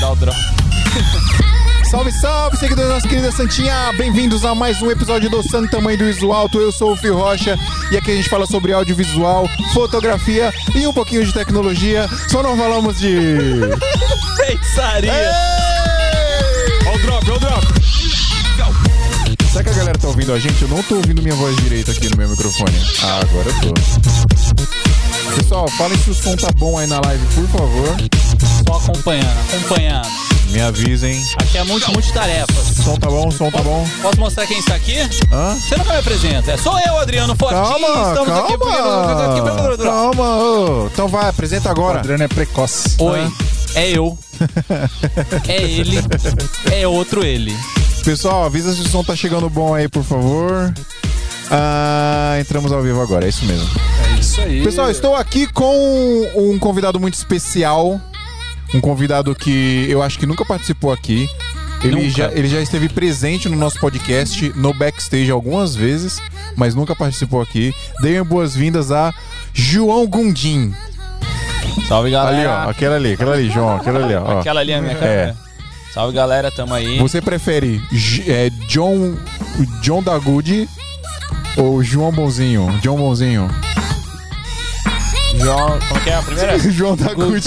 ladrão. Salve, salve, seguidores da nossa querida Santinha! Bem-vindos a mais um episódio do Santo Tamanho do Iso Alto. Eu sou o Fio Rocha e aqui a gente fala sobre audiovisual, fotografia e um pouquinho de tecnologia. Só não falamos de. Feitiçaria. Ei! Olha o drop, olha o drop. Será que a galera tá ouvindo a gente? Eu não tô ouvindo minha voz direita aqui no meu microfone. Ah, agora eu tô. Pessoal, falem se o som tá bom aí na live, por favor. Só acompanhando, acompanhando. Me avisem. Aqui é multi, multitarefas. Som tá bom, som tá bom. Posso mostrar quem está aqui? Hã? Você nunca me apresenta. É só eu, Adriano Fortinho. Calma, Estamos aqui calma. porque... Calma, ô. Então vai, apresenta agora. Adriano é precoce. Oi, é eu. É ele. É outro ele. Pessoal, avisa se o som tá chegando bom aí, por favor. Ah, entramos ao vivo agora, é isso mesmo. É isso aí. Pessoal, estou aqui com um convidado muito especial. Um convidado que eu acho que nunca participou aqui. Ele Nunca. já, ele já esteve presente no nosso podcast, no backstage algumas vezes, mas nunca participou aqui. Deem boas-vindas a João Gundim. Salve Ali, galera. ó, aquela ali, aquela ali, João, aquela ali, ó. É. É. Aquela ali é a minha câmera. Salve galera, tamo aí. Você prefere J- é, John John da Good ou João Bonzinho? John Bonzinho. João, como que é a primeira? João da Good.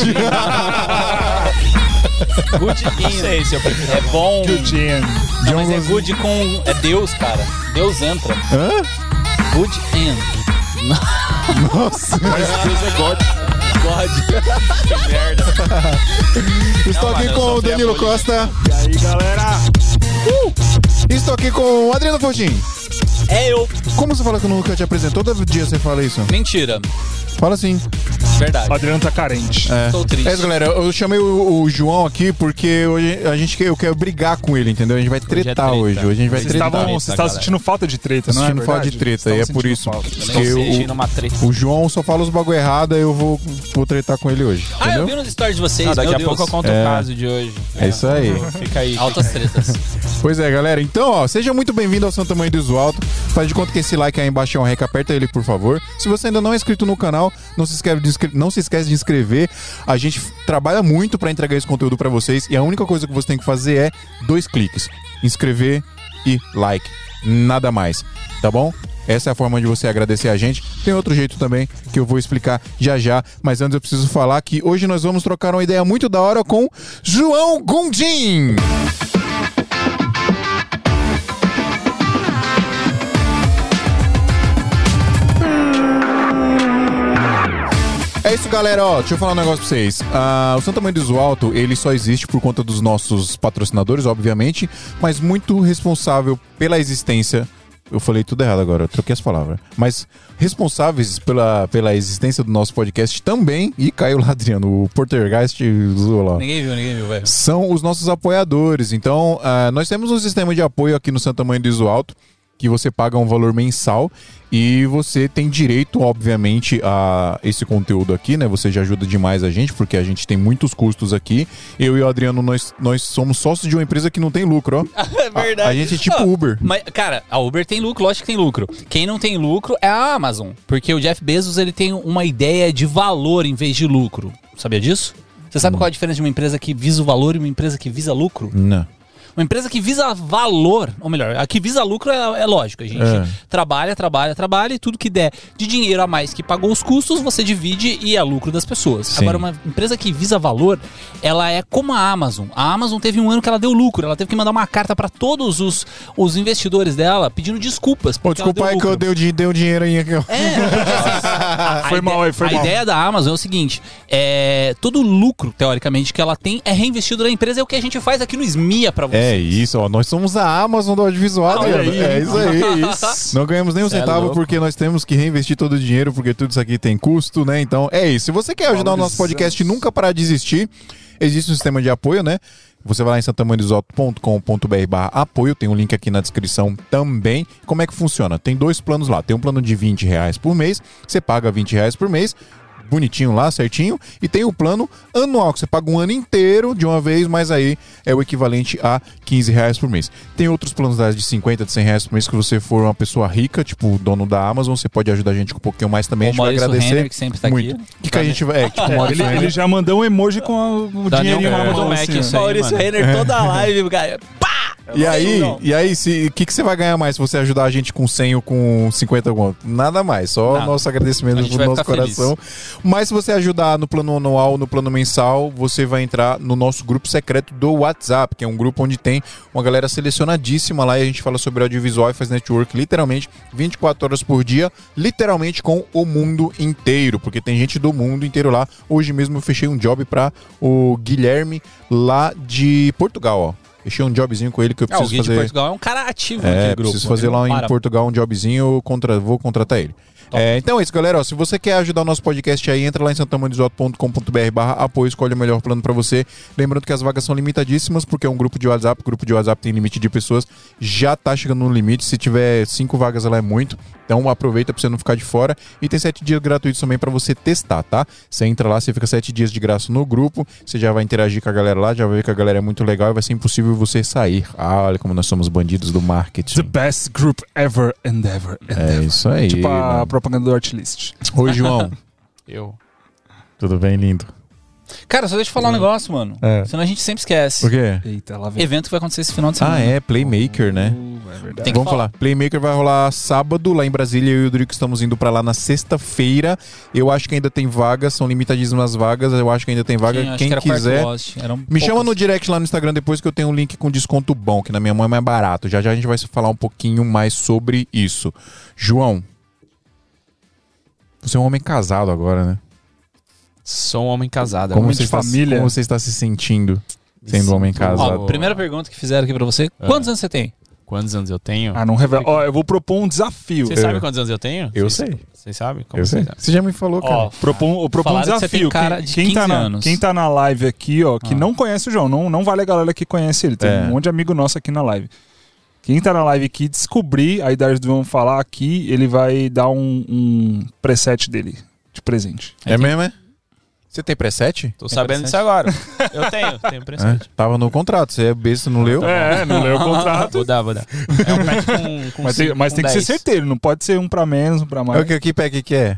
Good in. Não sei se eu prefiro. É bom. Jim. Não, mas é good com. É Deus, cara. Deus entra. Hã? Good in. Nossa, Deus é God. God. Que merda. estou mano, aqui eu com sou o Danilo diabólico. Costa. Uh! E aí, galera? Estou aqui com o Adriano Fortin. É eu. Como você fala que eu nunca te apresentou? Todo dia você fala isso. Mentira. Fala assim. Verdade. O Adriano tá carente. É. Estou triste. É isso, galera. Eu chamei o, o João aqui porque hoje a gente quer, eu quero brigar com ele, entendeu? A gente vai tretar treta. hoje. Hoje a gente vai Vocês tretar. estavam treta, vocês estavam galera. sentindo falta de treta, não é Sentindo falta verdade? de treta, Estavam e é por sentindo isso. falta. né? Tô Eu- sentindo uma treta. O João só fala os bagulho errado, aí eu vou, vou tretar com ele hoje. Ah, eu vi Entendeu? nos stories de vocês. Ah, daqui meu a Deus. pouco eu conto É. o caso de hoje. É isso aí. Fica aí. Altas tretas. Pois é, galera. Então, ó, seja muito bem-vindo ao Santo Tamanho do Uso Alto. Faz de conta que esse like aí embaixo é um rec, aperta ele, por favor. Se você ainda não é inscrito no canal, não se esquece de, inscre- não se esquece de inscrever. A gente f- trabalha muito pra entregar esse conteúdo pra vocês e a única coisa que você tem que fazer é dois cliques: inscrever e like. Nada mais, tá bom? Essa é a forma de você agradecer a gente. Tem outro jeito também que eu vou explicar já já, mas antes eu preciso falar que hoje nós vamos trocar uma ideia muito da hora com João Gundim. É isso, galera. Ó, deixa eu falar um negócio pra vocês. Ah, o Santa Mãe do Iso Alto, ele só existe por conta dos nossos patrocinadores, obviamente, mas muito responsável pela existência. Eu falei tudo errado agora, eu troquei as palavras. Mas responsáveis pela, pela existência do nosso podcast também. E caiu lá, Adriano, o Portergeist zoou lá ninguém viu, ninguém viu, velho. são os nossos apoiadores. Então, ah, nós temos um sistema de apoio aqui no Santa Mãe do Iso Alto, que você paga um valor mensal e você tem direito, obviamente, a esse conteúdo aqui, né? Você já ajuda demais a gente, porque a gente tem muitos custos aqui. Eu e o Adriano, nós, nós somos sócios de uma empresa que não tem lucro, ó. É A, a gente é tipo Ah, Uber. Mas, cara, a Uber tem lucro, lógico que tem lucro. Quem não tem lucro é a Amazon. Porque o Jeff Bezos, ele tem uma ideia de valor em vez de lucro. Sabia disso? Você sabe qual é a diferença de uma empresa que visa o valor e uma empresa que visa lucro? Não. Uma empresa que visa valor, ou melhor, a que visa lucro é, é lógico. A gente É. trabalha, trabalha, trabalha e tudo que der de dinheiro a mais que pagou os custos, você divide e é lucro das pessoas. Sim. Agora, uma empresa que visa valor, ela é como a Amazon. A Amazon teve um ano que ela deu lucro, ela teve que mandar uma carta para todos os, os investidores dela pedindo desculpas. Pô, porque ela desculpa aí que deu lucro. eu dei o di- dei o dinheiro aí aqui, ó. É, porque assim, a- a Foi ide- mal aí, foi a mal. ideia da Amazon é o seguinte: é, todo lucro, teoricamente, que ela tem é reinvestido na empresa, é o que a gente faz aqui no SMIA pra vocês. É isso, ó. Nós somos a Amazon do audiovisual, Olha Adriano. aí. É isso aí. Não ganhamos nem um Cê é centavo louco. porque nós temos que reinvestir todo o dinheiro, porque tudo isso aqui tem custo, né? Então é isso. Se você quer ajudar o nosso Valorizamos. podcast e nunca parar de existir, existe um sistema de apoio, né? Você vai lá em santamanizoto.com.br barra apoio, tem um link aqui na descrição também. Como é que funciona? Tem dois planos lá. Tem um plano de 20 reais por mês, você paga 20 reais por mês, bonitinho lá, certinho. E tem o plano anual, que você paga um ano inteiro de uma vez, mas aí é o equivalente a 15 reais por mês. Tem outros planos da- de 50, de 100 reais por mês, que você for uma pessoa rica, tipo o dono da Amazon, você pode ajudar a gente com um pouquinho mais O também. a gente vai Maurício agradecer Renner, que sempre tá muito. aqui. O que, que a gente vai... É, tipo, Maurício Ele, Renner. ele já mandou um emoji com a- o Dá nem um dinheirinho lá cupom na do mão, Mac assim, isso ó. aí, Maurício mano. Renner toda É. a live, cara. Pá! E aí, Não. e aí, se- o que, que você vai ganhar mais se você ajudar a gente com 100 ou com 50 conto? Nada mais, só Nada. nosso A agradecimento gente pro vai nosso ficar feliz. coração. Então, Mas se você ajudar no plano anual, no plano mensal, você vai entrar no nosso grupo secreto do WhatsApp, que é um grupo onde tem uma galera selecionadíssima lá e a gente fala sobre audiovisual e faz network literalmente 24 horas por dia, literalmente com o mundo inteiro, porque tem gente do mundo inteiro lá. Hoje mesmo eu fechei um job pra o Guilherme lá de Portugal, ó. Fechei um jobzinho com ele que eu Ah, o preciso Gui de fazer. Portugal é um cara ativo É, de grupo. preciso fazer ele lá não em para. Portugal um jobzinho, eu contra, vou contratar ele. É, então é isso, galera. Ó, se você quer ajudar o nosso podcast aí, entra lá em santamanizoto.com.br barra apoio, escolhe o melhor plano pra você. Lembrando que as vagas são limitadíssimas, porque é um grupo de WhatsApp, grupo de WhatsApp tem limite de pessoas, já tá chegando no limite. Se tiver cinco vagas, ela é muito. Então aproveita pra você não ficar de fora. E tem sete dias gratuitos também pra você testar, tá? Você entra lá, você fica sete dias de graça no grupo, você já vai interagir com a galera lá, já vai ver que a galera é muito legal e vai ser impossível você sair. Ah, olha como nós somos bandidos do marketing. The best group ever and ever and É ever. isso aí. Tipo a mano. propaganda do Artlist. Oi, João. Eu. Tudo bem, lindo? Cara, só deixa eu falar um negócio, mano. É. Senão a gente sempre esquece. O quê? Eita, lá vem. Evento que vai acontecer esse final de semana. Ah, é, Playmaker, né? Uh, é verdade. Tem que Vamos falar. Playmaker vai rolar sábado lá em Brasília. Eu e o Drico estamos indo pra lá na sexta-feira. Eu acho que ainda tem vagas, são limitadíssimas vagas. Eu acho que ainda tem vaga. acho Quem que era quarto quiser. lote, eram Me chama poucas. no direct lá no Instagram depois que eu tenho um link com desconto bom, que na minha mão é mais barato. Já já a gente vai falar um pouquinho mais sobre isso. João, você é um homem casado agora, né? Sou um homem casado. Como homem você, de está, família. como você está se sentindo sendo um homem casado? Ó, primeira pergunta que fizeram aqui pra É. você. Quantos anos você tem? Quantos anos eu tenho? Ah, não revela. Ó, eu vou propor um desafio. Vocês É. sabem quantos anos eu tenho? Eu Vocês- sei. Vocês sabem? Como Eu sei. vocês sabem? Você já me falou, cara. Ó, Propon, eu propon um Falaram que você tem desafio. cara de 15 tá na, anos. quem tá na live aqui, ó, que Ah. não conhece o João, não, não vale a galera que conhece ele. Tem É. um monte de amigo nosso aqui na live. Quem tá na live aqui descobrir a idade do João falar aqui, ele vai dar um, um preset dele de presente. é mesmo, é? Você tem preset? Tô sabendo disso agora. Eu tenho, tenho É, presente. tava no contrato, você é besta, não leu? É, não leu o contrato. Vou dar, vou dar. É um pack com, com Mas tem, cinco, mas um com tem que ser 10. certeiro, não pode ser um pra menos, um pra É mais. o que, que pack que é?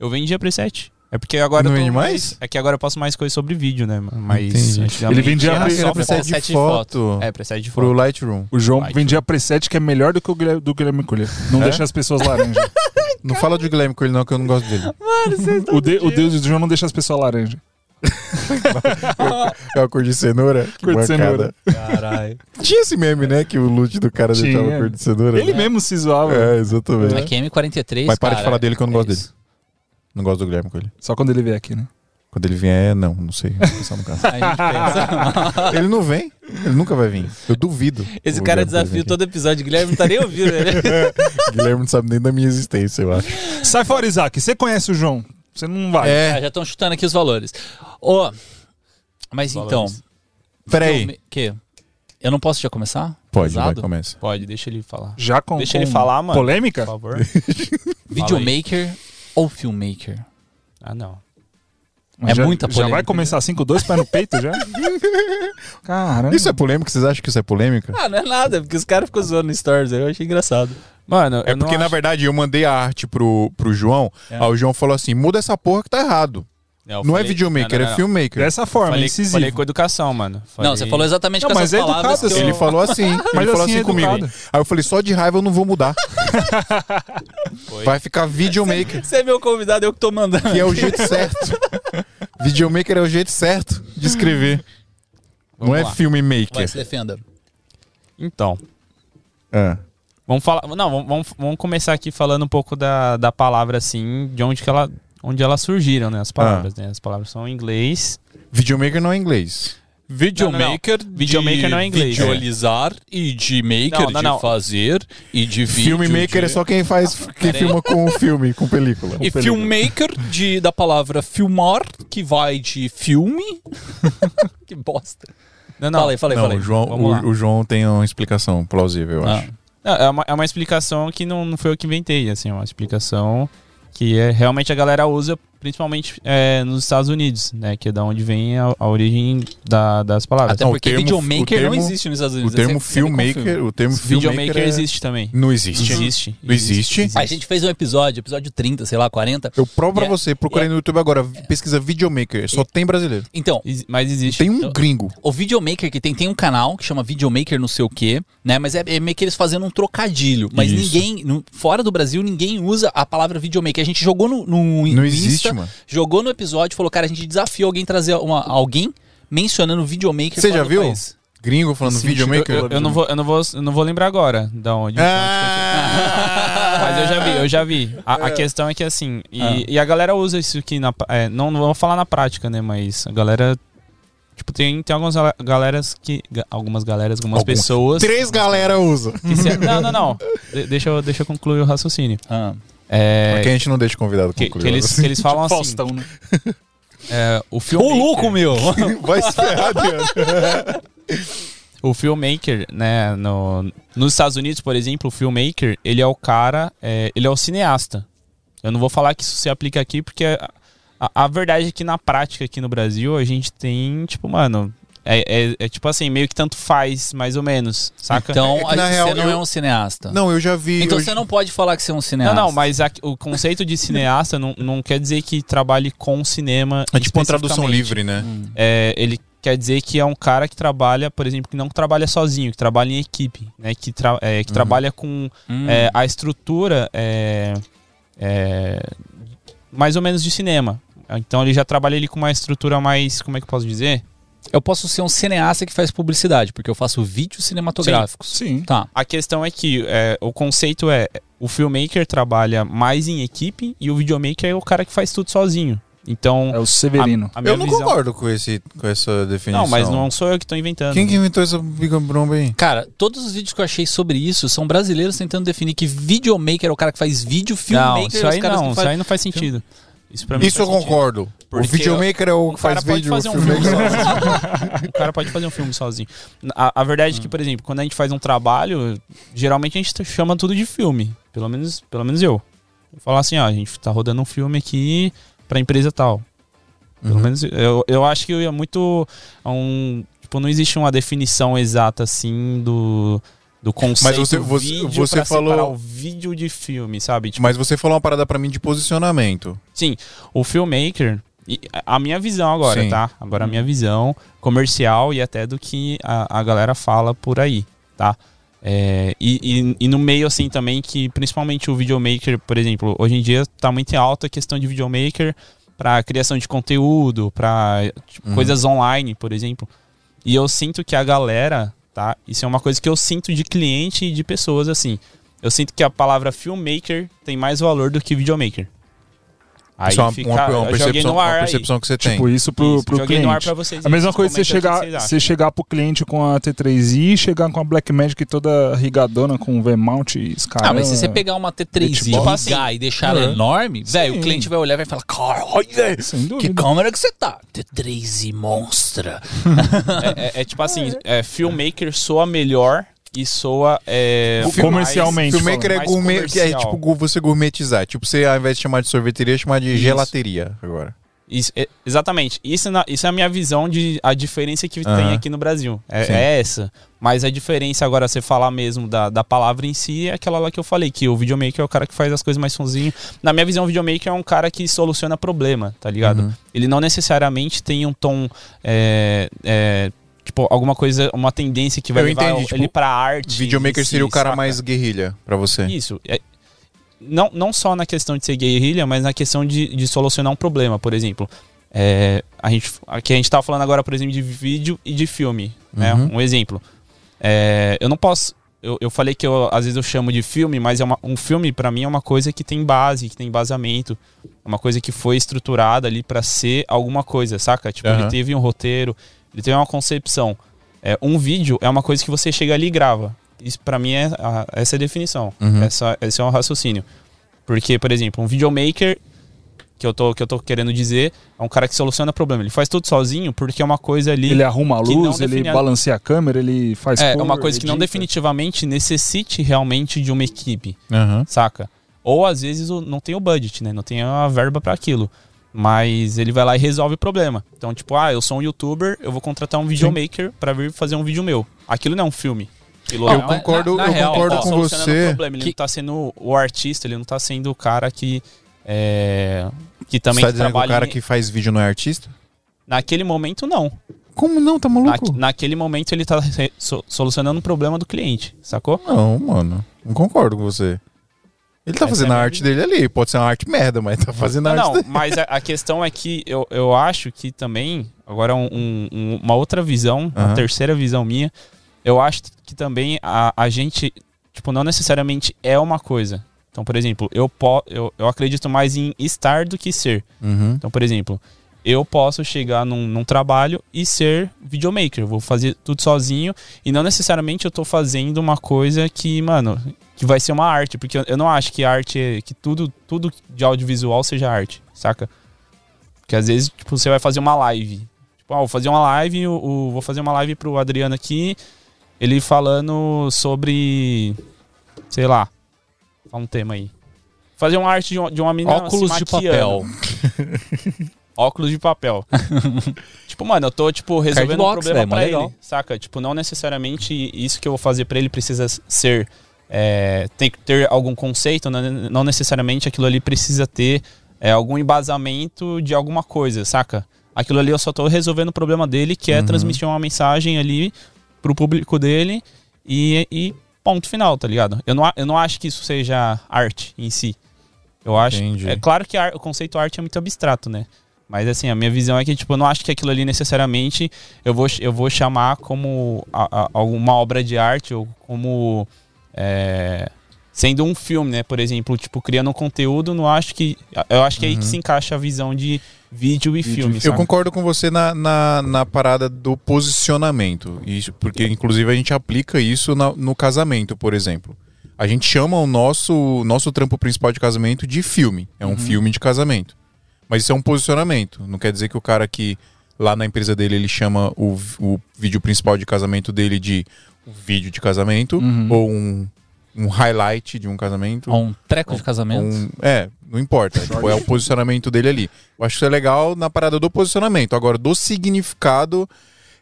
Eu vendia preset. É porque agora Não eu tô vende mais? É que agora eu posso mais coisas sobre vídeo, né? mano? Mas Entendi. antigamente Ele vendia era pre- só era foto. preset de foto. É, preset de Pro foto. Lightroom. O João Vai, vendia preset que é melhor do que o Guilherme, do Guilherme Colher. Não É? deixa as pessoas laranja. Não fala do Guilherme Coelho não, que eu não gosto dele. o, de, o Deus do João não deixa as pessoas laranja. É a cor de cenoura? Que Cor de bancada. cenoura. Caralho. Tinha esse meme, né? Que o loot do cara Tinha. deixava a cor de cenoura. Ele mesmo se zoava. É, exatamente. Aqui é M43, Mas para de cara. falar dele que eu não É gosto isso. dele. Não gosto do Guilherme Coelho. Só quando ele vier aqui, né? Quando ele vier, não, não sei. Vou pensar no caso. Aí a gente pensa. ele não vem, ele nunca vai vir. Eu duvido. Esse cara o Guilherme Coelho desafia vir. todo episódio. Guilherme não tá nem ouvindo, né? Guilherme não sabe nem da minha existência, eu acho. Sai fora, Isaac. Você conhece o João. Você não vai. É. É. Ah, já estão chutando aqui os valores. Ô, mas então... Valores. Peraí. filme- Que? Eu não posso já começar? Pode, vai, Pesado? começa. Pode, deixa ele falar. Já com. Deixa com ele falar, mano. Por Polêmica? favor. Videomaker ou filmmaker? Ah, não. É já, muita Já vai polêmica. começar assim com dois pés no peito já? Caramba. Isso é polêmica? Vocês acham que isso é polêmica? Ah, não é nada, porque os caras ficam zoando no Stories. aí Eu achei engraçado. Mano, É porque, na verdade, eu mandei a arte pro, pro João. Aí o João falou assim: muda essa porra que tá errado. Não, não é videomaker, é filmmaker. Dessa forma, Falei, incisivo. falei com educação, mano. Falei- Não, você falou exatamente Não, com mas essas é palavras educado, que eu... Ele falou assim. ele falou assim assim é comigo. educado. Aí eu falei: só de raiva eu não vou mudar. Vai ficar videomaker. Você é meu convidado, eu que tô mandando. Que é o jeito certo. videomaker é o jeito certo de escrever. Vamos não é lá. Vai, filmmaker. se defenda. Então, Ah. vamos falar. Não, vamos- vamos, vamos começar aqui falando um pouco da, da palavra, assim, de onde que ela. Onde elas surgiram, né? As palavras, Ah. né? As palavras são em inglês. Videomaker não é inglês. Videomaker Videomaker não é inglês. né? Visualizar e de maker, Não, não, não. de fazer e de vídeo. Filmmaker de... é só quem faz, quem filma com o filme, com película. E filmmaker de, da palavra filmar, que vai de filme. que bosta. Não, não. Fala aí, fala aí, Não, fala aí. o João, vamos lá. o, o João tem uma explicação plausível, eu acho. Não, é, uma, é uma explicação que não, não foi eu que inventei, assim, é uma explicação que é, realmente a galera usa principalmente é, nos Estados Unidos, né? Que é da onde vem a, a origem da- das palavras. Então, Até Não, o porque termo- o videomaker termo- não existe nos Estados O Unidos. termo é sempre- sempre filmmaker, o termo Videomaker filmmaker é- existe também. não existe. Existe. Não existe? confuso. A gente fez um episódio, episódio 30, sei lá, 40. Eu provo pra Yeah. você, procurei no YouTube agora, pesquisa videomaker, só tem brasileiro. Então, Exi- Mas existe. Tem um gringo. o videomaker que tem, tem um canal que chama videomaker não sei o quê, né? Mas é, é meio que eles fazendo um trocadilho. Mas Isso. ninguém, no- fora do Brasil, ninguém usa a palavra videomaker. A gente jogou no, no Não Insta, existe, mano. jogou no episódio, falou, cara, a gente desafia alguém trazer uma, alguém mencionando videomaker. Você fora já do viu? país. Gringo falando Sim, videomaker? Eu, eu- eu não vou, eu, não vou, eu não vou lembrar agora da onde. Ah! Mas eu já vi, eu já vi. A, a questão é que assim, e, e a galera usa isso aqui na. pra- é, não, não vou falar na prática, né? Mas a galera. Tipo, tem, tem algumas gala- galeras que. ga- Algumas galeras, algumas Algumas. pessoas. Três galera usa. que se- não, não, não. De- deixa, eu, deixa eu concluir o raciocínio. Ah. É, Porque a gente não deixa o convidado que, concluir. que eles, que eles falam assim. Faustão, né? é, o filme. Ô, Um louco, meu! Vai se ferrar, Adriano. O filmmaker, né, no, nos Estados Unidos, por exemplo, o filmmaker, ele é o cara, é, ele é o cineasta. Eu não vou falar que isso se aplica aqui, porque a, a- a verdade é que na prática aqui no Brasil, a gente tem, tipo, mano, é, é- é tipo assim, meio que tanto faz, mais ou menos, saca? Então, É que a- na você real, não eu- é um cineasta. Não, eu já vi. Então eu- você não pode falar que você é um cineasta. não, não, mas a- o conceito de cineasta não, não quer dizer que trabalhe com cinema É tipo uma tradução especificamente. livre, né? É, ele quer dizer que é um cara que trabalha, por exemplo, que não trabalha sozinho, que trabalha em equipe, né? Que, tra- é, Uhum. que trabalha com Hum. é, a estrutura é, é, mais ou menos de cinema. Então ele já trabalha ele com uma estrutura mais, como é que eu posso dizer? Eu posso ser um cineasta que faz publicidade, porque eu faço vídeos cinematográficos. Sim. Tá. A questão é que é, o conceito é o filmmaker trabalha mais em equipe e o videomaker é o cara que faz tudo sozinho. Então É o Severino. a minha Eu não visão... concordo com, esse, com essa definição. Não, mas não é um sou eu que tô inventando. Quem que inventou essa bigambromba aí? Cara, todos os vídeos que eu achei sobre isso são brasileiros tentando definir que videomaker é o cara que faz vídeo, Não, filmmaker isso é aí os caras não, que isso fazem. aí não faz sentido. Isso pra mim Isso eu não faz sentido. concordo. O Porque videomaker é o O que faz cara pode vídeo. fazer um filme. é filme sozinho. o cara pode fazer um filme sozinho. A, a verdade é que, por exemplo, quando a gente faz um trabalho, geralmente a gente chama tudo de filme. Pelo menos, pelo menos eu. Eu falo assim, ó, a gente tá rodando um filme aqui pra empresa tal. Pelo Uhum. menos eu, eu acho que é muito. é um, tipo, não existe uma definição exata assim do. Do conceito você- você- vídeo você pra falou- separar o vídeo de filme, sabe? Tipo, Mas você falou uma parada pra mim de posicionamento. Sim, o filmmaker, e a- a minha visão agora, Sim. tá? Agora a minha visão comercial e até do que a, a galera fala por aí, tá? É, e, e, e no meio, assim, também, que principalmente o videomaker, por exemplo, hoje em dia tá muito em alta a questão de videomaker pra criação de conteúdo, pra tipo, Uhum. coisas online, por exemplo. E eu sinto que a galera, tá? Isso é uma coisa que eu sinto de cliente e de pessoas, assim. Eu sinto que a palavra filmmaker tem mais valor do que videomaker. Aí Isso é uma, fica, uma- uma eu joguei percepção, no ar uma aí. percepção que você tem. Tipo, isso pro, Isso, pro joguei cliente. no ar pra vocês. A aí, mesma vocês coisa que você comentam o chegar, que vocês acham. você chegar pro cliente com a T3i e chegar com a Black Magic toda rigadona com um V-mount e Scarlet. Ah, mas se você pegar uma T3i, Tipo ligar assim. e deixar ela É. enorme, velho, Sim. Uhum. o cliente vai olhar e vai falar, cara, olha Sem que dúvida. câmera que você tá? T3i monstra. É, é- é tipo assim, é, filmmaker soa melhor e soa... é, O mais- comercialmente. Filmmaker é mais gourmet, que é comercial. tipo gu- você gourmetizar. Tipo, você ao invés de chamar de sorveteria, chamar de Isso. gelateria agora. Isso, é- exatamente. Isso, na- isso é a minha visão de a diferença que Aham. tem aqui no Brasil. Sim. É, é essa. Mas a diferença agora, você falar mesmo da, da palavra em si, é aquela lá que eu falei, que o videomaker é o cara que faz as coisas mais sozinho. Na minha visão, o videomaker é um cara que soluciona problema, tá ligado? Uhum. Ele não necessariamente tem um tom. é, é, tipo, alguma coisa, uma tendência que vai Eu levar entendi, o- tipo, ele pra arte. Videomaker em si, seria o cara saca? mais guerrilha pra você. Isso. É, não, não só na questão de ser guerrilha, mas na questão de, de solucionar um problema, por exemplo. É, a gente, aqui a gente tava falando agora, por exemplo, de vídeo e de filme. Né? Uhum. Um exemplo. É, eu não posso. Eu, eu falei que eu, às vezes eu chamo de filme, mas é uma- um filme pra mim é uma coisa que tem base, que tem embasamento. É uma coisa que foi estruturada ali pra ser alguma coisa, saca? Tipo, Aham. ele teve um roteiro, ele teve uma concepção. É, um vídeo é uma coisa que você chega ali e grava. Isso pra mim é a- essa é a definição. Uhum. Essa, esse é um raciocínio. Porque, por exemplo, um videomaker que eu, tô, que eu tô querendo dizer é um cara que soluciona problema. Ele faz tudo sozinho porque é uma coisa ali. Ele arruma a que não luz, ele define a- balanceia a câmera, ele faz é, é cor, uma coisa que não edita. definitivamente necessite realmente de uma equipe, Aham. saca? Ou às vezes o- não tem o budget, né? Não tem a verba pra aquilo. Mas ele vai lá e resolve o problema. Então, tipo, ah, eu sou um youtuber, eu vou contratar um videomaker pra vir fazer um vídeo meu. Aquilo não é um filme. Aquilo Eu é um- concordo, na eu real, concordo tá com solucionando o você. problema, Ele Que- não tá sendo o artista, ele não tá sendo o cara que. é, que Você também tá dizendo que o trabalha. cara em- que faz vídeo não é artista? Naquele momento, não. Como não? Tá Na- maluco? naquele momento, ele tá re- so- solucionando o problema do cliente, sacou? Não, mano. Não concordo com você. Ele tá Essa fazendo é a a minha arte dele ali. Pode ser uma arte merda, mas tá fazendo a Não, arte não, dele. mas a, a questão é que eu, eu acho que também, agora um- um- um- uma outra visão, Aham. uma terceira visão minha, eu acho que também a, a gente, tipo, não necessariamente é uma coisa. Então, por exemplo, eu, po, eu, eu acredito mais em estar do que ser. Uhum. Então, por exemplo, eu posso chegar num, num trabalho e ser videomaker. Eu vou fazer tudo sozinho e não necessariamente eu tô fazendo uma coisa que, mano, que vai ser uma arte. Porque eu, eu não acho que arte, é- que tudo, tudo de audiovisual seja arte, saca? Porque às vezes, tipo, você vai fazer uma live. Tipo, ah, vou fazer uma live, o, o- vou fazer uma live pro Adriano aqui, ele falando sobre, sei lá, fala um tema aí. Fazer uma arte de uma, de uma menina se Óculos de maquiando. papel. Óculos de papel. tipo, mano, eu tô, tipo, resolvendo um Cardbox, velho, problema é, mó pra ele, legal. saca? Tipo, não necessariamente isso que eu vou fazer pra ele precisa ser... é, tem que ter algum conceito, não não necessariamente aquilo ali precisa ter é, algum embasamento de alguma coisa, saca? Aquilo ali eu só tô resolvendo o problema dele, que Uhum. é transmitir uma mensagem ali pro público dele e, e ponto final, tá ligado? Eu não, a- eu não acho que isso seja arte em si. Eu acho. Entendi. É claro que a- o conceito arte é muito abstrato, né? Mas assim, a minha visão é que, tipo, eu não acho que aquilo ali necessariamente eu vou, ch- eu vou chamar como a- a- alguma obra de arte ou como. é, sendo um filme, né? Por exemplo, tipo, criando um conteúdo, não acho que. Eu acho que é aí que Uhum. se encaixa a visão de vídeo e filme. Eu sabe? concordo com você na, na, na parada do posicionamento. Isso, porque, inclusive, a gente aplica isso na- no casamento, por exemplo. A gente chama o nosso, nosso trampo principal de casamento de filme. É um Uhum. filme de casamento. Mas isso é um posicionamento. Não quer dizer que o cara que lá na empresa dele ele chama o, v- o vídeo principal de casamento dele de um vídeo de casamento Uhum. ou um, um highlight de um casamento. Um treco de casamento. Um- é, não importa. Tipo, é o posicionamento dele ali. Eu acho que isso é legal na parada do posicionamento. Agora, do significado,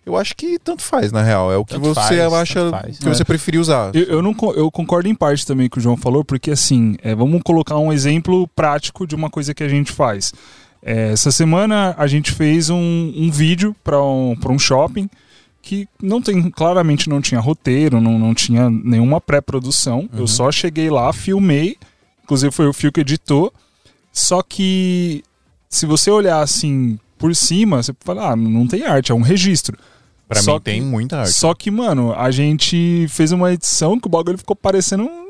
eu acho que tanto faz, na real. É o que Tanto você faz, acha tanto faz. É. que você preferir usar. Eu, eu não, co- eu concordo em parte também com o que o João falou, porque assim, é, vamos colocar um exemplo prático de uma coisa que a gente faz. É, essa semana a gente fez um, um vídeo para um, pra um shopping que não tem, claramente não tinha roteiro, não, não tinha nenhuma pré-produção. Eu só cheguei lá, filmei, inclusive foi o Fio que editou. Só que se você olhar assim por cima, você fala, ah, não tem arte, é um registro. Pra Só mim, tem que- muita arte. Só que, mano, a gente fez uma edição que o bagulho ficou parecendo um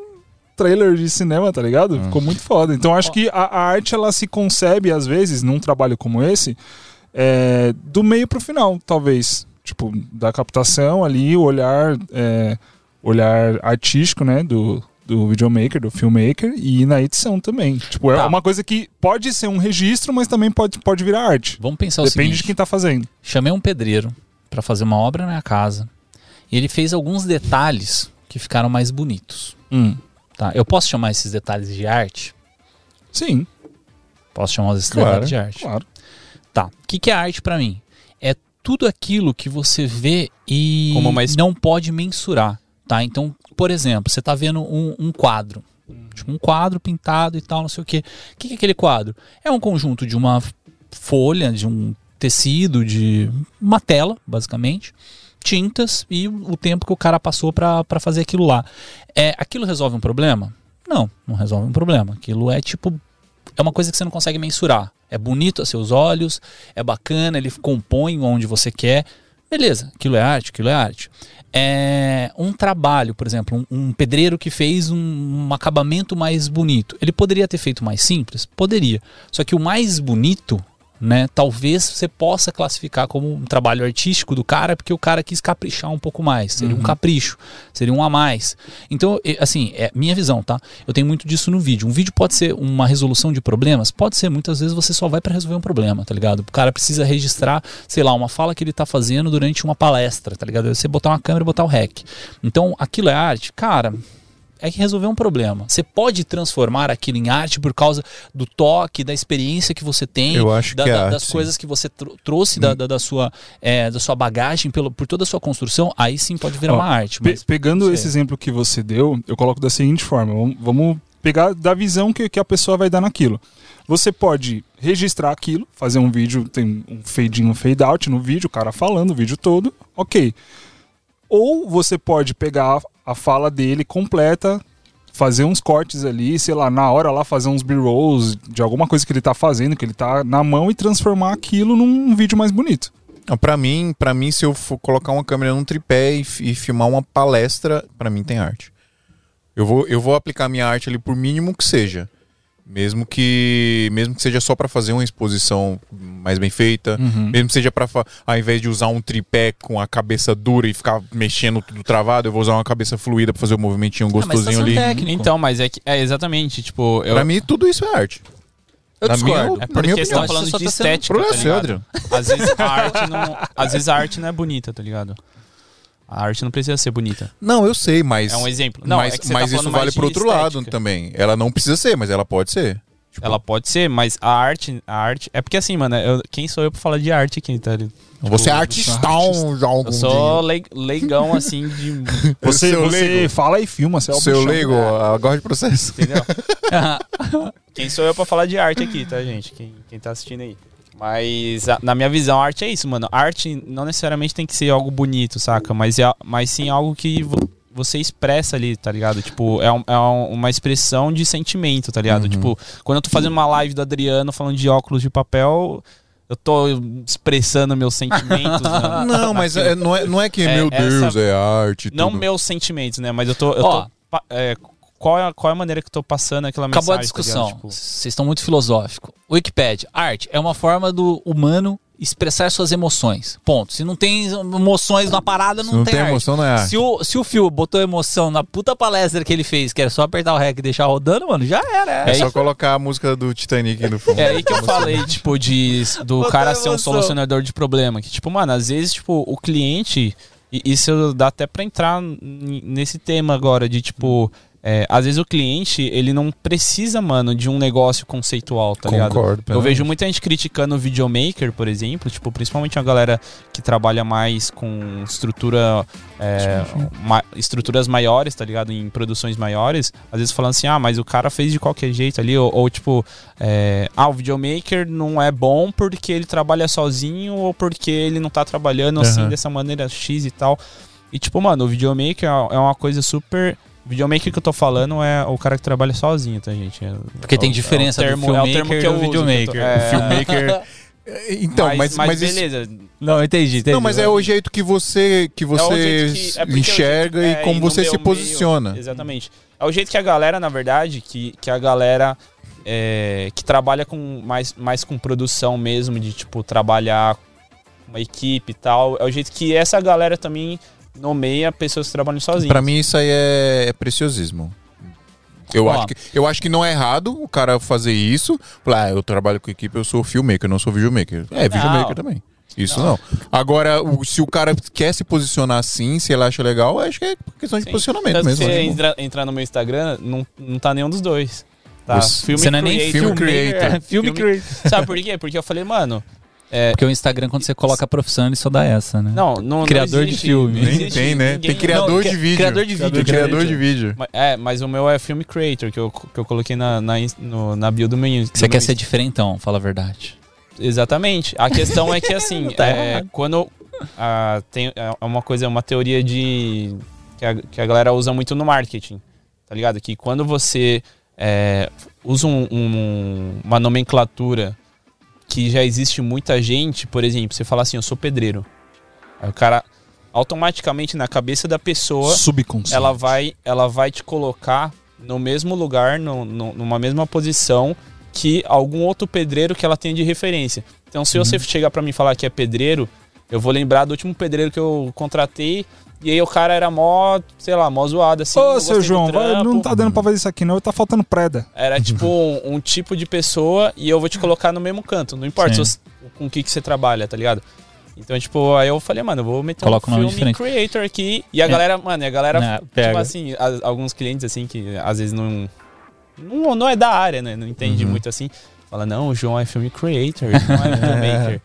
trailer de cinema, tá ligado? Ah. Ficou muito foda. Então acho que a, a arte ela se concebe, às vezes, num trabalho como esse, é, do meio pro final, talvez. Tipo, da captação ali, o olhar, é, olhar artístico, né, do, do videomaker, do filmmaker, e na edição também. Tipo, é Tá. uma coisa que pode ser um registro, mas também pode, pode virar arte. Vamos pensar É o Depende seguinte. de quem tá fazendo. Chamei um pedreiro pra fazer uma obra na minha casa. E ele fez alguns detalhes que ficaram mais bonitos. Tá? Eu posso chamar esses detalhes de arte? Sim, Posso chamar esses Claro, detalhes de arte. claro. Tá. O que, que é arte pra mim? É tudo aquilo que você vê e Como uma es- não pode mensurar, tá? Então, por exemplo, você tá vendo um, um quadro. Tipo, um quadro pintado e tal, não sei o quê. O que, que é aquele quadro? É um conjunto de uma folha, de um tecido, de uma tela, basicamente, tintas e o tempo que o cara passou pra pra fazer aquilo lá. É, aquilo resolve um problema? Não, não resolve um problema. Aquilo é tipo é uma coisa que você não consegue mensurar. É bonito a seus olhos, é bacana, ele compõe onde você quer. Beleza, aquilo é arte, aquilo é arte. É um trabalho, por exemplo, um, um pedreiro que fez um, um acabamento mais bonito. Ele poderia ter feito mais simples? Poderia. Só que o mais bonito, né? Talvez você possa classificar como um trabalho artístico do cara, porque o cara quis caprichar um pouco mais. Seria um capricho, seria um a mais. Então, e- assim, é minha visão, tá? Eu tenho muito disso no vídeo. Um vídeo pode ser uma resolução de problemas, pode ser muitas vezes você só vai pra resolver um problema, tá ligado? O cara precisa registrar, sei lá, uma fala que ele tá fazendo durante uma palestra, tá ligado? Você botar uma câmera e botar o rec. Então, aquilo é arte? Cara, é que resolver um problema. Você pode transformar aquilo em arte por causa do toque, da experiência que você tem, Eu acho da- que é da- arte, das sim. Hum. coisas que você tro- trouxe da, da, da sua, é, da sua bagagem, pelo, por toda a sua construção, aí sim pode virar Ó, uma arte. Pe- Mas pegando sei. esse exemplo que você deu, eu coloco da seguinte forma: vamos, vamos pegar da visão que, que a pessoa vai dar naquilo. Você pode registrar aquilo, fazer um vídeo, tem um fade in, um fade out no vídeo, o cara falando o vídeo todo, ok. Ou você pode pegar a fala dele completa, fazer uns cortes ali, sei lá, na hora lá fazer uns b-rolls de alguma coisa que ele tá fazendo, que ele tá na mão e transformar aquilo num vídeo mais bonito. Não, Pra mim, para mim, se eu for colocar uma câmera num tripé e, fi- e filmar uma palestra, pra mim tem arte. Eu vou, eu vou aplicar minha arte ali por mínimo que seja. Mesmo que mesmo que seja só pra fazer uma exposição mais bem feita, Uhum. mesmo que seja para ao invés de usar um tripé com a cabeça dura e ficar mexendo tudo travado, eu vou usar uma cabeça fluida pra fazer um movimentinho mas tá gostosinho sendo ali. técnico. Técnico. Então, mas é que. É, exatamente. Tipo, eu. Pra mim tudo isso é arte. eu na discordo. minha- é na porque você opinião, tá isso falando só de tá sendo- O estética. problema é tá seu, ligado? Adriano. Às vezes a arte não. Às vezes a arte não é bonita, tá ligado? A arte não precisa ser bonita. Não, eu sei, mas. É um exemplo. Não, mas é que você tá mas isso falando mais vale de pro outro estética. lado também. Ela não precisa ser, mas ela pode ser. Ela pode ser, mas a arte. A arte. É porque assim, mano, eu- quem sou eu pra falar de arte aqui, tá ligado? Você é um artistão, João Eu sou le- leigão, assim, de. Você, Seu você leigo. fala e filma, você é o Seu bichão. leigo, agora de processo. Entendeu? quem sou eu pra falar de arte aqui, tá, gente? Quem, quem tá assistindo aí. Mas, a- na minha visão, a arte é isso, mano. A arte não necessariamente tem que ser algo bonito, saca? Mas, é, a- mas sim algo que vo- você expressa ali, tá ligado? Tipo, é, um- é um- uma expressão de sentimento, tá ligado? Tipo, quando eu tô fazendo uma live do Adriano falando de óculos de papel, eu tô expressando meus sentimentos. na- Não, mas é- não, é, não é que, Ah, tá É, meu essa- Deus, é arte. Não tudo. meus sentimentos, né? Mas eu tô. eu Ó. tô pa- é, qual, é, a- qual é a maneira que eu tô passando aquela Acabou a mensagem? tá discussão. ligado? Tipo, Vocês estão muito filosóficos. Wikipedia. Arte é uma forma do humano expressar suas emoções. Ponto. Se não tem emoções na parada, Se não, não tem, tem arte. emoção, não é arte. Se o, se o Phil botou emoção na puta palestra que ele fez, que era só apertar o rec e deixar rodando, mano, já era. É É. só colocar a música do Titanic no fundo. É aí que eu falei, tipo, de, do Botar cara ser um emoção. solucionador de problema. Que, tipo, mano, às vezes, tipo, o cliente. e Isso dá até pra entrar n- nesse tema agora, de tipo. é, às vezes o cliente, ele não precisa, mano, de um negócio conceitual, tá ligado? Concordo. Eu vejo muita gente criticando o videomaker, por exemplo, tipo, principalmente a galera que trabalha mais com estrutura, é, ma- estruturas maiores, tá ligado? Em produções maiores, às vezes falando assim, ah, mas o cara fez de qualquer jeito ali, ou, ou tipo, é, ah, o videomaker não é bom porque ele trabalha sozinho ou porque ele não tá trabalhando assim Aham. dessa maneira X e tal. E tipo, mano, o videomaker é uma coisa super. O videomaker que eu tô falando é o cara que trabalha sozinho, tá, gente? É- Porque tem é o- diferença é o do termo- é o termo filmmaker que e eu do uso, videomaker. que eu tô- é, Filmmaker. Então, mas, mas, isso- beleza. Não, entendi, entendi. Não, mas é o jeito que você, que É o você jeito que- é porque enxerga é o e jeito- é, como no você meu se meio- posiciona. exatamente. É o jeito que a galera, na verdade, que, que a galera é, que trabalha com mais, mais com produção mesmo, de tipo, trabalhar com uma equipe e tal, é o jeito que essa galera também nomeia pessoas que trabalham sozinhas. Pra mim isso aí é, é preciosismo. Eu Ó. acho, que, eu acho que não é errado o cara fazer isso. Falar, ah, eu trabalho com equipe, eu sou filmmaker, não sou videomaker. É, videomaker também. Isso não. Agora, o- se o cara quer se posicionar assim, se ele acha legal, acho que é questão de Sim. posicionamento Tanto que mesmo. né? você acho bom. entra- entrar no meu Instagram, não, não tá nenhum dos dois. Tá, Você- filme você não é nem filme creator. é, filme Filme creator. Sabe por quê? Porque eu falei, mano, é, Porque o Instagram, quando você coloca a profissão, ele só dá essa, né? Não, não Criador não de existe, filme. não Nem existe tem, né? ninguém- Tem criador Não, de cri- vídeo. criador de vídeo, Tem criador criador de de vídeo. Ma- É, mas o meu é filme creator, que eu, que eu coloquei na, na, ins- no- na bio do meu Insta. Você do quer meu ser Insta. diferentão, fala a verdade. Exatamente. A questão é que, assim, tá é, quando... ah, tem, é uma coisa, é uma teoria de... Que a, que a galera usa muito no marketing, tá ligado? Que quando você é, usa um- um- uma nomenclatura que já existe muita gente, por exemplo, você fala assim, eu sou pedreiro. Aí o cara, automaticamente, na cabeça da pessoa... Subconsciente. ela vai, ela vai te colocar no mesmo lugar, no- no- numa mesma posição que algum outro pedreiro que ela tem de referência. Então, se Uhum. você chegar pra mim e falar que é pedreiro, eu vou lembrar do último pedreiro que eu contratei. E aí o cara era mó, sei lá, mó zoado, assim. Ô, não gostei seu do João, vai- não trampo. tá dando pra fazer isso aqui não, tá faltando preda. Era tipo um, um tipo de pessoa e eu vou te colocar no mesmo canto. Não importa Sim. se você- com o que, que você trabalha, tá ligado? Então, tipo, aí eu falei, mano, eu vou meter Coloca um um nome filme diferente. creator aqui. E a galera, mano, e a galera, Não, tipo pega. assim, a- alguns clientes, assim, que às vezes não... Não, não é da área, né? Não entende Uhum. muito, assim. Fala, não, o João é filme creator, o João é filmmaker.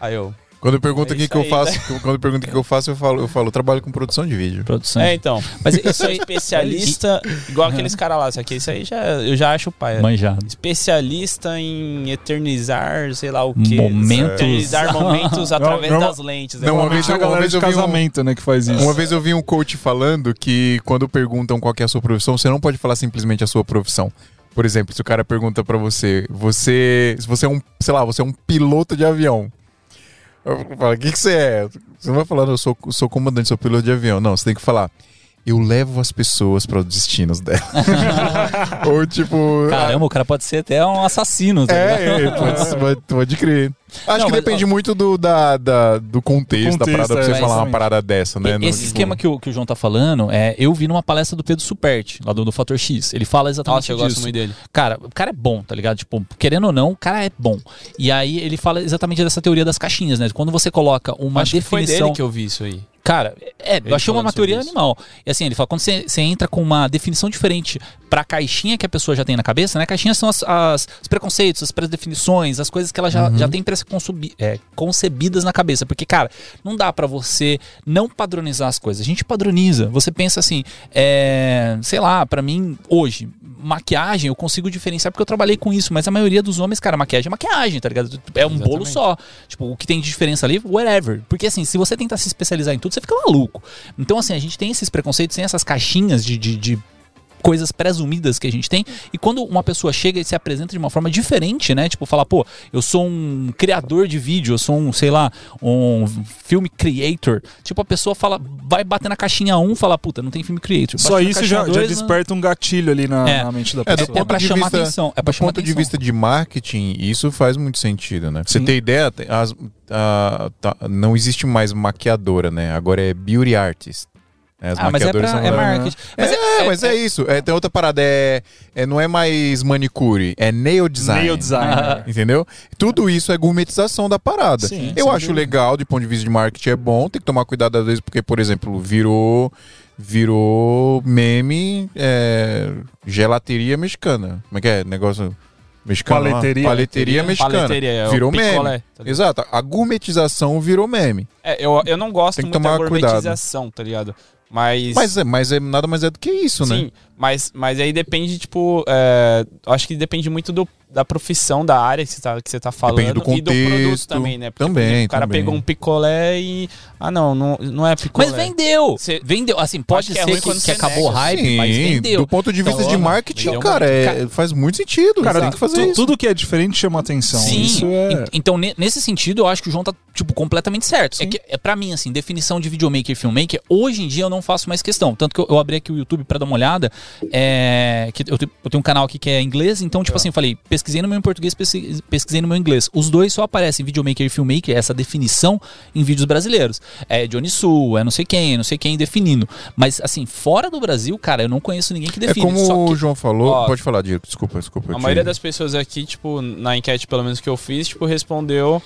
aí eu... Quando pergunta É o que, isso que eu aí, faço, quando pergunta o que, que eu faço, eu falo, eu falo, eu trabalho com produção de vídeo. Produção. É, então. Mas Eu isso sou aí especialista, igual aqueles caras lá, só que isso aí já, eu já acho pai. manjado. Especialista em eternizar, sei lá o quê. Momentos. Eternizar momentos através não, das lentes. né? não, Como- uma vez a eu- uma galera vez de eu vi um- casamento, né, que faz isso. Uma vez eu vi um coach falando que quando perguntam qual que é a sua profissão, você não pode falar simplesmente a sua profissão. Por exemplo, se o cara pergunta pra você, você, se você é um, sei lá, você é um piloto de avião. Eu falo, o que, que você é? Você não vai falar, eu sou, sou comandante, sou piloto de avião. Não, você tem que falar, eu levo as pessoas para os destinos dela. Ou tipo, Caramba, o cara pode ser até um assassino, tá ligado? é, é, pode, pode- pode crer. Acho Não, que mas, depende muito do, da, da- do contexto, da contexto, parada, pra é, você falar uma exatamente. parada dessa, É, né? No, Esse tipo, esquema que o, que o João tá falando, é, eu vi numa palestra do Pedro Superti, lá do, do Fator X. Ele fala exatamente Nossa, eu gosto disso. muito dele. Cara, o cara é bom, tá ligado? Tipo, querendo ou não, o cara é bom. E aí ele fala exatamente dessa teoria das caixinhas, né? Quando você coloca uma Acho que foi definição. dele que eu vi isso aí. Cara, é, Ele eu achei uma, falando uma sobre teoria isso. animal. E assim, ele fala, quando você, você entra com uma definição diferente pra caixinha que a pessoa já tem na cabeça, né? Caixinhas são as, as- os preconceitos, as pré-definições, as coisas que ela Uhum. já, já tem pré-concebi- é, concebidas na cabeça. Porque, cara, não dá pra você não padronizar as coisas. A gente padroniza. Você pensa assim, é, sei lá, pra mim, hoje, maquiagem eu consigo diferenciar porque eu trabalhei com isso, mas a maioria dos homens, cara, maquiagem é maquiagem, tá ligado? É um bolo só. Tipo, o que tem de diferença ali, whatever. Porque assim, se você tentar se especializar em tudo, você fica maluco. Então, assim, a gente tem esses preconceitos, tem essas caixinhas de. de- de coisas presumidas que a gente tem e quando uma pessoa chega e se apresenta de uma forma diferente, né? Tipo, falar, pô, eu sou um criador de vídeo, eu sou um, sei lá, um filme creator. Tipo, a pessoa fala, vai bater na caixinha 1, fala, puta, não tem filme creator. Só Bate na isso caixinha já, já né? dois, não- desperta um gatilho ali na, É. na mente da É, pessoa. do é, é ponto pra de chamar vista- atenção. É pra do chamar ponto de atenção. vista de marketing, isso faz muito sentido, né? Pra você Sim. ter ideia, tem as- a- tá- não existe mais maquiadora, né? Agora é beauty artist. né? As Ah, mas é, maquiadoras pra, são é agora- marketing. Mas é, É, mas é, isso. É, tem outra parada, é, é- não é mais manicure, é nail design. Nail designer. Entendeu? Tudo isso é gourmetização da parada. Sim, eu sem acho dúvida. legal, de ponto de vista de marketing, é bom. Tem que tomar cuidado às vezes, porque, por exemplo, virou virou meme é, gelateria mexicana. Como é que é? Negócio mexicano. lá? Paleteria. Paleteria mexicana. Paleteria, é o virou picolé, meme. tá ligado? Exato. A gourmetização virou meme. É, eu, eu não gosto Tem que muito da tomar cuidado. gourmetização, tá ligado? Mas. Mas, é, mas é, nada mais é do que isso, né? Sim, mas, mas aí depende, tipo. é, acho que depende muito do, da profissão, da área que você tá, que você tá falando. Depende do E do produto contexto. também, né? Também, por exemplo, o cara também. pegou um picolé e. Ah, não, não, não é picolé. mas vendeu. Cê- Vendeu. Assim, pode Acho que é ser ruim que, quando que você assim. acabou o nega. hype, Sim, mas vendeu. do ponto de vista Então, de ó, marketing, vendeu cara, muito. é- faz muito sentido. Cara, tem que fazer tu- isso. Tudo que é diferente chama atenção. Sim. Isso é... En- Então, ne- nesse sentido, eu acho que o João tá, tipo, completamente certo. É Sim. que, é pra mim, assim, definição de videomaker e filmmaker, hoje em dia eu não faço mais questão. Tanto que eu, eu abri aqui o YouTube pra dar uma olhada. é, que eu, te- eu tenho um canal aqui que é inglês, então, Tá. tipo assim, eu falei, pesquisei no meu em português, pesqui- pesquisei no meu inglês. Os dois só aparecem videomaker e filmmaker, essa definição, em vídeos brasileiros. É Johnny Sul, é não sei quem, é não sei quem definindo. Mas, assim, fora do Brasil, cara, eu não conheço ninguém que define. é como só que- o João falou. Ó, pode falar, Diego. Desculpa, desculpa. eu A te- maioria das pessoas aqui, tipo, na enquete, pelo menos que eu fiz, tipo, respondeu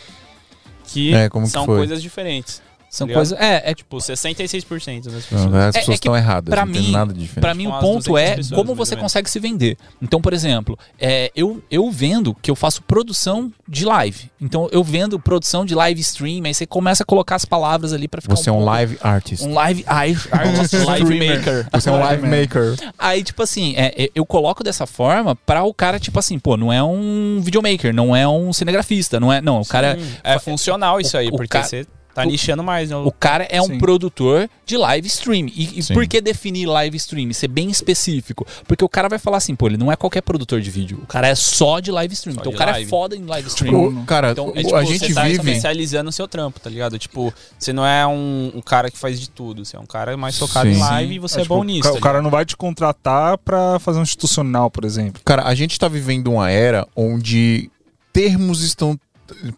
que É, como que são foi? coisas diferentes. são ligado? coisas. É, é Tipo, 66% das pessoas. Não, as É- é pessoas que estão erradas. pra não tem mim- nada de diferente. Pra mim, Com o as ponto 200 é pessoas, como mais você ou menos. consegue se vender. Então, por exemplo, é, eu, eu vendo que eu faço produção de live. Então, eu vendo produção de live stream. Aí você começa a colocar as palavras ali pra ficar Você é um live artist. Um live ai, artist, live maker. Você é um live maker. Aí, tipo assim, é, é, eu coloco dessa forma pra o cara, tipo assim, pô, não é um videomaker, não é um cinegrafista, não é. Não, o cara É funcional isso aí, o porque cara- você tá o- nichando mais, né? O cara é um Sim. produtor de live stream. E, e Sim. por que definir live stream? Ser bem específico. Porque o cara vai falar assim, pô, ele não é qualquer produtor de vídeo. O cara é só de live stream. Só então o de cara é live. foda em live stream. Ô, cara, Então, é o- tipo, a você gente tá vive. especializando o seu trampo, tá ligado? Tipo, você não é um, um cara que faz de tudo. Você é um cara mais focado em Sim. live e você é, tipo, bom o nisso. ca- tá O cara não vai te contratar pra fazer um institucional, por exemplo. Cara, a gente tá vivendo uma era onde termos estão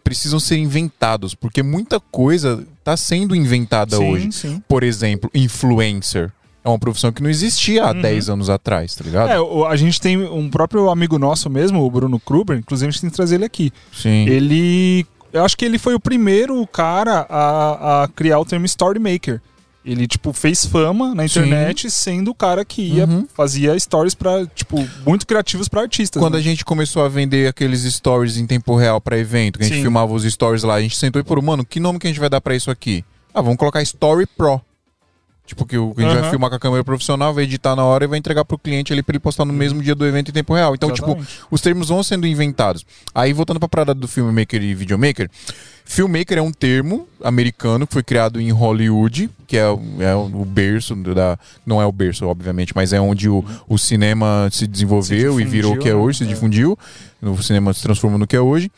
precisam ser inventados, porque muita coisa tá sendo inventada hoje. sim. Por exemplo, influencer. É uma profissão que não existia Uhum. há 10 anos atrás, tá ligado? É, o- a gente tem um próprio amigo nosso mesmo, o Bruno Kruber, inclusive a gente tem que trazer ele aqui. Sim. Ele Eu acho que ele foi o primeiro cara a, a criar o termo Story Maker. Ele, tipo, fez fama na internet sendo o cara que ia, fazia stories pra, tipo, muito criativos pra artistas. Quando né? a gente começou a vender aqueles stories em tempo real pra evento, que a gente Sim. filmava os stories lá, a gente sentou e falou, mano, que nome que a gente vai dar pra isso aqui? Ah, vamos colocar Story Pro. Tipo, que o- que a gente vai Aham. filmar com a câmera profissional, vai editar na hora e vai entregar pro cliente ali pra ele postar Uhum. no mesmo dia do evento em tempo real. Então, tipo, Exatamente. os termos vão sendo inventados. Aí, voltando pra parada do filmmaker e videomaker, filmmaker é um termo americano que foi criado em Hollywood, que é, o- é o berço da... Não é o berço, obviamente, mas é onde o, o cinema se desenvolveu e virou o que é né? hoje, se É. difundiu. O cinema se transformou no que é hoje.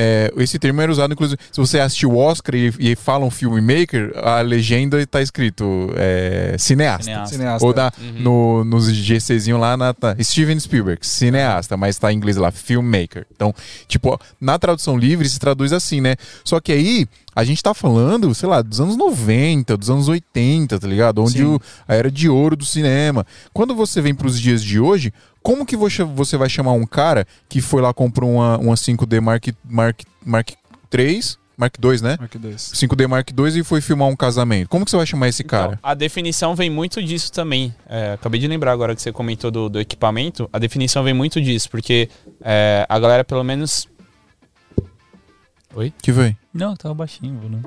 É, esse termo era usado, inclusive, se você assistiu o Oscar e, e fala um filmmaker, a legenda está escrito é, cineasta. Cineasta. Cineasta. Ou da, Uhum. no, nos GCzinho lá na. tá, Steven Spielberg, cineasta, mas tá em inglês lá, filmmaker. Então, tipo, na tradução livre se traduz assim, né? Só que aí, a gente tá falando, sei lá, dos anos 90, dos anos 80, tá ligado? Onde Sim. o- a era de ouro do cinema. Quando você vem pros dias de hoje, como que você você vai chamar um cara que foi lá comprou uma, uma 5D Mark, Mark, Mark 3, Mark 2, né? Mark dois. 5D Mark 2 e foi filmar um casamento. Como que você vai chamar esse cara? Então, a definição vem muito disso também. É, acabei de lembrar agora que você comentou do, do equipamento. A definição vem muito disso, porque é, a galera, pelo menos. que vem? Não, tava baixinho, né?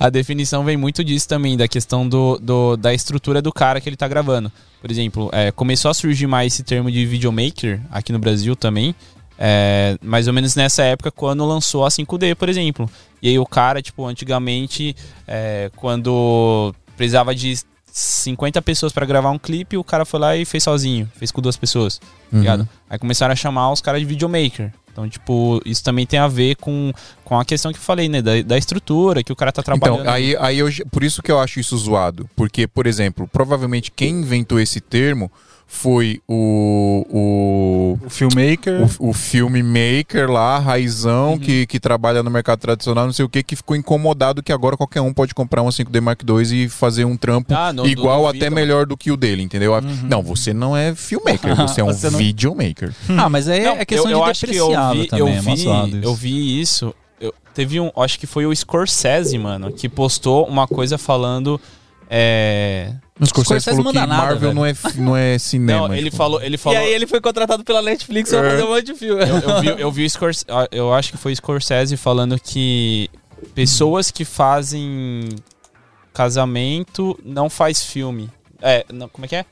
A definição vem muito disso também, da questão do, do- da estrutura do cara que ele tá gravando. Por exemplo, é, começou a surgir mais esse termo de videomaker aqui no Brasil também. é, mais ou menos nessa época, quando lançou a 5D, por exemplo. E aí o cara, tipo, antigamente, é, quando precisava de 50 pessoas pra gravar um clipe, o cara foi lá e fez sozinho, fez com duas pessoas. tá ligado? Aí começaram a chamar os caras de videomaker. Então, tipo, isso também tem a ver com, com a questão que eu falei, né? Da, da estrutura que o cara tá trabalhando. Então, aí, aí eu, por isso que eu acho isso zoado. Porque, por exemplo, provavelmente quem inventou esse termo foi o. O filmmaker. O, o, o filmmaker lá, Raizão, que, que trabalha no mercado tradicional, não sei o que, que ficou incomodado que agora qualquer um pode comprar um 5D Mark II e fazer um trampo Ah, não, igual, duvido, até melhor do que o dele, entendeu? Não, você não é filmmaker, você é um Você não- videomaker. Ah, mas aí Não, é questão de depreciado também. é eu mó zoado vi, isso. eu vi isso. Eu- teve um, acho que foi o Scorsese, mano, que postou uma coisa falando. é, Mas Scorsese Scorsese falou manda que nada, Marvel velho. não é, fi- não é cinema. não, ele tipo. falou, ele E falou. aí ele foi contratado pela Netflix pra fazer um monte de filme. Eu, eu vi, eu vi o Scorsese, eu acho que foi o Scorsese falando que pessoas que fazem casamento não faz filme. É, não, como é que é?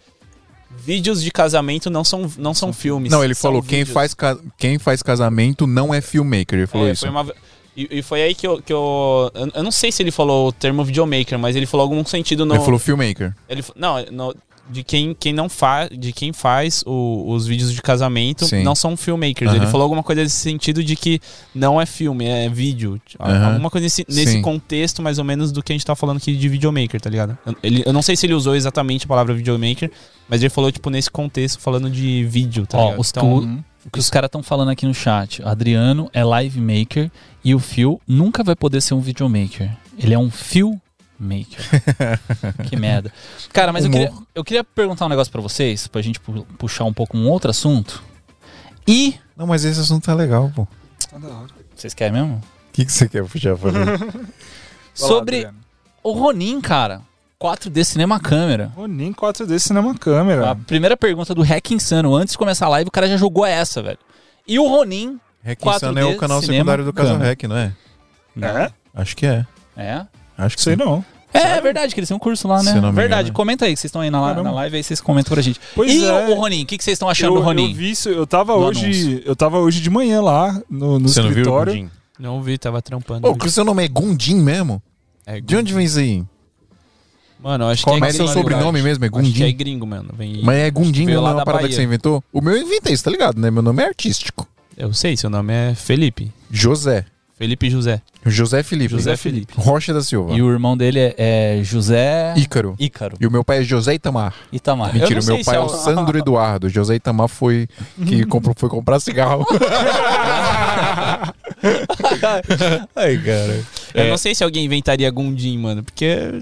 Vídeos de casamento não são, não são filmes. Não, ele são falou: quem vídeos." faz, ca- quem faz casamento não é filmmaker. Ele falou É, isso. foi uma- e, e foi aí que eu, que eu. eu- Eu não sei se ele falou o termo videomaker, mas ele falou algum sentido no. Ele falou filmmaker. ele fa- não, no- de quem, quem não faz. De quem faz o- os vídeos de casamento Sim. não são filmmakers. Aham. Ele falou alguma coisa nesse sentido de que não é filme, é vídeo. A- Aham. Alguma coisa nesse, nesse Sim. contexto, mais ou menos, do que a gente tá falando aqui de videomaker, tá ligado? Eu- Ele, eu não sei se ele usou exatamente a palavra videomaker, mas ele falou, tipo, nesse contexto, falando de vídeo, tá Ó, ligado? os Então, cu- O que os caras estão falando aqui no chat. O Adriano é live maker e o Phil nunca vai poder ser um videomaker. Ele é um filmmaker. que merda. Cara, mas eu Humor. queria, eu queria perguntar um negócio pra vocês, pra gente pu- puxar um pouco um outro assunto. E. Não, mas esse assunto tá legal, pô. O Tá Vocês querem mesmo? que, que você quer puxar pra mim? Sobre o Ronin, cara. 4D Cinema Câmera. Ronin 4D Cinema É. Câmera. A Ah, primeira pergunta do Hack Insano. Antes de começar a live, o cara já jogou essa, velho. E o Ronin. Rec 4D Insano é o canal cinema, secundário do Casa câmera. Rec, não é? É? Acho que é. É? Acho que Sei sim. não. É, é verdade, que eles têm um curso lá, né? Se eu não me verdade, engano. comenta aí, que vocês estão aí na, Caramba. na live, aí vocês comentam pra gente. Pois e é. o Ronin, o que, que vocês estão achando eu, do Ronin? eu vi isso, eu tava No hoje, anúncio. eu tava hoje de manhã lá no, no Você não viu, escritório. Gundin? não vi, tava trampando. Ô, que o seu nome é Gundim mesmo? É, De onde vem isso aí? Mano, eu acho Qual que é seu gringo, sobrenome eu mesmo? É acho. Acho que é Gundim? gringo, mano. Vem... Mas é Gundim, veio não lá é uma da parada que Bahia. você inventou? O meu eu inventei, você tá ligado, né? Meu nome é artístico. Eu sei, seu nome é Felipe. José. Felipe José. José Felipe. José Felipe. Rocha da Silva. E o irmão dele é, é José Ícaro. Ícaro. E o meu pai é José Itamar. Itamar. Eu Mentira, o não meu sei pai é se é o o- Sandro Eduardo. José Itamar foi que comprou, foi comprar cigarro. Ai, cara. Eu não sei se alguém inventaria Gundim, mano, porque.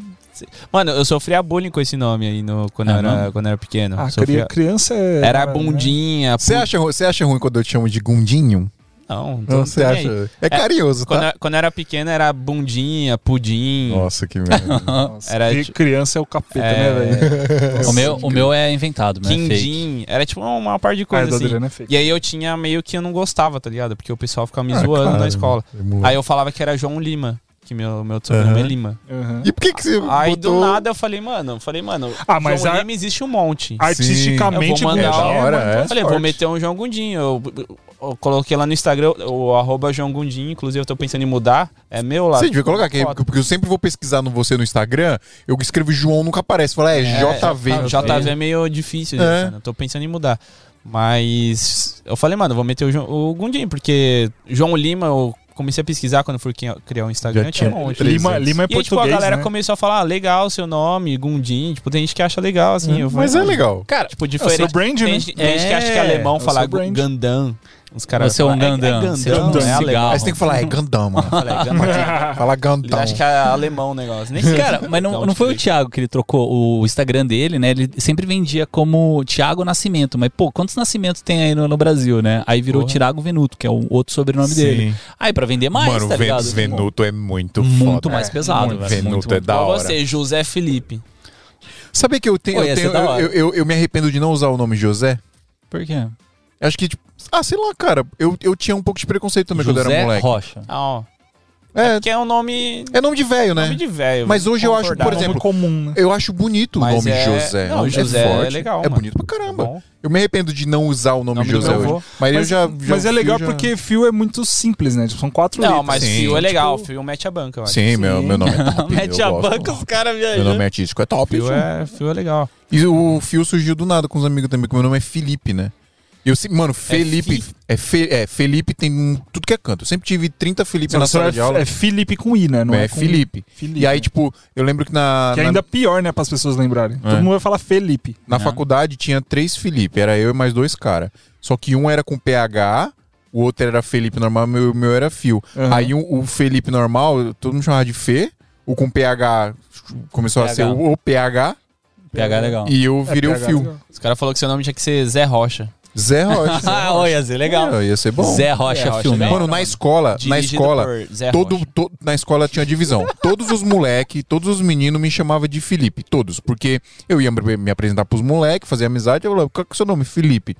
Mano, eu sofria bullying com esse nome aí no, quando, Ah, eu era, mano? quando eu era pequeno. Ah, Sofria- cri- criança é. Era cara, né? bundinha. Você pu- acha, ru- você acha ruim quando eu te chamo de Gundinho? Não, não tô- Não, você tô nem aí. acha? É carinhoso, Quando, tá? eu- quando eu era pequeno era bundinha, pudim. Nossa, que merda. Nossa, Era que ti- criança é o capeta, né, velho? O meu, o meu é inventado, meu é fake. Quindim, era tipo uma, uma par Ah, de é coisas do assim. Adriano é fake. E aí eu tinha meio que eu não gostava, tá ligado? Porque o pessoal ficava me Ah, zoando claro. na escola. Moleque. Aí eu falava que era João Lima, que meu, meu sobrenome Aham. é Lima. Aham. E por que, que você Aí botou... do nada eu falei, mano, eu falei, mano, Ah, mas João a- Lima existe um monte. Artisticamente, Eu vou Gundinho mandar- É da hora, muito é. mais Eu falei, vou forte. meter um João Gundinho. Eu, eu- eu coloquei lá no Instagram, o arroba João Gundinho, inclusive eu tô pensando em mudar. É meu lá. Você devia colocar aqui, Foto. porque eu sempre vou pesquisar no você no Instagram, eu escrevo João, nunca aparece. Fala, é, JV. É, JV é meio difícil, É. gente, né? Eu tô pensando em mudar. Mas eu falei, mano, eu vou meter o, João- o Gundinho, porque João Lima, eu comecei a pesquisar quando eu fui cri- criar o Instagram, Já tinha um tinha. monte. Lima, Lima é E aí, tipo, a português, galera né? começou a falar, ah, legal seu nome, Gundim. Tipo, tem gente que acha legal, assim. eu falei, Mas é "Mano, legal. Cara, Tipo, É o seu diferente. brand, Tem né? gente, tem gente que acha que é É alemão o falar seu brand. Gandam. Os caras você é um falam, gandão. você é É, um Gandam, é cigarro. alemão. Aí você tem que falar, é Gandão, mano. Eu falei, Gandam. Fala Ele Gandão. acha que é alemão o negócio. Nem sei. é Cara, mas um não, não foi o Thiago que ele trocou o Instagram dele, né? Ele sempre vendia como Thiago Nascimento, mas pô, quantos nascimentos tem aí no, no Brasil, né? Aí virou Porra. Thiago Venuto, que é o outro sobrenome Sim. dele. Aí pra vender mais, Mano, tá ligado? Vênus Venuto é muito foda. muito mais pesado, Muito. velho. Venuto É, Muito, é da Pra hora. você, José Felipe. Sabe que eu tenho, Pô, eu, ia ser tenho- da eu- hora. eu- eu- eu me arrependo de não usar o nome José? Por quê? Acho que, tipo, ah, sei lá, cara, eu, eu tinha um pouco de preconceito também quando eu José era moleque. Rocha. Ah, ó. É, Que é um nome, é nome de velho, né? nome de velho. Mas hoje eu acho, concordar. por É um nome exemplo, comum, né? Eu acho bonito Mas o nome é- José. não, É José é forte, legal, É mano. bonito pra caramba. Tá Bom. Eu me arrependo de não usar o nome, Nome do José meu hoje. avô. Mas, eu Mas, já, um mas já- é legal já- porque fio é muito simples, né? Tipo, são quatro Não, letras. mas Sim, fio é tipo- legal. Fio mete a banca, eu acho. Sim, meu, meu nome é top. Mete eu a gosto. banca, os caras Meu viajam. nome artístico é top. Fio viu? é, fio é legal. E o Fio surgiu do nada com os amigos também, que meu nome é Felipe, né? E Eu, se- mano, Felipe. Fi. É, Fe- é, Felipe tem um- tudo que é canto. Eu sempre tive 30 Felipe Só na que só sala é, de aula. é Felipe com I, né? Não é, é com Felipe. Felipe. E aí, tipo, É. eu lembro que na. que é na- ainda pior, né? Para as pessoas lembrarem. Todo mundo vai falar Felipe. Na faculdade tinha três Felipe, era eu e mais dois caras. Só que um era com PH, o outro era Felipe normal, meu, meu era Fio. Aham. Aí um- o Felipe normal, todo mundo chamava de Fê, o com PH começou a PH. ser o, o PH PH é legal. e eu virei o PH, Fio. legal. Os caras falaram que seu nome tinha que ser Zé Rocha. Zé Rocha. Ah, olha, Zé, legal. É, ia ser bom. né? Zé Zé Rocha Rocha, Filme. legal. Mano, na escola, na Dirigido escola, por Zé todo, Rocha. to- na escola tinha divisão. todos os moleque, todos os meninos me chamavam de Felipe, todos, porque eu ia me me apresentar pros moleque, fazer amizade, eu falava, qual que é o seu nome? Felipe.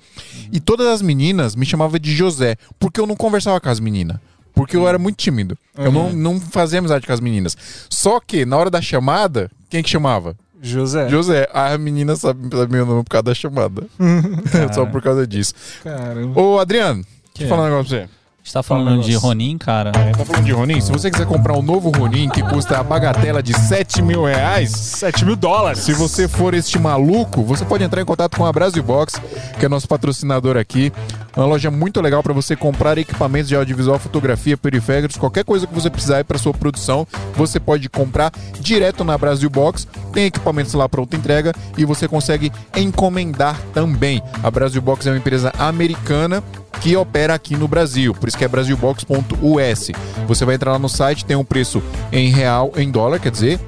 E todas as meninas me chamavam de José, porque eu não conversava com as meninas. Porque eu era muito tímido. Eu não, não fazia amizade com as meninas. Só que, na hora da chamada, quem que chamava? José. José. A menina sabe, sabe meu nome por causa da chamada. Só por causa disso. Caramba. Ô, Adriano, deixa Que? eu falar um negócio pra você. A gente tá falando de Ronin, cara. Tá falando de Ronin? Se você quiser comprar um novo Ronin que custa a bagatela de 7 mil reais, 7 mil dólares. se você for este maluco, você pode entrar em contato com a Brasil Box, que é nosso patrocinador aqui. É Uma loja muito legal para você comprar equipamentos de audiovisual, fotografia, periféricos, qualquer coisa que você precisar aí para sua produção, você pode comprar direto na Brasil Box. Tem equipamentos lá pronta entrega e você consegue encomendar também. A Brasil Box é uma empresa americana que opera aqui no Brasil, por isso que é brasilbox.us. Você vai entrar lá no site, tem um preço em real, em dólar, quer dizer,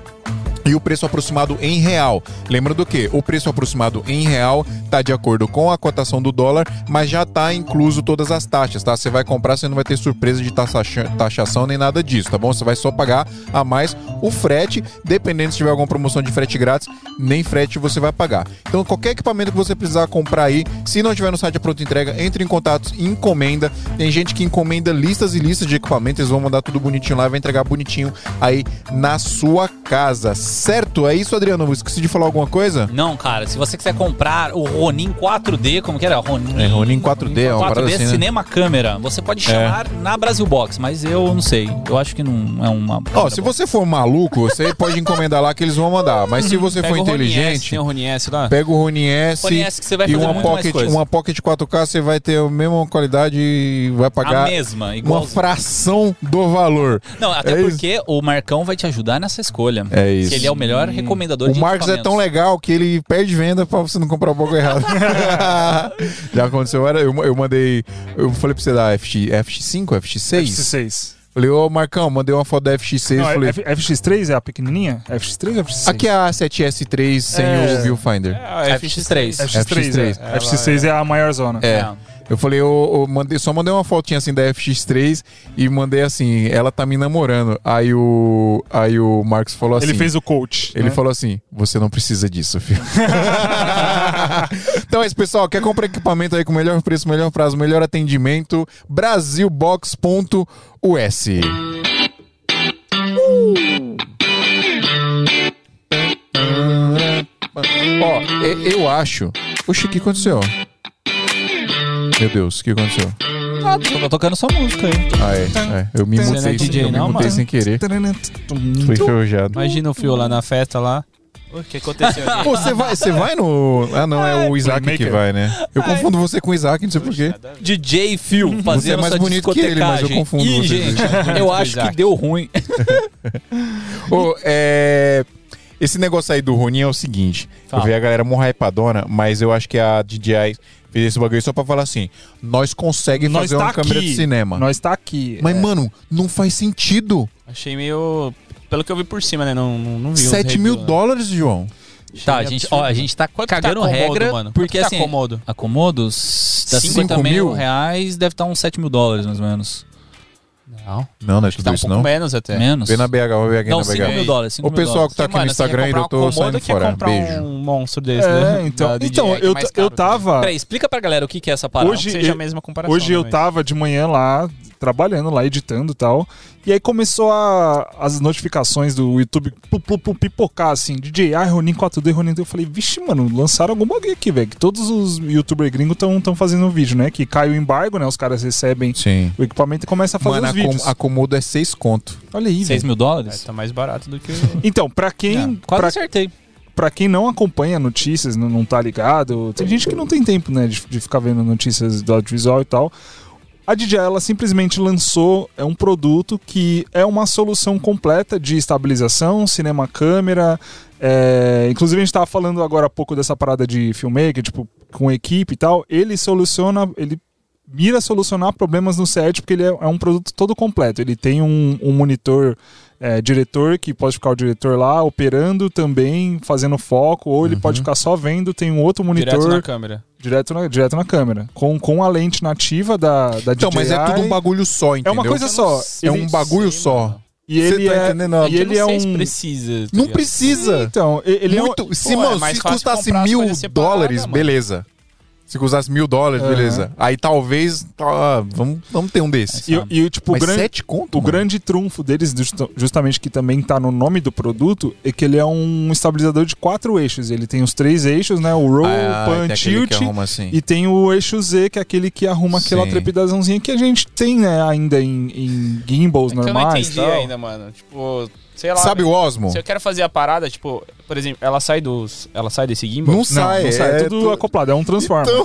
e o preço aproximado em real. Lembrando que o preço aproximado em real tá de acordo com a cotação do dólar, mas já tá incluso todas as taxas, tá? Você vai comprar, você não vai ter surpresa de taxacha- taxação nem nada disso, tá bom? Você vai só pagar a mais o frete, dependendo se tiver alguma promoção de frete grátis, nem frete você vai pagar. Então qualquer equipamento que você precisar comprar aí, se não tiver no site a pronta entrega, entre em contato e encomenda. Tem gente que encomenda listas e listas de equipamentos, eles vão mandar tudo bonitinho lá, e vai entregar bonitinho aí na sua casa, certo? É isso, Adriano? Eu esqueci de falar alguma coisa? Não, cara, se você quiser comprar o Ronin 4D, como que era? Ronin. É, Ronin 4D, é uma 4D parada assim, né? É. cinema câmera. Você pode chamar na Brasil Box, mas eu não sei. Eu acho que não é uma. Ó, câmera se boa. você for maluco, você pode encomendar lá que eles vão mandar. Mas se você Pega for o Rony S, inteligente, Tem o Rony S lá? pega o Ronin S, Ronin né? S que você vai e fazer uma muito mais pocket, coisa. uma pocket 4K, você vai ter a mesma qualidade e vai a pagar mesma, igual. uma fração do valor. Não, até É isso. porque o Marcão vai te ajudar nessa escolha. É isso. Que ele é o melhor recomendador O de Marcos é tão equipamentos. legal que ele perde venda pra você não comprar o bagulho errado. Já aconteceu, era, eu, eu mandei. Eu falei pra você da FX, FX5, FX6? FX6. Falei, ô Marcão, mandei uma foto da FX6. Não, falei, F- FX3 é a pequenininha? FX3 ou FX6? aqui é a 7S3 sem É. o viewfinder. É, o FX3. FX3. FX3. FX6 é a maior zona. É. É. Eu falei, eu, eu mandei, só mandei uma fotinha assim da FX3 e mandei assim, ela tá me namorando. Aí o, aí o Marcos falou assim. Ele fez o coach. Ele né? falou assim: você não precisa disso, filho. então é isso, pessoal. Quer comprar equipamento aí com melhor preço, melhor prazo, melhor atendimento? Brasilbox.us. Ó, e- eu acho. Oxe, o que aconteceu? Meu Deus, o que aconteceu? Ah, tô tocando sua música aí. Ah, é. é, eu me Você não é mutei, sem- DJ eu me não, mutei mano? sem querer. Fui enferrujado. Imagina o fio lá na festa lá. O que aconteceu? aqui? Pô, você vai, você vai no. Ah, não, é o Isaac que Playmaker. vai, né? Eu confundo você com o Isaac, não sei porquê. DJ Phil fazendo é mais essa bonito que ele, mas eu discotecagem. confundo Ih, vocês gente, eu acho que Isaac. deu ruim. Ô, é. Esse negócio aí do Ronin é o seguinte: Fala. eu vi a galera mó hypadona, mas eu acho que a DJI fez esse bagulho só pra falar assim: nós conseguimos Nós fazer tá uma câmera aqui. de cinema. Nós tá aqui. Mas, mano, não faz sentido. Achei meio. Pelo que eu vi por cima, né? Não, não, não vi. os 7 mil reviews, né? dólares, João. Tá, a gente, ó, a gente tá Quanto tá cagando acomodo, regra, mano? porque Quanto tá assim, acomodo? acomodos dá Cinco 50 mil mil? reais, deve estar uns 7 mil dólares, mais ou menos. Não. Não, não é Acho que tudo dá um isso, pouco não. menos até. Menos? Vê É, na BH, vou ver aqui Não, na 5 BH. mil dólares, 5 O pessoal que tá aqui no Mano, você quer Instagram ainda, eu comprar um tô Komodo saindo que é fora. comprar Beijo. um monstro É, desse, né? então, Da DJI, então que é eu, mais ta- eu caro tava. Peraí, explica pra galera o que que é essa parada. também. Hoje Não seja eu- a mesma comparação. Hoje eu né, tava de manhã lá, trabalhando lá, editando e tal. E aí começou a- as notificações do YouTube pu- pu- pu- pipocar, assim, DJ ah, Ronin 4D, Ronin 3D. Eu falei, vixe, mano, lançaram algum bagulho aqui, velho. Que todos os youtubers gringos estão fazendo vídeo, né? Que cai o embargo, né? Os caras recebem Sim. o equipamento e começam a fazer Mano, os acom- vídeos. acomodo é 6 conto. Olha aí, 6 velho. mil velho? É, dólares? tá mais barato do que. o- Então, pra quem, Ah, quase pra- acertei. Pra quem não acompanha notícias, não, não tá ligado, tem gente que não tem tempo, né, de, de ficar vendo notícias do audiovisual e tal. A DJI, ela simplesmente lançou é um produto que é uma solução completa de estabilização, cinema, câmera. é, inclusive, a gente tava falando agora há pouco dessa parada de filmmaker, tipo, com equipe e tal. Ele soluciona, ele mira solucionar problemas no set, porque ele é, é um produto todo completo. Ele tem um, um monitor é, diretor, que pode ficar o diretor lá operando também, fazendo foco, ou ele pode ficar só vendo, tem um outro Uhum. Direto na monitor câmera. direto na, direto na câmera, com, com a lente nativa da, da Então, mas é DJI. tudo um bagulho só, entendeu? uma coisa só, É ele- um bagulho Sei, só. mano. E Cê ele tá é... entendendo? E ele é não sei se um... precisa. tá Não ligado? precisa. Então, e- ele é um... Muito, se, Pô, é mano, mais se fácil custasse comprar as mil coisas separadas, dólares, mano. beleza. Se custasse mil dólares, Aham. beleza. Aí talvez. tá, vamos, vamos ter um desse. E, o- e o, tipo, o Mas grande, sete conto? o mano? grande trunfo deles, justa- justamente que também tá no nome do produto, é que ele é um estabilizador de quatro eixos. Ele tem os três eixos, né? O roll, Ah, pan, tem aquele tilt que arruma assim. E tem o eixo Z, que é aquele que arruma aquela Sim. trepidaçãozinha que a gente tem, né, ainda em, em É gimbals que eu não normais. e entendi tal. ainda, mano. Tipo, sei lá. Sabe o Osmo? Se eu quero fazer a parada, tipo, por exemplo, ela sai dos. Ela sai desse gimbal? Não Não, sai. não sai, é tudo tu- acoplado, é um transformer. Então-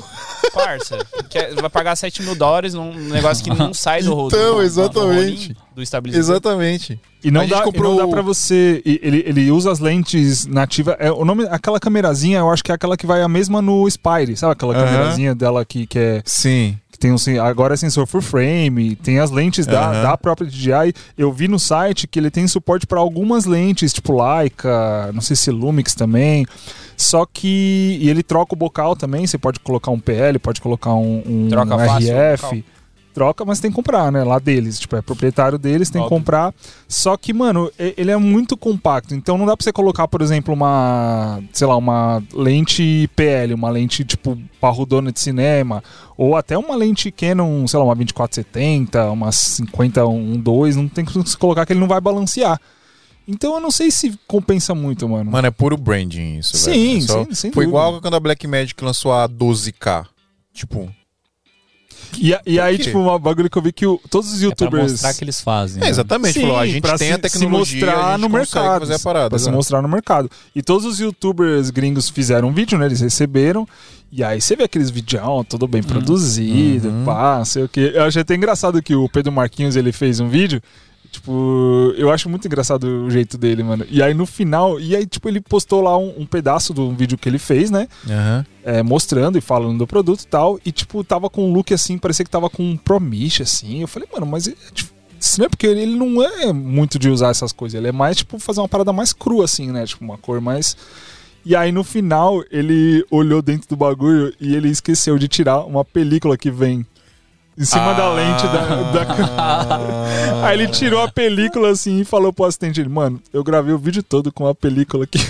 Parça. que é, vai pagar 7 mil dólares num negócio que não sai do rosto. Então, do- do- exatamente. Do, rolinho, do estabilizador. Exatamente. E não, A gente dá, comprou e não o- dá pra você. e ele, ele usa as lentes nativas. É, o nome, aquela camerazinha, eu acho que é aquela que vai a mesma no Spire, sabe? Aquela Aham. camerazinha dela que, que é. Sim. Que tem um, sen- agora é sensor full frame, tem as lentes Aham. da, da própria DJI. Eu vi no site que ele tem suporte para algumas lentes, tipo Leica, não sei se Lumix também. Só que. E ele troca o bocal também, você pode colocar um PL, pode colocar um, um Troca fácil o bocal? RF. Troca, mas tem que comprar, né? Lá deles. Tipo, é proprietário deles, tem que Óbvio. comprar. Só que, mano, e- ele é muito compacto. Então não dá pra você colocar, por exemplo, uma. Sei lá, uma lente PL, uma lente, tipo, parrudona de cinema. Ou até uma lente Canon, sei lá, uma 2470, uma 5012. Não tem que se colocar que ele não vai balancear. Então eu não sei se compensa muito, mano. Mano, é puro branding isso. Sim, velho. É só- sim, sem Foi dúvida. igual quando a Black Magic lançou a 12K. Tipo. E, a- e aí, quê? tipo, um bagulho que eu vi que o- todos os É pra youtubers. mostrar que eles fazem. né? É, exatamente. Sim, falou, a gente pra tem se- a tecnologia. se mostrar a gente no consegue mercado. fazer a parada. né?" Pra se exato. mostrar no mercado. E todos os youtubers gringos fizeram um vídeo, né? Eles receberam. E aí você vê aqueles videão, tudo Uhum. bem produzido, pá, não sei o quê. Eu achei até engraçado que o Pedro Marquinhos, ele fez um vídeo. Tipo, eu acho muito engraçado o jeito dele, mano. E aí no final, e aí, tipo, ele postou lá um, um pedaço do vídeo que ele fez, né? Aham. é, mostrando e falando do produto e tal. E, tipo, tava com um look assim, parecia que tava com um promiche, assim. Eu falei, mano, mas é, tipo, isso não é porque ele não é muito de usar essas coisas. Ele é mais, tipo, fazer uma parada mais crua, assim, né? Tipo, uma cor mais. E aí no final ele olhou dentro do bagulho e ele esqueceu de tirar uma película que vem em cima da Ah. lente da, da câmera. Aí ele tirou a película assim e falou pro assistente dele, mano, eu gravei o vídeo todo com a película aqui.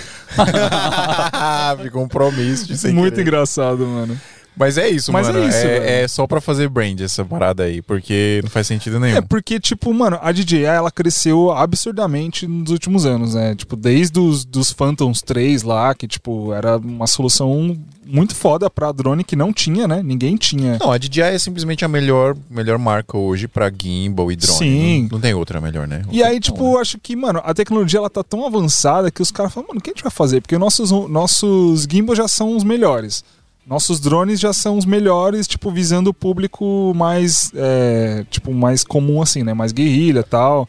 Ficou um promisso de sem Muito querer. engraçado, mano. Mas é isso, Mas mano. é isso, velho. é, só pra fazer brand essa parada aí, porque não faz sentido nenhum. É porque, tipo, mano, a DJ ela cresceu absurdamente nos últimos anos, né? Tipo, desde os dos Phantoms 3 lá, que, tipo, era uma solução muito foda pra drone que não tinha, né? Ninguém tinha. Não, a DJI é simplesmente a melhor, melhor marca hoje pra gimbal e drone. Sim. Não, não tem outra melhor, né? E aí, tipo, eu acho que, mano, a tecnologia ela tá tão avançada que os caras falam, mano, o que a gente vai fazer? Porque nossos, nossos gimbals já são os melhores. Nossos drones já são os melhores, tipo, visando o público mais, é, tipo, mais comum, assim, né? Mais guerrilha e tal.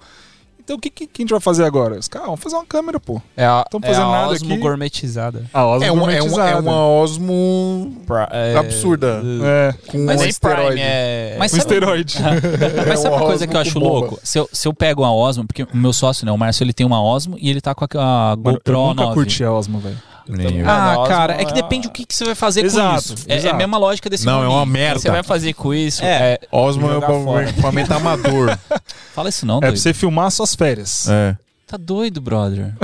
Então, o que, que, que a gente vai fazer agora? Os caras, "Ah, vamos fazer uma câmera, pô. É a, Tão é fazendo a nada Osmo aqui. gourmetizada. A Ah, Osmo é uma, é, uma, é uma Osmo Pra- é- absurda. É, com Mas um nem esteroide. Prime, é... Mas um sabe- esteroide. É Mas sabe um uma coisa Osmo que eu com acho bomba. louco? Se eu, se eu pego uma Osmo, porque o meu sócio, né, o Márcio, ele tem uma Osmo e ele tá com a, a Mano, GoPro eu nunca 9. curti a Osmo, velho. Nem eu. Ah, Mano, a cara, Osmo é que é depende uma- do que, que você vai fazer com Exato, isso. É- É, a exato. mesma lógica desse Não, é uma nome. merda. Você vai fazer com isso? É. é Osmo é Jogar fora. pra, pra meta amador. Fala isso não, É pra doido. você filmar suas férias. É. Tá doido, brother.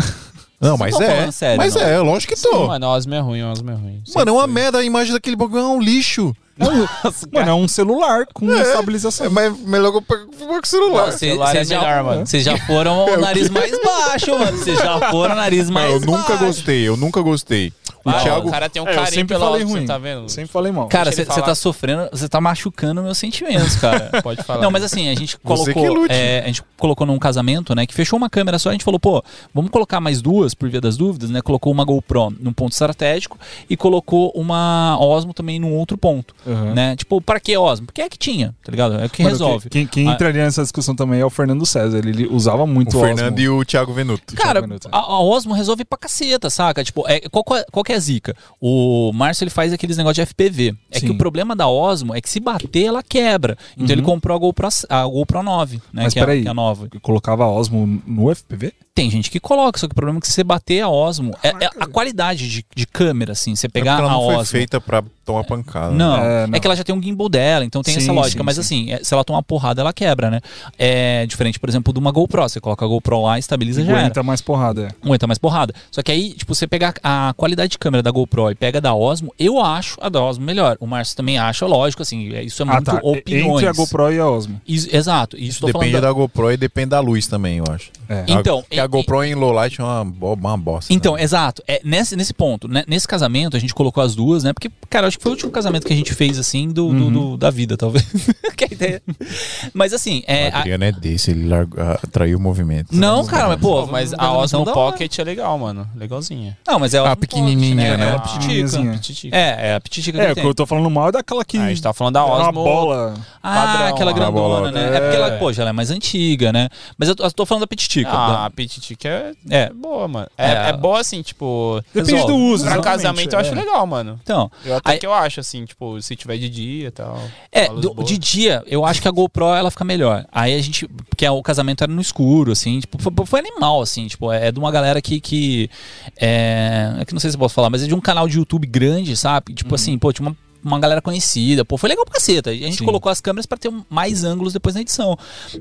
Não, Vocês mas não tão é. falando sério, mas não. é, lógico que tô. Sim, mano, Osmo é ruim, Osmo é ruim. Mano, é uma merda a imagem daquele bagulho, é um lixo. Mano, é um celular com estabilização. É. mas melhor que eu pego com o celular. Vocês celular é já, melhor, mano. Vocês já foram ao nariz mais baixo, mano. Vocês já foram ao nariz mais eu baixo. nunca gostei, eu nunca gostei. O Ah, Thiago. O cara tem um É, eu carinho sempre pela falei Osmo, ruim. tá vendo? Sempre falei mal. Cara, Deixa você ele falar. tá sofrendo, você tá machucando meus sentimentos, cara. Pode falar. Não, mas assim, a gente Você que colocou. lute. é, a gente colocou num casamento, né? Que fechou uma câmera só, a gente falou, pô, vamos colocar mais duas, por via das dúvidas, né? Colocou uma GoPro num ponto estratégico e colocou uma Osmo também num outro ponto. Uhum. Né? Tipo, pra que Osmo? Porque é que tinha, tá ligado? É o que Mano, resolve. Quem, quem Ah. entraria nessa discussão também é o Fernando César. Ele, ele usava muito O Osmo. Fernando e o Thiago Venuto. Cara, Minuto, né? a, a Osmo resolve pra caceta, saca? Tipo, é, qual, qual é- qual que é a zica? O Márcio ele faz aqueles negócios de FPV. É Sim. que o problema da Osmo é que se bater, ela quebra. Então ele comprou a GoPro, a GoPro 9, né? Mas que, é, peraí. que é a nova. Eu colocava Osmo no FPV? Tem gente que coloca, só que o problema é que se você bater a Osmo, é, é a qualidade de, de câmera, assim, você É pegar porque ela a não foi Osmo. feita né? pra tomar pancada. Não. É, É, não. que ela já tem um gimbal dela, então tem Sim, essa lógica. sim, mas sim. assim, é- se ela tomar uma porrada, ela quebra, né? É diferente, por exemplo, de uma GoPro. Você coloca a GoPro lá, estabiliza já era. Aguenta mais porrada, é. Aguenta um mais porrada. Só que aí, tipo, você pegar a qualidade de câmera da GoPro e pega a da Osmo, eu acho a da Osmo melhor. O Márcio também acha, lógico, assim, é- isso é muito opiniões. Ah, tá. Entre a GoPro e a Osmo. Isso- exato, isso tô Depende falando. da... GoPro e depende da luz também, eu acho. É. E- Então, Porque a e- GoPro em low light é uma, bo- uma bosta. Então, né? exato. É, nesse, nesse ponto, né, nesse casamento, a gente colocou as duas, né? Porque, cara, acho que foi o último casamento que a gente fez, assim, do, do- do- da vida, talvez. que é a ideia. Mas assim, é. O a- Adriano é desse, ele largou, ah, traiu o movimento. não, cara, mas né? pô, Pô, mas a casamento Osmo da hora. Pocket é legal, mano. Legalzinha. Não, mas é a Osmo Pocket, pequenininha, né? É, Ah, a pititica. pequenininha. Petitica. É, é a pititica que É, ele o que tem. eu tô falando mal é daquela que. A Ah, gente então, tá falando da era É uma Osmo. bola. Ah, padrão, aquela a grandona, bolota. né? É. porque ela, poxa, ela é mais antiga, né? Mas eu tô, eu tô falando da Petitica. um. Ah, a Petitica é, É. é boa, mano. É, É. é boa, assim, tipo. Depende Resolve. do uso. Pra exatamente, casamento eu é. acho legal, mano. Então, Eu até Aí- que eu acho, assim, tipo, se tiver de dia e tal. é, Uma luz do- boa. de dia, eu acho que a GoPro ela fica melhor. Aí a gente, porque o casamento era no escuro, assim, tipo, foi, foi animal, assim, tipo, é, de uma galera que, que é, é que não sei se eu posso falar, mas é de um canal de YouTube grande, sabe? Uhum. Tipo assim, pô, tinha uma, uma galera conhecida, pô, foi legal pra caceta. E A gente Sim. colocou as câmeras pra ter um- mais ângulos depois na edição.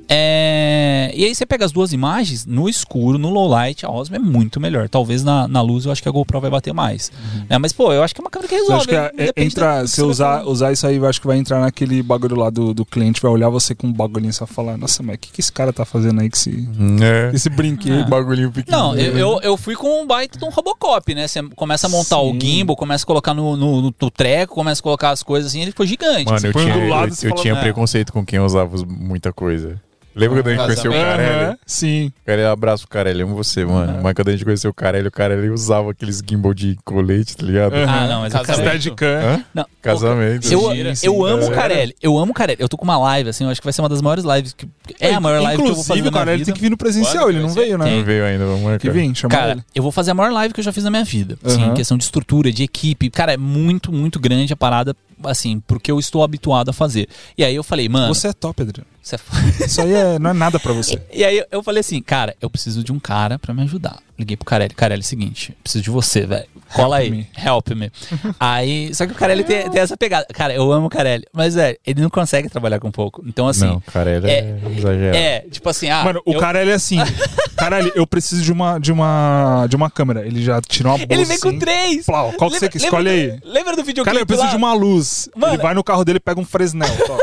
É, e aí você pega as duas imagens, no escuro, no low light, a Osmo é muito melhor. Talvez na, na luz eu acho que a GoPro vai bater mais. né? Mas, pô, eu acho que é uma câmera que Eu resolve. acho Uhum. que é- depende é- entra, do que se você eu vai usar, falar. usar isso aí, eu acho que vai entrar naquele bagulho lá do, do cliente, vai olhar você com um bagulhinho e só falar, nossa, mas o que, que esse cara tá fazendo aí com esse, É. esse brinquedo? bagulhinho pequeno. Não, eu, eu, eu fui com um baita de um Robocop, né? Você começa a montar o Sim. gimbal, começa a colocar no, no, no- no treco, começa a colocar as coisas assim, ele ficou gigante. Mano, eu põe tinha, do lado, eu, você eu fala, tinha né? preconceito com quem usava os- muita coisa. Lembra Uhum. quando a gente conheceu o Carelli? Aham, Sim. O Carelli, abraço pro Carelli, amo você, mano. Mas quando a gente conheceu o Carelli, o Carelli usava aqueles gimbal de colete, tá ligado? Aham. Ah, não, mas o Casamento. cara. Steadicam. Hã? Não, Casamento. é? Eu, Gira, assim, eu amo o é. Carelli, eu amo o Carelli. Eu tô com uma live, assim, eu acho que vai ser uma das maiores lives. Que, é a maior live que eu vou fazer Inclusive, na o cara, minha ele vida. tem que vir no presencial, Quando ele que não vai ser? veio, né? Não veio ainda, vamos marcar. Que vem, chamar Cara, ele. eu vou fazer a maior live que eu já fiz na minha vida. Sim, Aham. em questão de estrutura, de equipe. Cara, é muito, muito grande a parada, assim, porque eu estou habituado a fazer. E aí eu falei, mano, Você é top, Adriano. você é f- Isso aí é, não é nada pra você. E aí eu falei assim, cara, eu preciso de um cara pra me ajudar. Liguei pro Carelli. Carelli, seguinte, preciso de você, velho. Cola aí. me. Help me. aí, só que o Carelli tem, tem essa pegada. Cara, eu amo o Carelli. Mas, velho, ele não consegue trabalhar com pouco. Então, assim... Não, cara, ele é, é- exagerado. É, tipo assim, ah... Mano, o eu- cara ele é assim. Caralho, eu preciso de uma, de uma, de uma câmera. Ele já tirou uma bolsa. Ele vem com assim. três! Plau, qual que você Lembra- que escolhe lembra, aí? Lembra do videoclipe Cara, eu preciso lá? de uma luz. Mano. Ele vai no carro dele e pega um Fresnel. Top.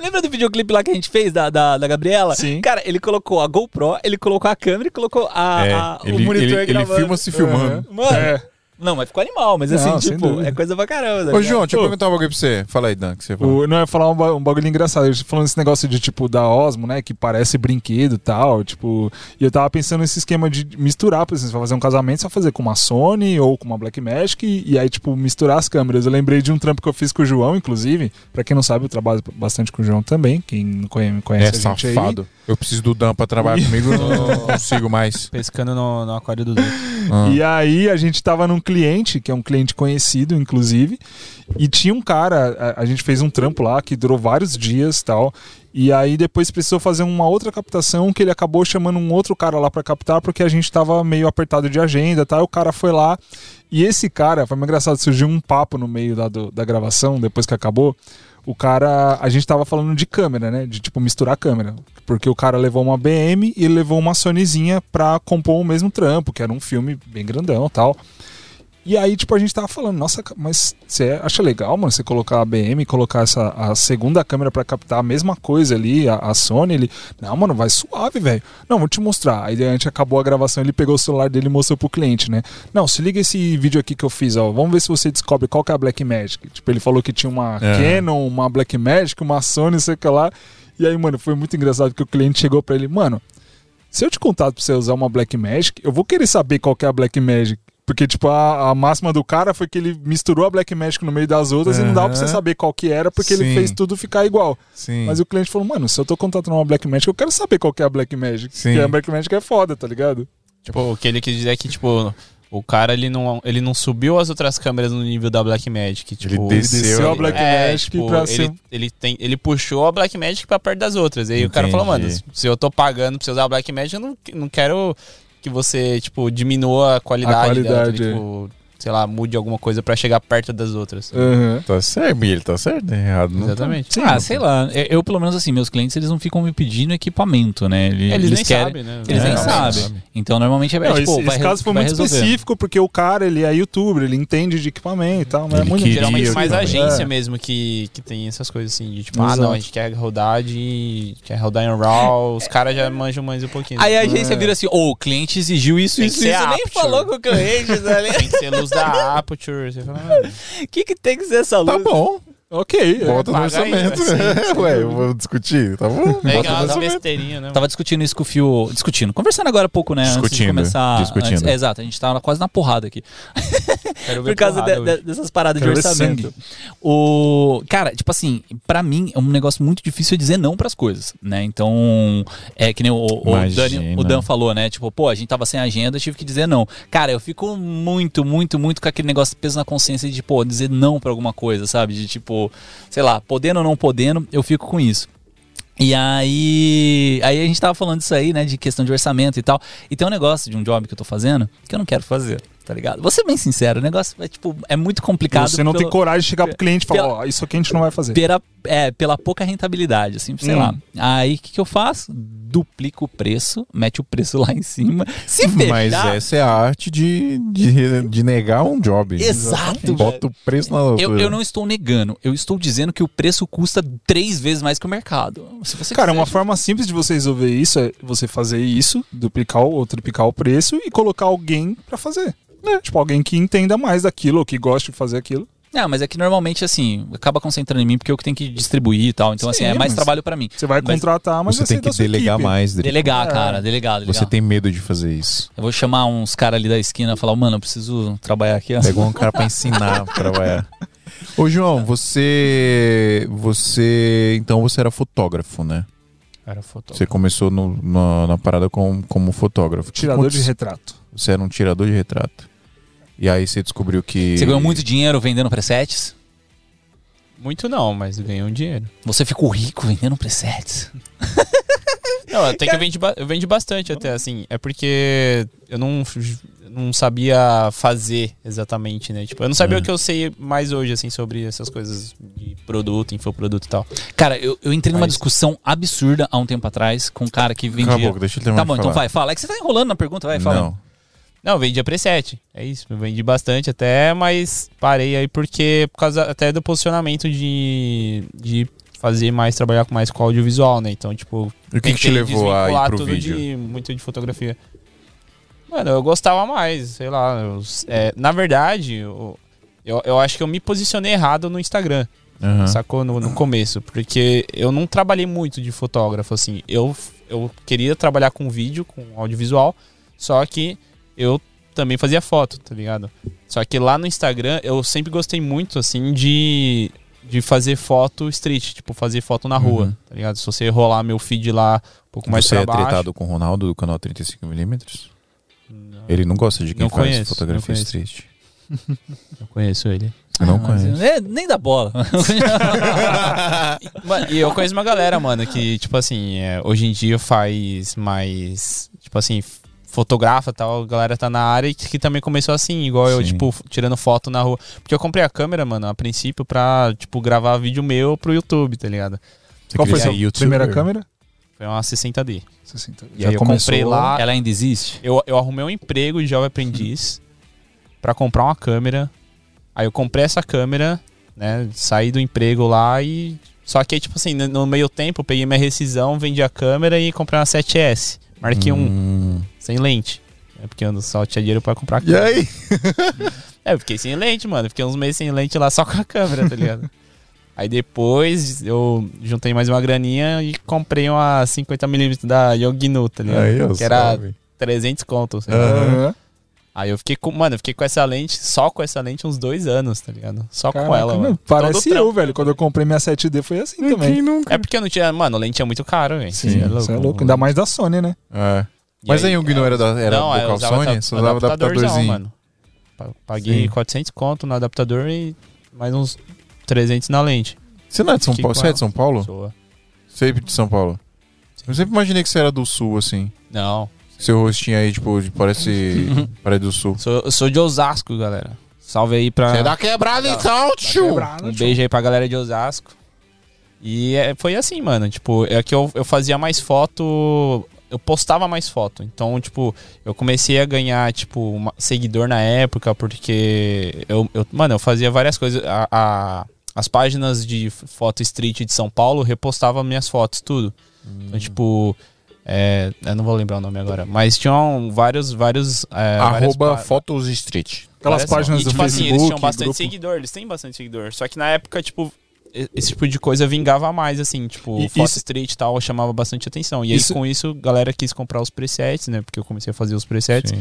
Lembra do videoclipe lá que a gente fez da, da, da Gabriela? Sim. Cara, ele colocou a GoPro, ele colocou a câmera e colocou a, É, Uhum. a- ele, o monitor ele, ele gravando. filma se filmando. Mano, É. não, mas ficou animal, mas assim, Não, sem tipo, dúvida. é coisa pra caramba. tá Ô, ligado? João, deixa eu Ô. perguntar uma coisa pra você. Fala aí, Dan, que você falou. O, não, eu ia falar um, ba- um bagulho engraçado. Eles falando esse negócio de, tipo, da Osmo, né? Que parece brinquedo e tal. Tipo, e eu tava pensando nesse esquema de misturar, por exemplo, você vai fazer um casamento, você vai fazer com uma Sony ou com uma Blackmagic e, e aí, tipo, misturar as câmeras. Eu lembrei de um trampo que eu fiz com o João, inclusive. Pra quem não sabe, eu trabalho bastante com o João também. Quem não conhece, conhece É a gente aí. safado. Eu preciso do Dan pra trabalhar comigo, eu não consigo mais. Pescando no, no aquário do Dudu. Ah. E aí a gente tava num cliente, que é um cliente conhecido, inclusive, e tinha um cara, a, a gente fez um trampo lá que durou vários dias tal. E aí depois precisou fazer uma outra captação que ele acabou chamando um outro cara lá pra captar, porque a gente tava meio apertado de agenda tal. E o cara foi lá. E esse cara, foi meio engraçado, surgiu um papo no meio lá do- da gravação, depois que acabou. O cara, a gente tava falando de câmera, né? De tipo misturar a câmera. Porque o cara levou uma BM e levou uma Sonyzinha pra compor o mesmo trampo, que era um filme bem grandão tal. E aí, tipo, a gente tava falando, nossa, ca- mas você acha legal, mano, você colocar a BM, colocar essa a segunda câmera pra captar a mesma coisa ali, a, a Sony, ele, não, mano, vai suave, velho. Não, vou te mostrar. Aí a gente acabou a gravação, ele pegou o celular dele e mostrou pro cliente, né? Não, se liga esse vídeo aqui que eu fiz, ó. Vamos ver se você descobre qual que é a Blackmagic. Tipo, ele falou que tinha uma É. Canon, uma Blackmagic, uma Sony, sei o que lá. E aí, mano, foi muito engraçado que o cliente chegou pra ele, mano, se eu te contar pra você usar uma Blackmagic, eu vou querer saber qual que é a Blackmagic. Porque, tipo, a, a máxima do cara foi que ele misturou a Blackmagic no meio das outras e não dava pra você Aham. saber qual que era, porque Sim. ele fez tudo ficar igual. Sim. Mas o cliente falou, mano, se eu tô contratando uma Blackmagic, eu quero saber qual que é a Blackmagic. Sim. Porque a Blackmagic é foda, tá ligado? Tipo, o que ele quis dizer é que, tipo, o cara ele não, ele não subiu as outras câmeras no nível da Blackmagic. Tipo, desceu Desceu a É, É, Blackmagic tipo, pra ele, ser... um- ele, tem, ele puxou a Blackmagic pra perto das outras. Aí o cara falou, mano, Entendi. se eu tô pagando pra você usar a Blackmagic, eu não, não quero que você, tipo, diminua a qualidade, A qualidade, dela. Tipo, sei lá, mude alguma coisa pra chegar perto das outras. Aham. Tá certo, ele tá certo, é errado. Não Exatamente. ah, sei lá. Eu, eu, pelo menos, assim, meus clientes, eles não ficam me pedindo equipamento, né? Ele- Eles, Eles, nem querem. sabem, né? Eles É, nem não, sabem. sabe. Então, normalmente, é, Não, tipo, esse, vai esse re- caso foi vai muito resolver. específico, porque o cara, ele é youtuber, ele entende de equipamento e tal, mas é Ele muito queria Geralmente Queria, mais né? agência É. mesmo que, que tem essas coisas assim, de tipo, ah Exato. não, a gente quer rodar de. quer rodar em RAW, os caras já manjam mais um pouquinho. É. Aí a agência vira assim, ô, o cliente exigiu isso, Tem isso, que isso. ser Nem Aperture. falou com o cliente, tá ligado? Tem que ser luz da Aperture. Você fala, "Ah, O que, que tem que ser essa luz? Tá bom, Ok, é. bota no paga orçamento. aí, vai ser- Ué, eu vou discutir, tá bom? É Bota no aquela orçamento. besteirinha, né? Tava discutindo isso com o Fio. Discutindo. Conversando agora há pouco, né? antes de Discutindo, começar. discutindo. antes- é, exato, a gente tava quase na porrada aqui. Quero ver Por causa porrada de- hoje. de- dessas paradas Quero de ver orçamento. sangue. O. Cara, tipo assim, pra mim é um negócio muito difícil eu dizer não pras coisas, né? Então, é que nem o, o, o Imagina. Dani- o Dan falou, né? Tipo, pô, a gente tava sem agenda, eu tive que dizer não. Cara, eu fico muito, muito, muito com aquele negócio de peso na consciência de, pô, dizer não pra alguma coisa, sabe? De tipo, sei lá, podendo ou não podendo, eu fico com isso. E aí, aí a gente tava falando disso aí, né, de questão de orçamento e tal. E tem um negócio de um job que eu tô fazendo que eu não quero fazer, tá ligado? Vou ser bem sincero, o negócio é tipo, é muito complicado. Você não pelo- tem coragem de chegar pro cliente e falar, pela- ó, isso aqui a gente não vai fazer. pela, é, pela pouca rentabilidade, assim, sei Hum. lá. Aí o que, que eu faço? Duplico o preço, mete o preço lá em cima. Se fechar, Mas assim, essa é a arte de, de, de negar um job. Exato, Bota o preço na loucura. eu, eu não estou negando, eu estou dizendo que o preço custa três vezes mais que o mercado. Se você Cara, é quiser, uma forma simples de você resolver isso é você fazer isso, duplicar ou triplicar o preço e colocar alguém pra fazer. É. né? Tipo, alguém que entenda mais daquilo ou que goste de fazer aquilo. Não, mas é que normalmente, assim, acaba concentrando em mim porque eu que tenho que distribuir e tal. Então, assim, Sim, é mais mas- trabalho pra mim. Você vai Mas contratar, mas Você é vai tem ser da que sua delegar equipe. mais, Dri. Delegar, É. cara, delegar, delegar. Você tem medo de fazer isso. Eu vou chamar uns caras ali da esquina e falar, mano, eu preciso trabalhar aqui. ó." Pega um cara pra ensinar a trabalhar. Ô, João, você. Você. Então você era fotógrafo, né? Era fotógrafo. Você começou no- na, na parada com, como fotógrafo. Tirador de Aconteceu- retrato. Você era um tirador de retrato. E aí você descobriu que. Você ganhou muito dinheiro vendendo presets? Muito não, mas ganhou um dinheiro. Você ficou rico vendendo presets? Não, até que eu vendi, ba- eu vendi bastante até, assim. É porque eu não, f- não sabia fazer exatamente, né? Tipo, eu não sabia o que eu sei mais hoje, assim, sobre essas coisas de produto, infoproduto e tal. Cara, eu, eu entrei numa Mas- discussão absurda há um tempo atrás com um cara que vendia. Cala a boca, deixa eu terminar Tá bom, de então falar. vai, fala. É que você tá enrolando na pergunta, vai, fala. Não. Não, eu vendia preset. É isso. Eu vendi bastante até, mas parei aí porque, por causa até do posicionamento de, de fazer mais, trabalhar com mais com audiovisual, né? Então, tipo, E o que, que te Tentei levou a ir desvincular pro tudo vídeo? de- muito de fotografia. Mano, eu gostava mais, sei lá. eu- é, na verdade, eu, eu, eu acho que eu me posicionei errado no Instagram, Aham. sacou? No, no começo. Porque eu não trabalhei muito de fotógrafo, assim. Eu, eu queria trabalhar com vídeo, com audiovisual, só que eu também fazia foto, tá ligado? Só que lá no Instagram eu sempre gostei muito, assim, de, de fazer foto street, tipo, fazer foto na rua, tá ligado? Se você rolar meu feed lá um pouco mais Uhum. Você pra é baixo. tretado com o Ronaldo do canal 35mm? Ele não gosta de quem Não faz conheço, não fotografia conheço. street. Eu conheço ele. Eu não Ah, mas- conheço. é, nem dá bola. Mano, e eu conheço uma galera, mano, que, tipo assim, é, hoje em dia faz mais. Tipo assim, fotografa e tal, a galera tá na área e que, que também começou assim, igual eu, Sim. tipo, f- tirando foto na rua. Porque eu comprei a câmera, mano, a princípio, pra, tipo, gravar vídeo meu pro YouTube, tá ligado? Você Qual queria foi a ser sua youtuber? primeira câmera? Foi uma 60D. 60. E aí eu comprei lá, Ela ainda existe? Eu, eu arrumei um emprego de jovem aprendiz pra comprar uma câmera. Aí eu comprei essa câmera, né? Saí do emprego lá e. Só que, tipo assim, no- no meio tempo eu peguei minha rescisão, vendi a câmera e comprei uma 7S. Mark I, Hum. um, sem lente. É porque eu só tinha dinheiro pra comprar a E câmera. aí? É, eu fiquei sem lente, mano. Fiquei uns meses sem lente lá só com a câmera, tá ligado? Aí depois eu juntei mais uma graninha e comprei uma 50mm da Yoginu, tá ligado? Aí eu que era soube. 300 conto, sei lá. Aham. Aí eu fiquei com. Mano, eu fiquei com essa lente, só com essa lente, uns dois anos, tá ligado? Só com Caraca, ela, mano, mano. Parece Todo eu, trampo. velho. Quando eu comprei minha 7D foi assim também. Quem nunca? É porque eu não tinha. Mano, a lente é muito caro, velho. Sim, isso é louco. Ainda mais da Sony, né? É. Mas aí o Gnu era, da, era é, não, eu do usava Calzone? adap- Você usava adaptadorzinho. mano. Pa- Paguei Sim. 400 conto no adaptador e mais uns 300 na lente. Você não é de São Que Paulo? Você é de São Paulo? Soa. Sempre de São Paulo. Eu sempre imaginei que você era do Sul, assim. Não. Seu rostinho aí, tipo, de- parece... parece do Sul. Sou, eu sou de Osasco, galera. Salve aí pra. Você é da quebrada então, tio! Tá Quebrado, Um tio. beijo aí pra galera de Osasco. E é, foi assim, mano. Tipo, é que eu, eu fazia mais foto. Eu postava mais foto. Então, tipo, eu comecei a ganhar, tipo, uma- seguidor na época, porque eu, eu- Mano, eu fazia várias coisas. A- a- as páginas de foto street de São Paulo repostavam minhas fotos, tudo. Então, tipo. é, eu não vou lembrar o nome agora, mas tinham vários, vários. é, várias Arroba pá- Photos Street. Aquelas Parece. páginas E, do tipo assim, Facebook. eles tinham bastante grupo. seguidor, eles têm bastante seguidor. Só que na época, tipo, e- esse tipo de coisa vingava mais, assim, tipo, E foto isso- street e tal, chamava bastante atenção. E Isso- aí, com isso, galera quis comprar os presets, né? Porque eu comecei a fazer os presets.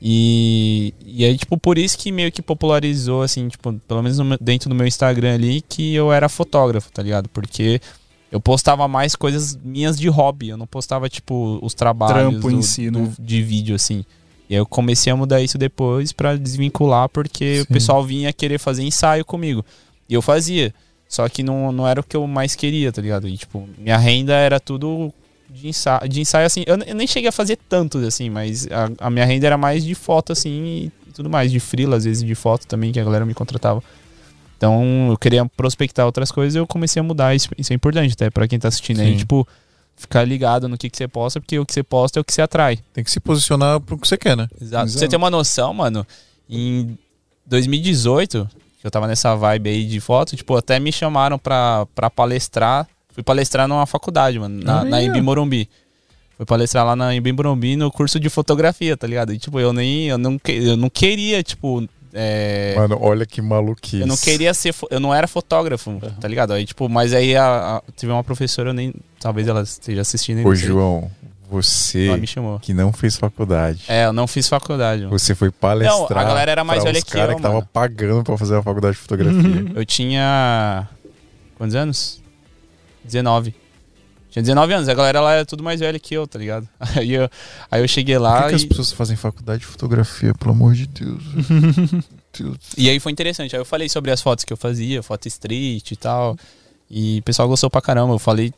E, e aí, tipo, por isso que meio que popularizou, assim, tipo, pelo menos no meu- dentro do meu Instagram ali, que eu era fotógrafo, tá ligado? Porque eu postava mais coisas minhas de hobby, eu não postava, tipo, os trabalhos Trampo em si, né? de vídeo, assim. E aí eu comecei a mudar isso depois pra desvincular, porque o pessoal vinha querer fazer ensaio comigo. E eu fazia. Só que não, não era o que eu mais queria, tá ligado? E, tipo, minha renda era tudo de ensaio, de ensaio assim. Eu, n- eu nem cheguei a fazer tantos, assim, mas a, a minha renda era mais de foto, assim, e tudo mais. De frila, às vezes de foto também, que a galera me contratava. Então, eu queria prospectar outras coisas eu comecei a mudar. Isso, isso é importante até pra quem tá assistindo aí, Sim. tipo, ficar ligado no que, que você posta, porque o que você posta é o que você atrai. Tem que se posicionar pro que você quer, né? Exato. Pra Exato. Você tem uma noção, mano, em 2018, que eu tava nessa vibe aí de foto, tipo, até me chamaram pra, pra palestrar. Fui palestrar numa faculdade, mano, na, na Imbi Morumbi. Fui palestrar lá na Imbi Morumbi no curso de fotografia, tá ligado? E, tipo, eu nem. Eu não, que- eu não queria, tipo. é, Mano, olha que maluquice. eu não queria ser. fo- Eu não era fotógrafo, tá ligado? Aí, tipo, mas aí a, a- tive uma professora, eu nem. Talvez ela esteja assistindo. eu não Ô, sei. João, Ela me você chamou. que não fez faculdade, É, eu não fiz faculdade. mano. você foi palestrar Não, a galera era mais pra velha os que cara que eu, Uhum. tava mano. pagando pra fazer uma faculdade de fotografia. Eu tinha. Quantos anos? 19. Tinha 19 anos, a galera lá era tudo mais velha que eu, tá ligado? Aí eu, aí eu cheguei Por lá. que, que as e- pessoas fazem faculdade de fotografia, pelo amor de Deus? Deus. E aí foi interessante. Aí eu falei sobre as fotos que eu fazia, foto street e tal. E o pessoal gostou pra caramba. Eu falei,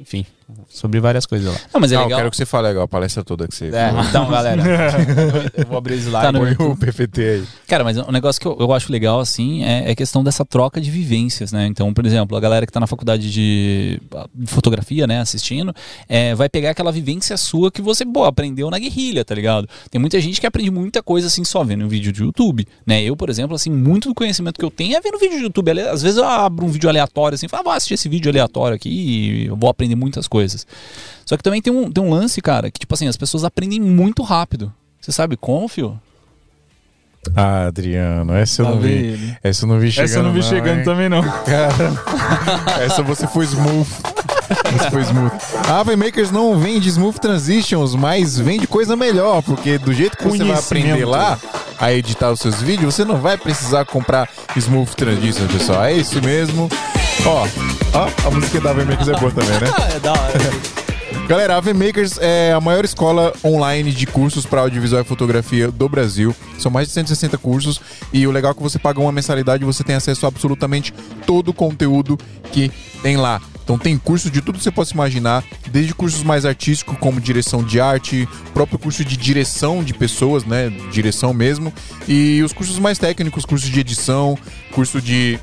enfim, sobre várias coisas lá. Não, mas é Não, eu legal. quero que você fale legal a palestra toda que você. É, então, galera, eu vou abrir o slide. Tá no Põe o PPT aí. Cara, mas um negócio que eu, eu acho legal, assim, é, é a questão dessa troca de vivências, né? Então, por exemplo, a galera que tá na faculdade de ah, de fotografia, né, assistindo, é, vai pegar aquela vivência sua que você, pô, aprendeu na guerrilha, tá ligado? Tem muita gente que aprende muita coisa, assim, só vendo um vídeo de YouTube, né? Eu, por exemplo, assim, muito do conhecimento que eu tenho é vendo vídeo de YouTube. Ale- Às vezes eu abro um vídeo aleatório, assim, e falo, ah, vou assistir esse vídeo aleatório aqui e eu vou aprender muitas coisas. Só que também tem um, tem um lance, cara, que, tipo assim, as pessoas aprendem muito rápido. Você sabe como, fio? Ah, Adriano, essa eu Lá não vem vi. ele. Essa eu não vi chegando. Tá Essa eu não vi chegando hein? também, não. Cara, essa você foi smooth. Essa foi smooth. A Ave Makers não vende smooth transitions, mas vende coisa melhor, porque do jeito que você vai aprender Conhecimento. lá a editar os seus vídeos, você não vai precisar comprar smooth transitions, pessoal. É isso mesmo. Ó, ó, a música da Ave Makers é boa também, né? É da hora. Galera, a VMakers é a maior escola online de cursos para audiovisual e fotografia do Brasil. São mais de 160 cursos e o legal é que você paga uma mensalidade e você tem acesso a absolutamente todo o conteúdo que tem lá. Então tem curso de tudo que você possa imaginar, desde cursos mais artísticos como direção de arte, próprio curso de direção de pessoas, né, direção mesmo, e os cursos mais técnicos, curso de edição, curso de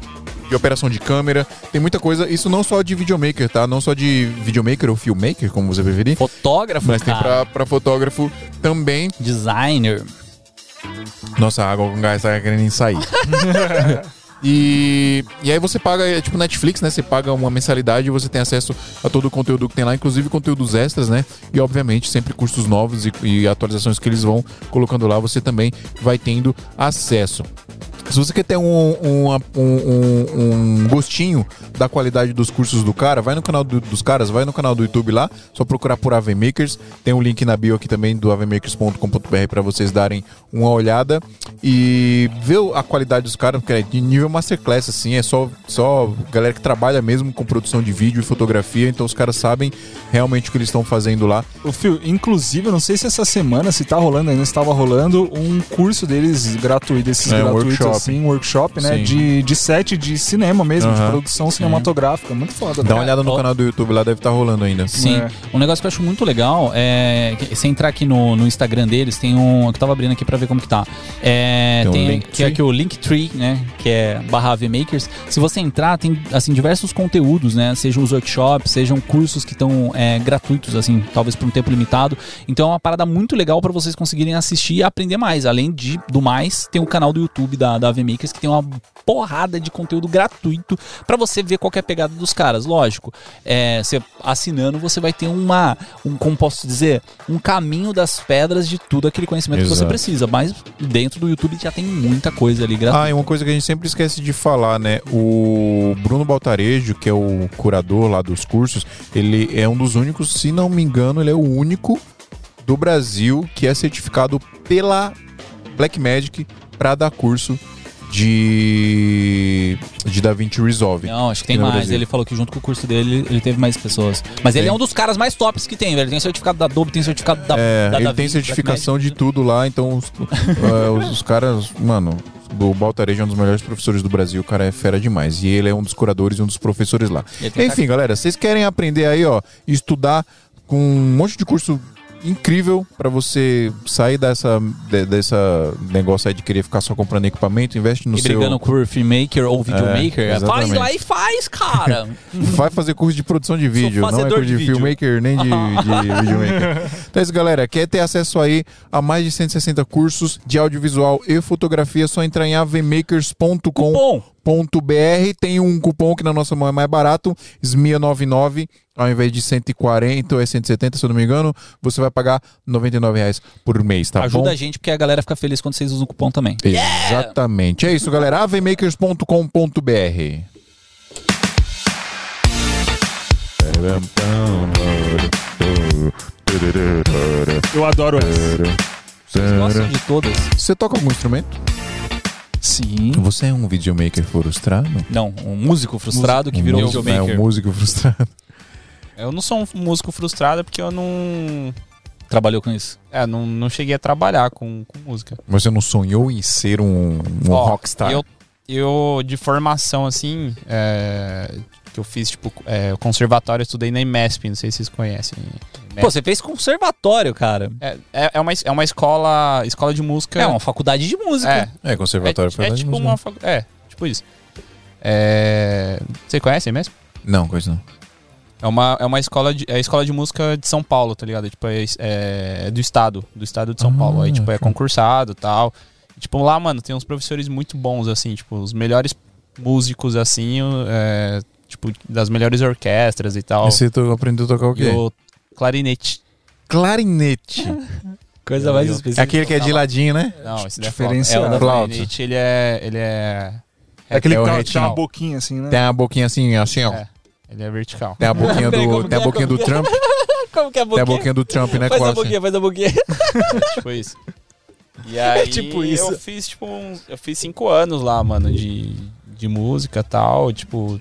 de operação de câmera, tem muita coisa. Isso não só de videomaker, tá? Não só de videomaker ou filmmaker, como você preferir. Fotógrafo, Mas tem cara. pra, pra fotógrafo também. Designer. Nossa, a água com gás tá querendo sair. e, e aí você paga, é tipo Netflix, né? Você paga uma mensalidade e você tem acesso a todo o conteúdo que tem lá, inclusive conteúdos extras, né? E obviamente sempre cursos novos e, e atualizações que eles vão colocando lá, você também vai tendo acesso. Se você quer ter um, um- um- um- um gostinho da qualidade dos cursos do cara, vai no canal do- dos caras, vai no canal do YouTube lá, só procurar por AV Makers. Tem um link na bio aqui também do avmakers.com.br para vocês darem uma olhada e ver a qualidade dos caras, porque é de nível masterclass, assim, é só, só galera que trabalha mesmo com produção de vídeo e fotografia, então os caras sabem realmente o que eles estão fazendo lá. Ô, Fio, inclusive, eu não sei se essa semana, se tá rolando ainda, se tava rolando, um curso deles gratuito, desses É, um gratuitos, workshop. assim, um workshop, né? Sim. De, de set de cinema mesmo, de Aham. produção cinematográfica. Muito foda. Dá né? cara. uma olhada no ó. canal do YouTube lá, deve estar rolando ainda. Sim. É. Um negócio que eu acho muito legal é. que- Se entrar aqui no, no Instagram deles, tem um. Que eu tava abrindo aqui pra ver como que tá. É, Tem um tem Linktree. que é aqui o Linktree, né? Que é barra AV Makers. Se você entrar, tem assim, diversos conteúdos, né? Sejam os workshops, sejam cursos que estão é, gratuitos, assim, talvez por um tempo limitado. Então é uma parada muito legal pra vocês conseguirem assistir e aprender mais. Além de, do mais, tem o canal do YouTube da, da AV Makers que tem uma porrada de conteúdo gratuito pra você ver qual que é a pegada dos caras. Lógico, é, você assinando, você vai ter uma, um, como posso dizer, um caminho das pedras de tudo aquele conhecimento que você Exato. precisa. Mas dentro do YouTube já tem muita coisa ali gratuita. Ah, e uma coisa que a gente sempre esquece de falar, né? O Bruno Baltarejo, que é o curador lá dos cursos, ele é um dos únicos, se não me engano, ele é o único do Brasil que é certificado pela Blackmagic para dar curso de de DaVinci Resolve. Não, acho que tem Aqui Ah, no mais. Brasil. Ele falou que junto com o curso dele, ele teve mais pessoas. Mas ele Tem. é um dos caras mais tops que tem, velho. Ele tem certificado da Adobe, tem certificado da. É, da ele Davi, tem certificação de tudo lá, então os, eh, os- os caras, mano, o Baltarejo é um dos melhores professores do Brasil, o cara é fera demais. E ele é um dos curadores e um dos professores lá. Ele tem Enfim, galera, vocês querem aprender aí, ó, e estudar com um monte de curso incrível pra você sair dessa de- dessa negócio aí de querer ficar só comprando equipamento, investe no E seu É, brigando com o filmmaker ou videomaker. faz exatamente. lá e faz, cara. Vai fazer curso de produção de vídeo, não é fazedor curso de, de vídeo. filmmaker nem de, de videomaker. Então é isso, galera. Quer ter acesso aí a mais de 160 cursos de audiovisual e fotografia, é só entrar em avmakers.com.br. Bom, Tem um cupom que na nossa mão é mais barato, SMIA99, ao invés de 140 ou é 170, se eu não me engano, você vai pagar R$ 99 reais por mês, tá ajuda bom? a gente, porque a galera fica feliz quando vocês usam o cupom também. Exatamente. É isso, galera. avmakers.com.br Eu adoro essa. Vocês gostam de todas? Você toca algum instrumento? Sim. Você é um videomaker frustrado? Não, um músico frustrado que Um virou músico- videomaker. É um músico frustrado. Eu não sou um músico frustrado porque eu não. Trabalhou com isso. É, não, não cheguei a trabalhar com, com música. Você não sonhou em ser um, um Ó, rockstar? Eu, eu, de formação, assim, é, Que eu fiz, tipo, é, o conservatório, eu estudei na IMESP, não sei se vocês conhecem. É. Pô, você fez conservatório, cara. É, é, é uma, es- é uma escola, escola de música. É uma faculdade de música. É, É, conservatório é, é Fernandes, tipo mas uma facu- É, tipo isso. É, você conhece a IMESP? Não, Não, coisa não. É uma, é uma escola de, é a escola de música de São Paulo, tá ligado? Tipo, é, é do estado, do estado de São Ah, Paulo. Aí, tipo, é show. concursado e tal. E, tipo, lá, mano, tem uns professores muito bons, assim, tipo, os melhores músicos, assim, o- é, tipo, das melhores orquestras e tal. E você to- aprendeu a tocar é o E quê? o clarinete. Clarinete. Coisa mais específica. É aquele que é de ladinho, né? Não, esse daí é Diferenciado. flauta. É, o da Flauta. clarinete, ele é... Ele é, É aquele é que o tá- tem retinal. uma boquinha assim, né? Tem a boquinha assim, assim, ó. É. ele é vertical. Tem a boquinha Peraí, como do, tem a que é? boquinha do Como que Trump. Como que é a Tem a boquinha? boquinha do Trump, né? Faz Qual a assim? boquinha, faz a boquinha. tipo isso. E aí Tipo isso. eu fiz, tipo, uns, eu fiz cinco anos lá, mano, de, de música e tal, tipo,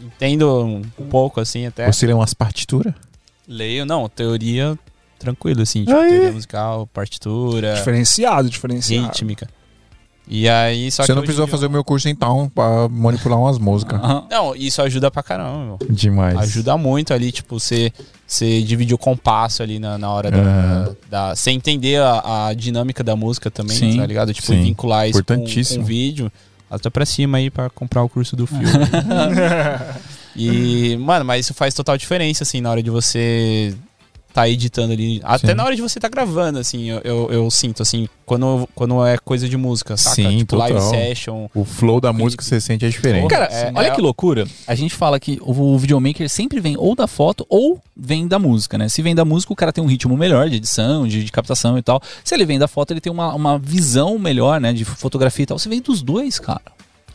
entendo um pouco, assim, até. Você lê umas partituras? Leio, não, teoria tranquilo, assim, tipo, Aí. teoria musical, partitura, Diferenciado, diferenciado. rítmica. E aí, Tá só que Você não hoje precisou em fazer o meu curso então pra manipular umas músicas. Ah. dia- Não, isso ajuda pra caramba, meu. Demais. Ajuda muito ali, tipo, você, você dividir o compasso ali na, na É. hora Aham. da, da. Você entender a, a dinâmica da música também, Sim, tá ligado? Tipo, sim. vincular isso com, Importantíssimo. com vídeo. Até pra cima aí pra comprar o curso do filme. e, mano, mas isso faz total diferença, assim, na hora de você tá editando ali. Até Sim. na hora de você tá gravando, assim, eu, eu, eu sinto, assim, quando, quando é coisa de música, saca? Sim, tipo, live total. session. O flow da música que você sente é diferente. Cara, É, olha é- que loucura. A gente fala que o- o videomaker sempre vem ou da foto ou vem da música, né? Se vem da música, o cara tem um ritmo melhor de edição, de, de captação e tal. Se ele vem da foto, ele tem uma, uma visão melhor, né? De fotografia e tal. Você vem dos dois, cara.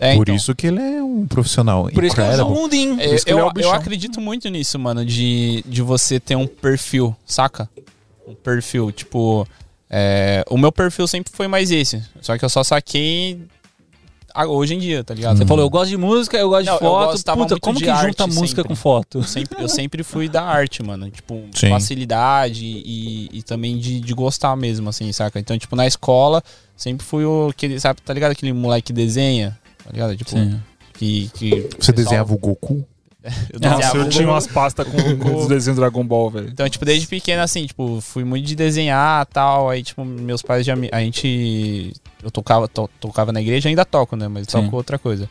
É, Por então. isso que ele é um profissional Por isso que eu sou incredible. um mundinho. É, isso que eu, ele é o eu bichão. acredito muito nisso, mano, de, de você ter um perfil, saca? Um perfil, tipo. é, o meu perfil sempre foi mais esse. Só que eu só saquei a- hoje em dia, tá ligado? Hum. Você falou, eu gosto de música, eu gosto Não, eu de foto. gostava Puta, muito como de que junta arte música sempre. com foto? Eu sempre, eu sempre fui da arte, mano. Tipo, Sim. facilidade e, e também de, de gostar mesmo, assim, saca? Então, tipo, na escola, sempre fui o. Aquele, sabe, tá ligado? Aquele moleque que desenha. Tá ligado? Tipo, que, que. Você pessoal- desenhava o Goku? Eu Nossa, desenhava eu o- tinha umas pastas com, com os desenhos do Dragon Ball, velho. Então, tipo, desde pequeno, assim, tipo, fui muito de desenhar tal. Aí, tipo, meus pais já me. A gente. Eu tocava, to- tocava na igreja, ainda toco, né? Mas Sim. toco outra coisa.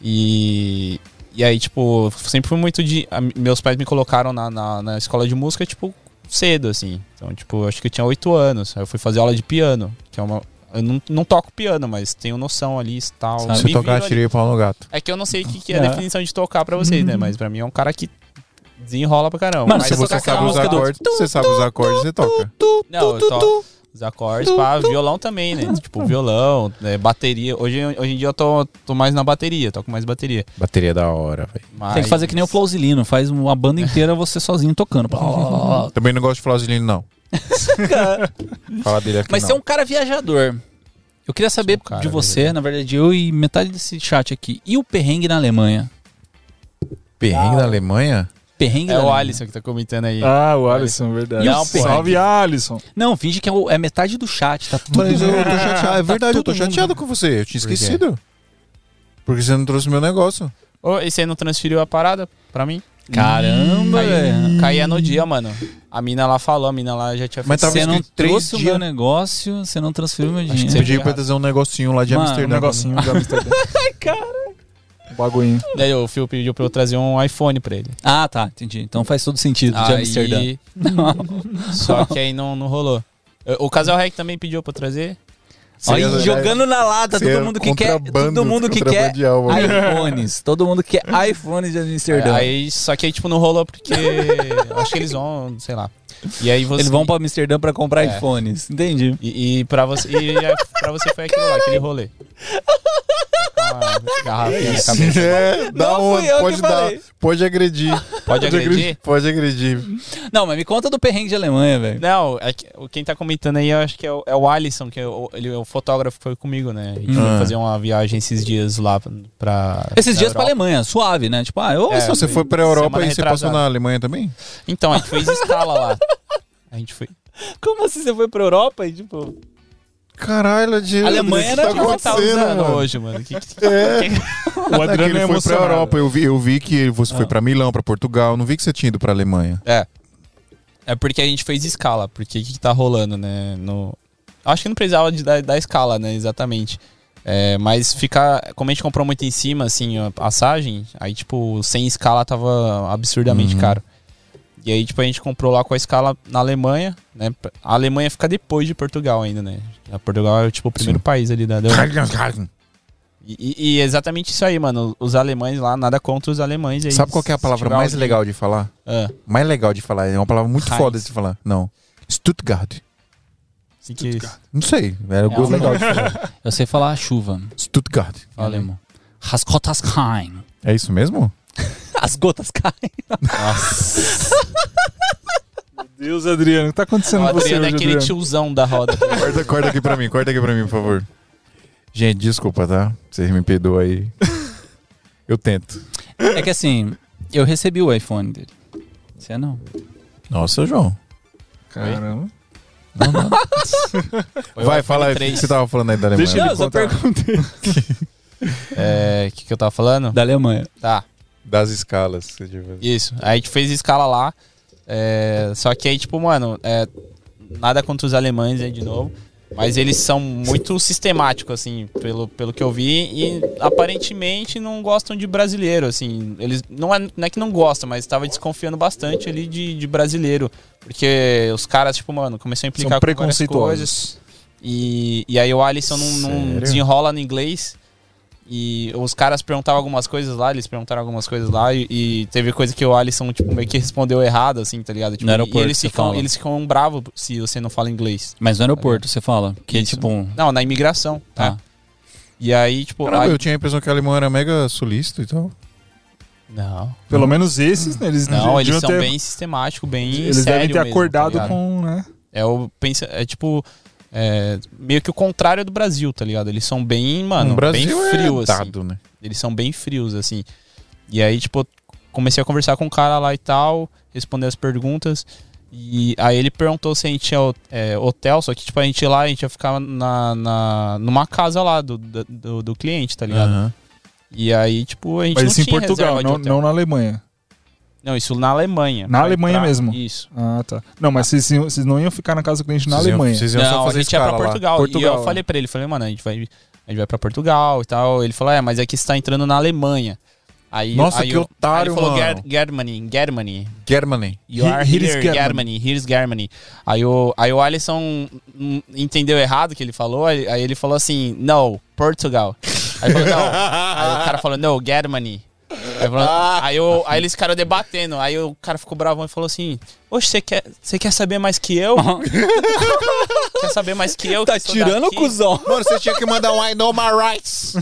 E. E aí, tipo, sempre fui muito de. a- meus pais me colocaram na, na, na escola de música, tipo, cedo, assim. Então, tipo, eu acho que eu tinha oito anos. Aí eu fui fazer aula de piano, que é uma. Eu não, não toco piano, mas tenho noção ali e tal. Sabe. Me Você viro tocava ali. tirei o pau no gato. É que eu não sei o que, que é a É. definição de tocar pra vocês, né? Mas pra mim é um cara que desenrola pra caramba. Mano, mas Se Você você toca aquela sabe os Tá, música do- acordes, você sabe os acordes, você toca. Não, eu to- os acordes pra violão também, né? Tipo, violão, né? bateria. Hoje, hoje em dia eu tô, tô mais na bateria, toco mais bateria. Bateria da hora, velho. Mas... Tem que fazer que nem o Flauzilino, faz uma banda inteira você sozinho tocando. Blá, blá, blá, blá. Também não gosto de Flausilino, não. Fala dele aqui, Mas não. você é um cara viajador. Eu queria saber Sou um cara de você, na verdade, eu e metade desse chat aqui. E o perrengue na Alemanha? perrengue da Alemanha? Perrengue É na o Alemanha. Alisson que tá comentando aí. Ah, o Alisson, verdade. Não, pô. Salve, Alisson. Não, finge que é, o- é metade do chat, tá tudo. Tá Mas eu tô chateado. É verdade, eu tô todo mundo. chateado com você. Eu tinha esquecido. Porque você não trouxe meu negócio. Ô, esse aí não transferiu a parada pra mim? Caramba, velho. Caía no dia, mano. A mina lá falou, a mina lá já tinha Mas tava feito. Você não escrito três trouxe o dias. meu negócio, você não transferiu meu dinheiro. Sempre Pedi pra errado. trazer um negocinho lá de Mano, Um Amsterdã. negocinho de Amsterdã. Um bagulhinho. Daí o Phil pediu pra eu trazer um iPhone pra ele. Ah, tá, entendi. Então faz todo sentido de Amsterdã. Aí- Só que aí não, não rolou. O Casal Rec também pediu pra eu trazer. Olha, Você- é jogando na lata, você todo mundo que quer, É contrabando, todo mundo que quer contrabando de álbum. iPhones, todo mundo que quer iPhones de É, Amsterdã. Aí, só que aí, tipo, não rolou porque. acho que eles vão, sei lá. E aí você. Eles vão pra Amsterdã pra comprar É. iPhones, entendi. E, e pra você. E é- pra você foi aquilo lá, aquele rolê. Colocar uma garrafinha na cabeça. É, dá Não fui um, eu que pode dar, falei. pode agredir. Pode agredir? Pode agredir. Não, mas me conta do perrengue de Alemanha, velho. Não, é que- o- quem tá comentando aí, eu acho que é o, é o Alisson, que é o, ele, é o fotógrafo que foi comigo, né? A gente Ah. foi fazer uma viagem esses dias lá pra. Esses pra dias pra Europa. Alemanha, suave, né? Tipo, ah, eu É. sou- Você foi pra Europa Semana e você passou retrasada. na Alemanha também? Então, a gente fez escala lá. A gente foi. Como assim você foi pra Europa e tipo. Caralho, Adriano, A Alemanha o que era né, tá de capital acontecendo, mano? hoje, mano? Que- que- O É que Adriano ele foi é pra emocionado. Europa, eu vi, eu vi que você Ah. foi pra Milão, pra Portugal, não vi que você tinha ido pra Alemanha. É. É porque a gente fez escala, porque o que, que tá rolando, né? No... Acho que não precisava de, da, da escala, né? Exatamente. É, mas ficar. Como a gente comprou muito em cima, assim, a passagem, aí, tipo, sem escala tava absurdamente Uhum. caro. E aí, tipo, a gente comprou lá com a escala na Alemanha, né? A Alemanha fica depois de Portugal ainda, né? A Portugal é, tipo, o primeiro Sim. país ali da. da Europa. E, e- e é exatamente isso aí, mano. Os alemães lá, nada contra os alemães. aí, Sabe qual que é a se palavra tiver mais alguém- legal de falar? Ah, Mais legal de falar, é uma palavra muito Heinz. foda de se falar. Não. Stuttgart. assim que é isso. Não sei, era É gosto uma- legal de falar. Eu sei falar chuva. Stuttgart. Fala alemão. As gotas caem. É isso mesmo? As gotas caem. Meu Deus, Adriano, o que tá acontecendo O com você Adriano é hoje, aquele Adriano? tiozão da roda. Corta, corta aqui pra mim, corta aqui pra mim, por favor. Gente, desculpa, tá? Vocês me perdoam aí. Eu tento. É que assim, eu recebi o iPhone dele. Você é não. Nossa, João. um Caramba. Vai, fala aí o que você tava falando aí da Alemanha. Deixa ele eu só contar. perguntei. É, o que, que eu tava falando? Da Alemanha. Tá, Das escalas. que eu tive. isso. Aí a gente fez escala lá. é, só que aí, tipo, mano, é, nada contra os alemães aí de novo. Mas eles são muito sistemáticos, assim, pelo, pelo que eu vi. E aparentemente não gostam de brasileiro, assim. Eles não é, não é que não gostam, mas tava desconfiando bastante ali de, de brasileiro. Porque os caras, tipo, mano, começaram a implicar São com várias coisas. preconceituosos. E, e aí o Alisson não, não Sério? desenrola no inglês. E os caras perguntavam algumas coisas lá, eles perguntaram algumas coisas lá, e, e teve coisa que o Alisson tipo, meio que respondeu errado, assim, tá ligado? Tipo, No aeroporto, e eles você ficam, fala. eles ficam bravos se você não fala inglês. Mas no aeroporto, você fala. Que Isso. tipo um. Não, na imigração, tá? Ah. Tá. E aí, tipo. Caramba, aí- eu tinha a impressão que a Alemanha era mega então. solista e tal. Não. Pelo menos esses, né? Eles Não, eles deviam são ter- bem sistemáticos, bem. Eles sério devem ter mesmo, tá acordado ligado? com, né? É o pensa, é tipo é, meio que o contrário do Brasil, tá ligado? Eles são bem, mano, no Brasil bem frio é assim. dado, né? Eles são bem frios assim. E aí, tipo, comecei a conversar com o cara lá e tal, responder as perguntas. E aí ele perguntou se a gente tinha é, hotel, só que, tipo, a gente ia lá, a gente ia ficar na, na, numa casa lá do, do, do cliente, tá ligado? Aham. E aí, tipo, a gente Mas não isso em tinha Portugal, reserva de não, hotel. não na Alemanha. Não, isso na Alemanha. Na Pra Alemanha mesmo? Isso. Ah, tá. Não, mas vocês, iam- vocês não iam ficar na casa do cliente na Vocês iam- Alemanha. vocês iam só Não, a fazer gente ia pra escala lá. Portugal. Portugal, e eu né? falei pra ele, falei, mano, a gente vai, a gente vai pra Portugal e tal. Ele falou, é, mas é que você tá entrando na Alemanha. Aí, Nossa, aí que eu- otário, aí ele falou, mano. "Ger- Germany, Germany. Germany. You He- are here here, is Germany." Germany. here is Germany. Aí o, aí o Alisson hum, entendeu errado o que ele falou, aí, aí ele falou assim, no, Portugal. Aí, ele falou, "Não." Aí o cara falou, no, Germany. Aí, falou- aí eu- aí eles ficaram debatendo, aí o cara ficou bravão e falou assim, oxe, você quer, você quer saber mais que eu? quer saber mais que eu? Tá que sou tirando o daqui?" cuzão. Mano, você tinha que mandar um I know my rights.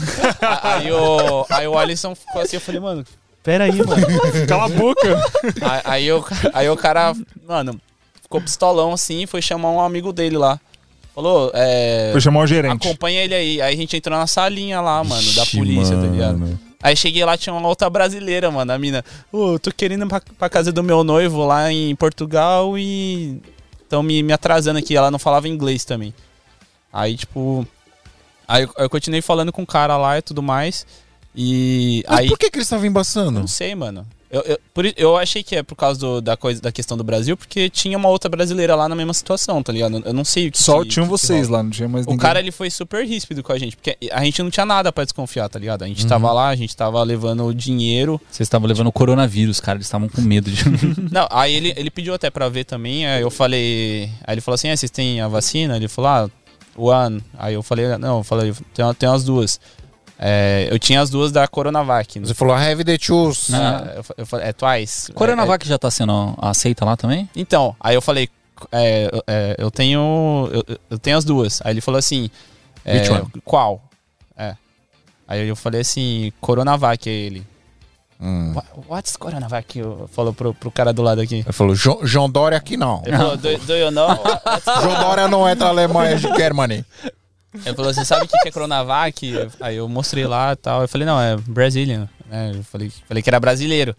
Aí o, aí o Alisson ficou assim, eu falei, mano, peraí, mano. Cala a boca! Aí, aí, o, ca- aí o cara, mano, ficou pistolão assim, foi chamar um amigo dele lá. Falou, é. Vou chamar o gerente. Acompanha ele aí. Aí a gente entrou na salinha lá, mano, da polícia, tá ligado? mano. Aí cheguei lá, tinha uma outra brasileira, mano, a mina. Ô, eu tô querendo ir pra, pra casa do meu noivo lá em Portugal e. Tão me, me atrasando aqui. Ela não falava inglês também. Aí, tipo. Aí eu, eu continuei falando com o cara lá e tudo mais. E. Mas aí, por que, que eles estavam embaçando? não sei, mano. Eu, eu, por i- eu achei que é por causa do- da, coisa, da questão do Brasil, porque tinha uma outra brasileira lá na mesma situação, tá ligado? Eu não sei o que. Só que- tinham que que vocês rola. lá, não tinha mais O ninguém. cara, ele foi super ríspido com a gente, porque a gente não tinha nada pra desconfiar, tá ligado? A gente tava lá, a gente tava levando dinheiro. Vocês estavam levando o coronavírus, cara. Eles estavam com medo de. Não, aí ele, ele pediu até pra ver também, aí eu falei... Aí ele falou assim, ah, vocês têm a vacina? Ele falou, ah, one. Aí eu falei, não, eu falei, tem, tem as duas. É, eu tinha as duas da Coronavac. né? Você falou, I have the choose. Ah, eu fa- eu falei, é twice. É- é- Coronavac já tá sendo aceita lá também? Então, aí eu falei, é, é, eu tenho. Eu, eu tenho as duas. Aí ele falou assim. é, Which one? qual? É. Aí eu falei assim, Coronavac é ele. Hum. "Wha- What's Coronavac? Eu- Falou pro, pro cara do lado aqui. Ele falou, "Jo- João Dória aqui não. Ele falou, do, do you know? João Dória não entra na Alemanha, é de Germany. Ele falou, você sabe o que que é Coronavac? Aí eu mostrei lá e tal. Eu falei, não, é Brazilian. né? Eu falei, falei que era brasileiro.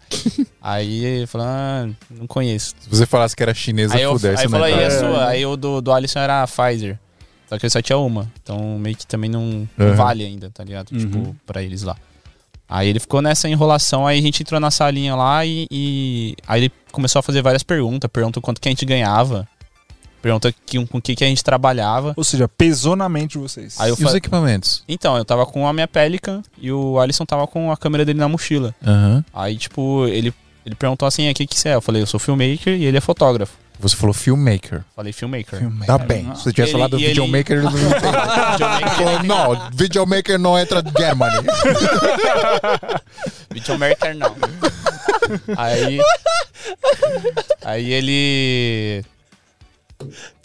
Aí ele falou, ah, não conheço. Se você falasse que era chinesa, Aí eu, fudesse, aí né? falou aí, cara? a sua. Aí o do, do Alisson era a Pfizer. Só que a só é uma. Então meio que também não, não Uhum. vale ainda, tá ligado? Tipo, pra eles lá. Aí ele ficou nessa enrolação, aí a gente entrou na salinha lá e, e- aí ele começou a fazer várias perguntas. Perguntou quanto que a gente ganhava. Pergunta que, um, com o que, que a gente trabalhava. Ou seja, pesou na mente de vocês. Aí eu E os falei. equipamentos? Então, eu tava com a minha Pelican e o Alisson tava com a câmera dele na mochila. Aham. Aí, tipo, ele, ele perguntou assim, aqui que você é? Eu falei, eu sou filmmaker e ele é fotógrafo. Você falou filmmaker. Falei, filmmaker. Tá bem. Se você tivesse Ele- falado e ele- videomaker, ele não tem. Videomaker- Falou, não, videomaker não entra Germany. Videomaker não. Aí... Aí ele...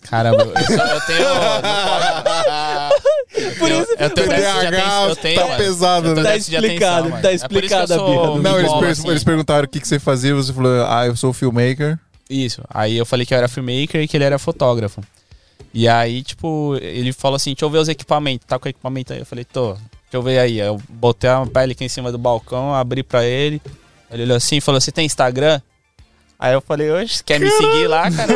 Caramba, eu, só- eu tenho... Por isso, eu tenho déficit de atenção, eu tenho, tá mano. pesado, Eu tenho né? Tá déficit de atenção, explicado, mano. tá É por isso que eu explicada a sou birra do Não, eles, bipolar, per- assim. eles perguntaram o que, que você fazia, você falou, ah, eu sou filmmaker. Isso. Aí eu falei que eu era filmmaker e que ele era fotógrafo. E aí, tipo, ele falou assim: deixa eu ver os equipamentos. Tá com o equipamento aí? Eu falei: tô, deixa eu ver aí. Aí Eu botei a pele aqui em cima do balcão, abri pra ele. Ele olhou assim e falou: você tem Instagram? Aí eu falei: oxe, quer me seguir lá, cara?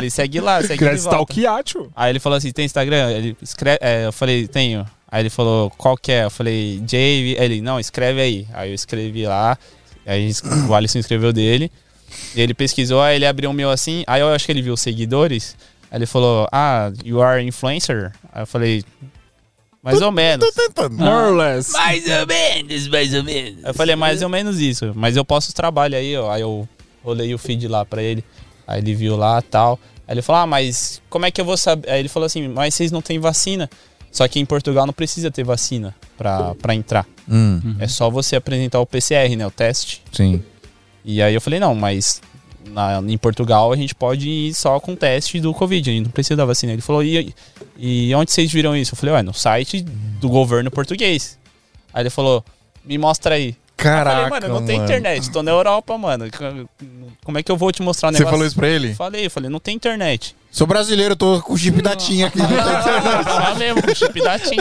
ele segue lá, segue Queria de volta. stalkear, tio. Aí ele falou assim: tem Instagram? Ele escreve, é, eu falei: tenho. Aí ele falou: qual que é? Eu falei: Jay. Ele: não, escreve aí. Aí eu escrevi lá. Aí es- o Alisson escreveu dele. E ele pesquisou, aí ele abriu o meu assim. Aí eu acho que ele viu os seguidores. Aí ele falou: ah, you are influencer? Aí eu falei: mais ou menos. Tô tentando. More or less. Mais ou menos, mais ou menos. Aí Eu falei, "É mais ou menos isso. Mas eu posso os trabalhos aí, ó. Aí eu rolei o feed lá pra ele. Aí ele viu lá tal. Aí ele falou, ah, mas como é que eu vou saber? Aí ele falou assim, mas vocês não têm vacina. Só que em Portugal não precisa ter vacina pra, pra entrar. Hum, É só você apresentar o PCR, né? O teste. sim. E aí eu falei, não, mas na- em Portugal a gente pode ir só com teste do Covid, a gente não precisa da vacina. Ele falou, e, e onde vocês viram isso? Eu falei, ué, no site do governo português. Aí ele falou, me mostra aí. Caraca, Falei, mano, eu não tenho internet, tô na Europa, mano. C- Como é que eu vou te mostrar um Você negócio? falou isso pra ele? Falei, falei, não tem internet. Sou brasileiro, tô com o chip da Tinha aqui. Só mesmo, com chip da TIM.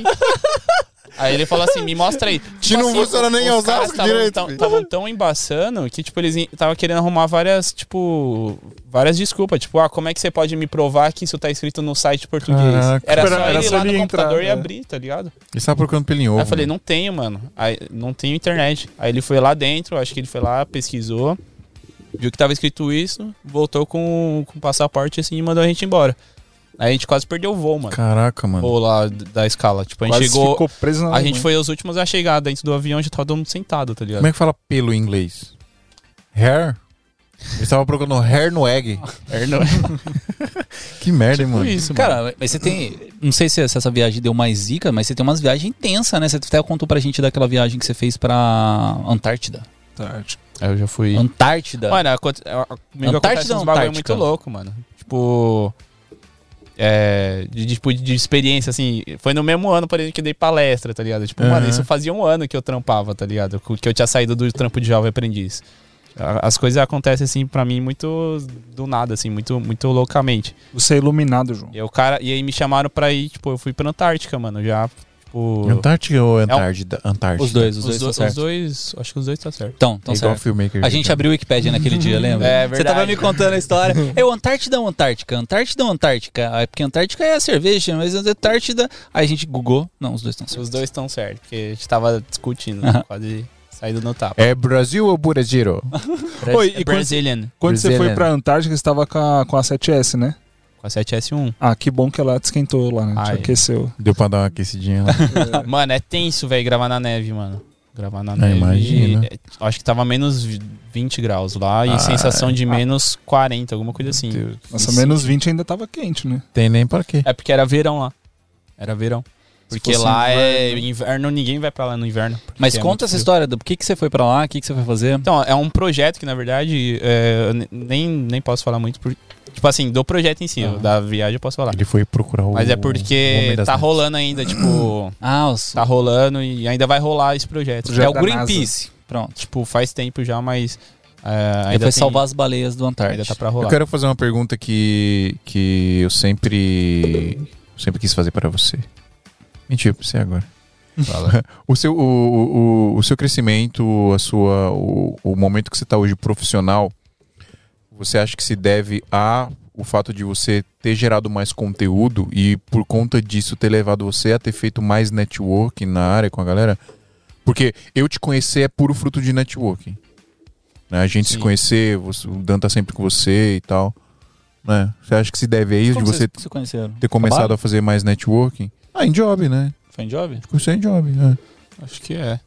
Aí ele falou assim, me mostra aí. assim, Ti não funciona um nem em os Osasco caras tavam direito, tão- filho. tavam tão embaçando que, tipo, eles estavam querendo arrumar várias, tipo, várias desculpas. Tipo, ah, como é que você pode me provar que isso tá escrito no site português? Caraca. era só Era- era ele ir só lá ele no entrar, computador e né? abrir, tá ligado? Ele tá procurando pelo em ovo. Aí eu falei, não tenho, mano. Aí, não tenho internet. Aí ele foi lá dentro, acho que ele foi lá, pesquisou, viu que tava escrito isso, voltou com, com o passaporte assim e mandou a gente embora. Aí a gente quase perdeu o voo, mano. Caraca, mano. Voo lá d- da escala. Tipo, a gente Quase chegou. ficou né, preso na A gente Alemanha. foi os últimos a chegar dentro do avião, já tava todo mundo sentado, tá ligado? Como é que fala pelo em inglês? Hair? Eles estavam procurando hair no egg. É, não- Que merda, hein, mano. Tipo isso, mano. Cara, mas você tem. Não sei se essa essa viagem deu mais zica, mas você tem umas viagens intensas, né? Você até contou pra gente daquela viagem que você fez pra Antártida. Tarde. eu já fui. Antártida. Mano, aconte- é, a- a- comigo É. Antártida acontece uns ou bagulho Antártica? muito louco, mano. Tipo. É, de, de- tipo, de experiência, assim. Foi no mesmo ano, por exemplo, que eu dei palestra, tá ligado? Tipo, Uhum. mano, Aham. isso fazia um ano que eu trampava, tá ligado? Co- Que eu tinha saído do trampo de jovem aprendiz. A- As coisas acontecem, assim, pra mim, muito do nada, assim, muito, muito loucamente. Você é iluminado, João. E, aí o cara, e aí me chamaram pra ir, tipo, eu fui pra Antártica, mano, já, tipo... Antártica ou um- Antártida? Antártida. os dois, os, dois, Os, do- tá os certo. dois, acho que os dois tá certo. Então, então É igual certo. filmmaker. A gente abriu o Wikipedia naquele dia, lembra? É Você tava verdade, me cara. contando a história. Eu, Antártida ou Antártica? Antártida ou Antártica? Ah, É porque Antártica é a cerveja, mas Antártida. Aí a gente googou. Não, os dois estão certos. Os dois estão certo, porque a gente tava discutindo, né? Aham. quase saído no tapa. É Brasil ou Burajiro? Oi, e quando- É, Brazilian. Quando você Brazilian. foi pra Antártica, você tava com a, com a 7S, né? Com a 7S1. Ah, que bom que ela te esquentou lá, né? Te Ai. aqueceu. Deu pra dar uma aquecidinha lá. Mano, é tenso, velho, gravar na neve, mano. Gravar na Ah, neve. imagina. Ah, é, acho que tava menos vi- 20 graus lá e Ai. sensação é. de menos 40, alguma coisa assim. Deus. Nossa, menos 20 ainda tava quente, né? Tem nem pra quê. É porque era verão lá. Era verão. Se Porque fosse lá é inverno- inverno, ninguém vai pra lá no inverno. porque Mas é muito conta essa frio. história do por que, que você foi pra lá, o que, que você foi fazer. Então, é um projeto que, na verdade, é, eu ne- nem, nem posso falar muito. Por, tipo assim, do projeto em si, Aham. da viagem eu posso falar. Ele foi procurar Ah. o. Mas é o porque Homem das tá Neves. rolando ainda, tipo. Ah, os... Tá rolando e ainda vai rolar esse projeto. Projeto é o da Greenpeace. Pronto. tipo, faz tempo já, mas é, Ele ainda foi tem- salvar as baleias do ainda tá Antártida. pra Eu rolar. quero fazer uma pergunta que, que eu sempre. Sempre quis fazer pra você. Mentira, pra você agora. o, seu, o, o, o- o seu crescimento, a sua, o, o momento que você tá hoje profissional, você acha que se deve a o o fato de você ter gerado mais conteúdo e por conta disso ter levado você a ter feito mais networking na área com a galera? Porque eu te conhecer é puro fruto de networking. né? A gente se conhecer, você- o Dan tá sempre com você e tal. né? Você acha que se deve a isso Como de você vocês se conheceram? ter começado a fazer mais networking? Ah, em job, né? Foi em job? Cursei em job, né? Acho que é.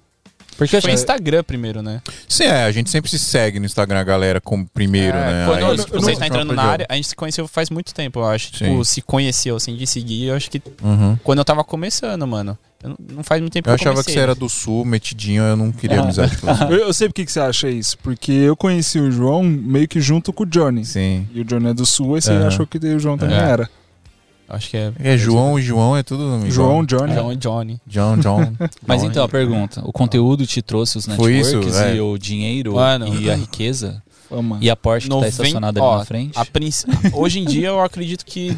Porque eu Foi achei... Instagram primeiro, né? Sim, é, a gente sempre se segue no Instagram, a galera, como primeiro, É, né? Quando Aí, tipo, eu você não- é. está entrando na Job. área, a gente se conheceu faz muito tempo, eu acho. Sim. Tipo, se conheceu, assim, de seguir, eu acho que Uhum. quando eu tava começando, mano. Eu não- não faz muito tempo Eu que eu achava que comecei. né? É. você era do sul, metidinho, eu não queria Ah. amizade com você. Eu, eu sei porque que você acha isso, porque eu conheci o João meio que junto com o Johnny. Sim. E o Johnny é do Sul, aí você Aham. achou que o João também É. era. Acho que é. É, João né? e João é tudo amigo. João, Johnny. Johnny. John, Johnny. John, John. Mas John. então, a pergunta. O conteúdo te trouxe os Foi networks isso, e é. o dinheiro Mano. e a riqueza? Fama. E a Porsche que tá Noven- estacionada ó, ali na frente? a princ- Hoje em dia eu acredito que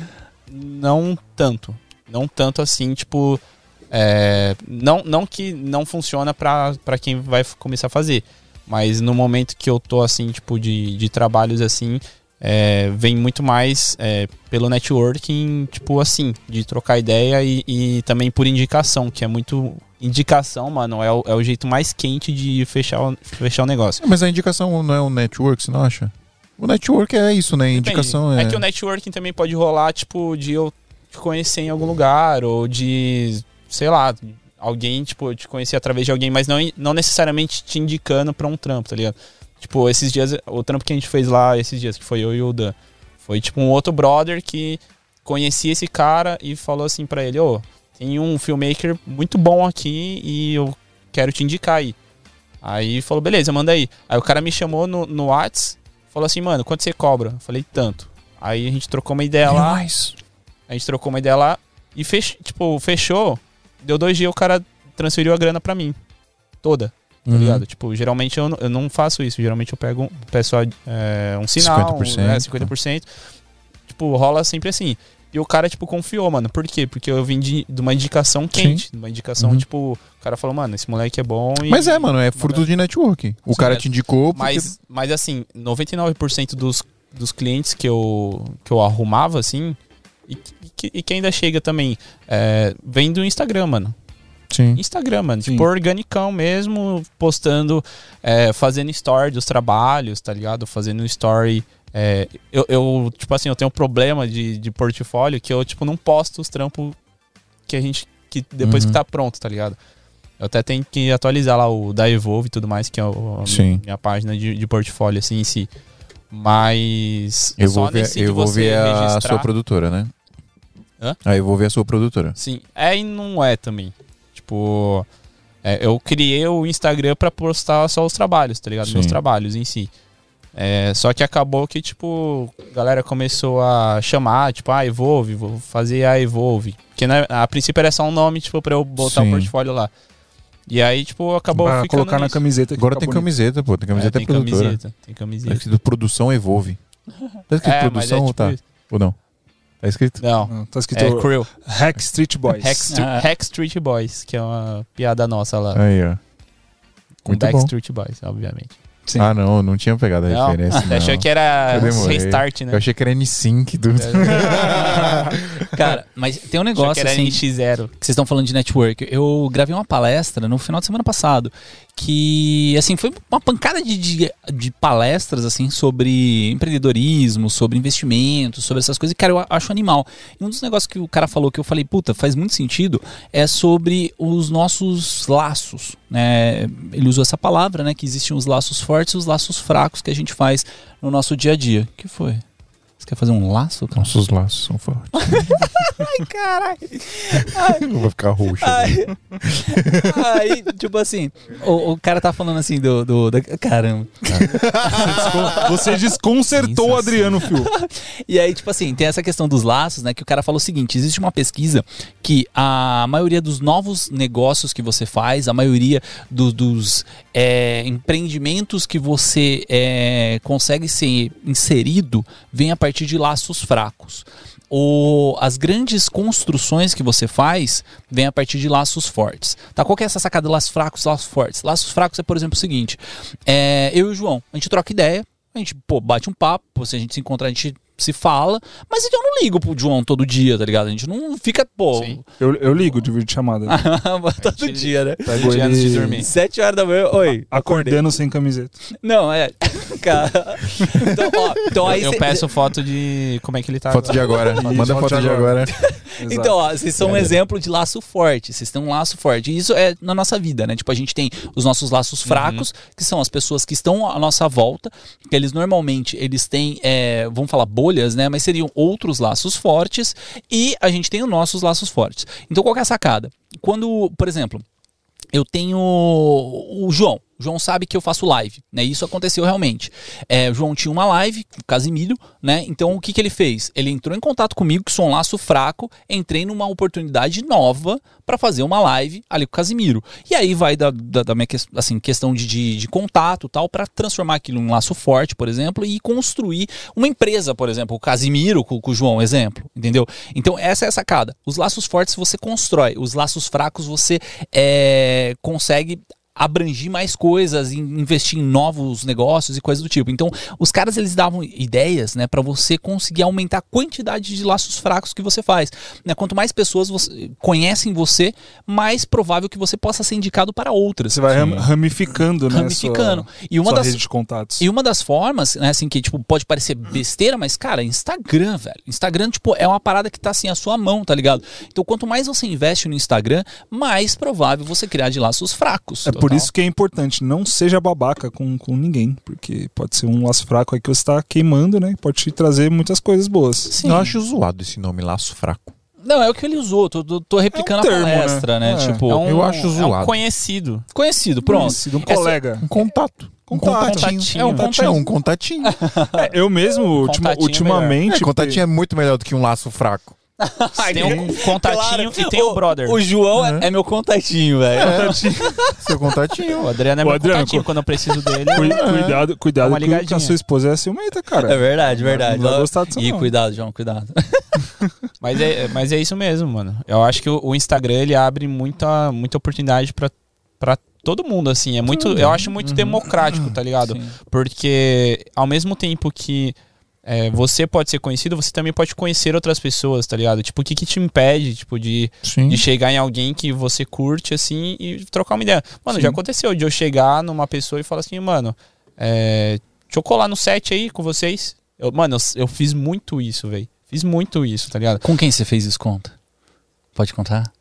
não tanto. Não tanto assim, tipo. é, não, não que não funciona pra, pra quem vai f- começar a fazer. Mas no momento que eu tô assim, tipo, de, de trabalhos assim, é, vem muito mais é, pelo networking, tipo assim, de trocar ideia e, e também por indicação, que é muito. Indicação, mano, é o, é o jeito mais quente de fechar o, fechar o negócio. Mas a indicação não é um network, você não acha? O network é isso, né? Depende. Indicação é. que o networking também pode rolar, tipo, de eu te conhecer em algum lugar, ou de, sei lá, alguém, tipo, eu te conhecer através de alguém, mas não, não necessariamente te indicando pra um trampo, tá ligado? Tipo, esses dias, o trampo que a gente fez lá esses dias, que foi eu e o Dan, foi tipo um outro brother que conhecia esse cara e falou assim pra ele, ô, tem um filmmaker muito bom aqui e eu quero te indicar aí. Aí falou, beleza, manda aí. Aí o cara me chamou no, no Whats, falou assim, mano, quanto você cobra? Eu falei, tanto. Aí a gente trocou uma ideia lá, a gente trocou uma ideia lá e fech, tipo, fechou, deu dois dias o cara transferiu a grana pra mim. Toda, tá Uhum. ligado? Tipo, geralmente eu, não- eu não faço isso, geralmente eu pego um pessoal, é, um sinal, 50%, 50%, 50%. Tipo, rola sempre assim. E o cara, tipo, confiou, mano. Por quê? Porque eu vim de, de uma indicação quente. De uma indicação, Uhum. tipo, o cara falou, mano, esse moleque é bom. E... Mas é, mano, é fruto de network. O Sim, cara é. te indicou. Porque... Mas, mas assim, 99% dos, dos clientes que eu, que eu arrumava, assim, e, que- e que ainda chega também, é, vem do Instagram, mano. Sim. Instagram, mano. Sim. Tipo, organicão mesmo, postando, é, fazendo story dos trabalhos, tá ligado? Fazendo story. é, eu, eu, tipo assim, eu tenho um problema de, de portfólio que eu, tipo, não posto os trampos que a gente. que depois Uhum. que tá pronto, tá ligado? Eu até tenho que atualizar lá o da Evolve e tudo mais, que é o, a Sim. minha página de, de portfólio, assim, em si. Mas. Eu é só vou ver, nesse de eu vou você ver é- a registrar- sua produtora, né? Hã? Aí eu vou ver a sua produtora. Sim, é e não é também. Tipo, é, eu criei o Instagram pra postar só os trabalhos, tá ligado? Sim. Meus trabalhos em si. É, só que acabou que, tipo, a galera começou a chamar, tipo, ah, Evolve, vou fazer a Evolve. Porque na- a princípio era só um nome, tipo, pra eu botar Sim. o portfólio lá. E aí, tipo, acabou Pra ficando Ah, colocar na nisso. camiseta. que Agora fica tem bonito. camiseta, pô. Tem camiseta é, É, tem produtora. camiseta, tem Tá camiseta. escrito produção Evolve. Tá escrito É, mas é produção ou tipo tá? isso. Ou não? Tá escrito? Não, Não, tá escrito é Crew. Hack Street Boys. Hack, Stre- Ah. Hack Street Boys, que é uma piada nossa lá. Aí, ó. com É, Muito bom. Backstreet Boys, obviamente. Sim. Ah, não, não é tinha pegado a Não. referência. Você achou não. que era Eu demorei. restart, né? Eu achei que era N5 do. Cara, mas tem um Achou negócio que era assim. NX0. que vocês estão falando de network. Eu gravei uma palestra no final de semana passado que, assim, foi uma pancada de, de, de palestras, assim, sobre empreendedorismo, sobre investimentos, sobre essas coisas. E, cara, eu a- acho animal. E um dos negócios que o cara falou que eu falei, puta, faz muito sentido, é sobre os nossos laços, né? Ele usou essa palavra, né? Que existem os laços fortes e os laços fracos que a gente faz no nosso dia a dia. que foi? Você quer fazer um laço, cara? Nossos laços são fortes. Caralho! Eu vou ficar roxo. Aí, aí, tipo assim, o, o cara tá falando assim do. do- da- caramba. Você desconcertou o Adriano Fio. E aí, tipo assim, tem essa questão dos laços, né? Que o cara falou o seguinte: existe uma pesquisa que a maioria dos novos negócios que você faz, a maioria do- dos é, empreendimentos que você é, consegue ser inserido, vem a partir de laços fracos. O, as grandes construções que você faz vem a partir de laços fortes. Tá? Qual que é essa sacada? Laços fracos, laços fortes. Laços fracos é, por exemplo, o seguinte: é, eu e o João, a gente troca ideia, a gente pô, bate um papo, se a gente se encontrar, a gente se fala, mas então eu não ligo pro João todo dia, tá ligado? A gente não fica, pô, Sim. Eu, eu ligo de vídeo chamada. todo dia, né? Pego dia antes Ah, de ele dormir. Sete horas da manhã, oi. Acordando sem camiseta. Não, é. Cara. Então, ó, então aí Eu cê- peço foto de como é que ele tá. Foto de agora. Manda foto foto de de agora. Exato. Então, ó, vocês são um exemplo de laço forte. Vocês têm um laço forte. E isso é na nossa vida, né? Tipo, a gente tem os nossos laços fracos, que são as pessoas que estão à nossa volta, que eles normalmente eles têm, é, vamos falar bolhas, né? Mas seriam outros laços fortes. E a gente tem os nossos laços fortes. Então, qual que é a sacada? Quando, por exemplo, eu tenho o João. O João sabe que eu faço live, né? Isso aconteceu realmente. É, o João tinha uma live com o Casimiro, né? Então o que, que ele fez? Ele entrou em contato comigo, que sou um laço fraco, entrei numa oportunidade nova para fazer uma live ali com o Casimiro. E aí vai da, da, da minha ques- assim, questão de, de, de contato e tal, para transformar aquilo em um laço forte, por exemplo, e construir uma empresa, por exemplo, o Casimiro com, com o João, um exemplo, entendeu? Então essa é a sacada. Os laços fortes você constrói, os laços fracos você é, consegue abrangir mais coisas, in- investir em novos negócios e coisas do tipo. Então, os caras eles davam ideias, né, para você conseguir aumentar a quantidade de laços fracos que você faz. Né? Quanto mais pessoas você- conhecem você, mais provável que você possa ser indicado para outras. Você vai ram- ramificando, né? Ramificando. Sua, E uma sua das- rede de contatos. E uma das formas, né, assim, que, tipo, pode parecer besteira, mas, cara, Instagram, velho. Instagram, tipo, é uma parada que tá, assim, à sua mão, tá ligado? Então, quanto mais você investe no Instagram, mais provável você criar de laços fracos. É por isso que é importante, não seja babaca com, com ninguém, porque pode ser um laço fraco aí que você está queimando, né? Pode te trazer muitas coisas boas. Sim. Eu acho zoado esse nome, laço fraco. Não, é o que ele usou. Tô, tô- tô replicando termo, a palestra, né? né? É. Tipo, É um- Eu acho É um zoado. conhecido. conhecido, pronto. É Conhecido, Um colega. Um contato. Um Contato. contatinho. Contatinho. É um contatinho. É um contatinho. É, eu mesmo, ultima- Contatinho ultimamente. É, contatinho é muito melhor do que um laço fraco. Tem um contatinho e tem o, brother. O João Uhum. é- é, meu contatinho, É, velho. É. Seu contatinho. O Adriano é O meu Adriano, contatinho. co- Quando eu preciso dele, Cui- Cuidado, É. Dá cuidado uma que, que a ligadinha. sua esposa é ciumenta, cara. É verdade, verdade. Não vai Ó, gostar disso, Ih, não. cuidado, João, cuidado. Mas é, mas é isso mesmo, mano. Eu acho que o, o Instagram ele abre muita, muita oportunidade pra, pra todo mundo, assim. É muito, eu acho muito Uhum. democrático, tá ligado? Sim. Porque ao mesmo tempo que é, você pode ser conhecido, você também pode conhecer outras pessoas, tá ligado? Tipo, o que, que te impede, tipo, de, Sim. de chegar em alguém que você curte, assim, e trocar uma ideia? Mano, já aconteceu de eu chegar numa pessoa e falar assim, mano, é, deixa eu colar no set aí com vocês. Eu- mano, eu, eu fiz muito isso, velho. Fiz muito isso, tá ligado? Com quem você fez isso, conta? Pode contar?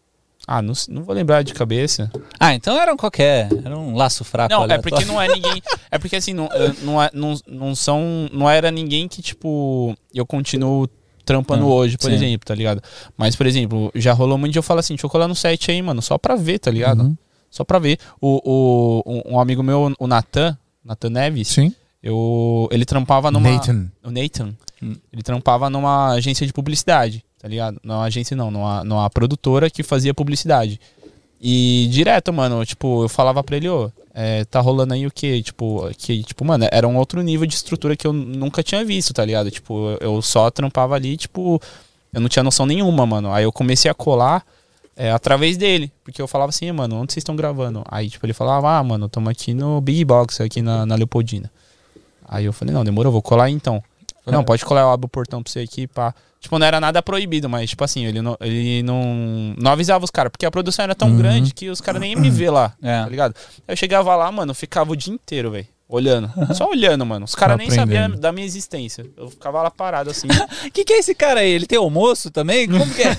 Ah, não, s- não vou lembrar de cabeça. Ah, então era um qualquer, era um laço fraco. Não, é aleatório. porque não é ninguém. É porque assim, não, eh, não, é- não, não são. Não era ninguém que, tipo, eu continuo trampando Ah, hoje, por sim. exemplo, tá ligado? Mas, por exemplo, já rolou muito de eu falar assim, deixa eu colar no set aí, mano, só pra ver, tá ligado? Só pra ver. O, o, um- um amigo meu, o Natan, Natan Neves, Sim. eu, ele trampava numa. Nathan. O Nathan, ele trampava numa agência de publicidade, tá ligado? Não agência não, numa, numa produtora que fazia publicidade. E direto, mano, tipo, eu falava pra ele, ô, é, tá rolando aí o quê? Tipo, que, tipo, mano, era um outro nível de estrutura que eu nunca tinha visto, tá ligado? Tipo, eu eu só trampava ali, tipo, eu não tinha noção nenhuma, mano. Aí eu comecei a colar é, através dele, porque eu falava assim, mano, onde vocês estão gravando? Aí, tipo, ele falava, ah, mano, tamo aqui no Big Box, aqui na, na Leopoldina. Aí eu falei, não, demorou, vou colar aí então. Falei, Não, pode colar, eu abro o portão pra você aqui, pá. Tipo, não era nada proibido, mas, tipo assim, ele não, ele não, não avisava os caras, porque a produção era tão grande que os caras nem iam me ver lá, É. tá ligado? Aí eu chegava lá, mano, ficava o dia inteiro, velho, olhando. Só olhando, mano. Os caras nem sabiam Aprendendo. da minha existência. Eu ficava lá parado, assim. O que, que é esse cara aí? Ele tem almoço também? Como que é?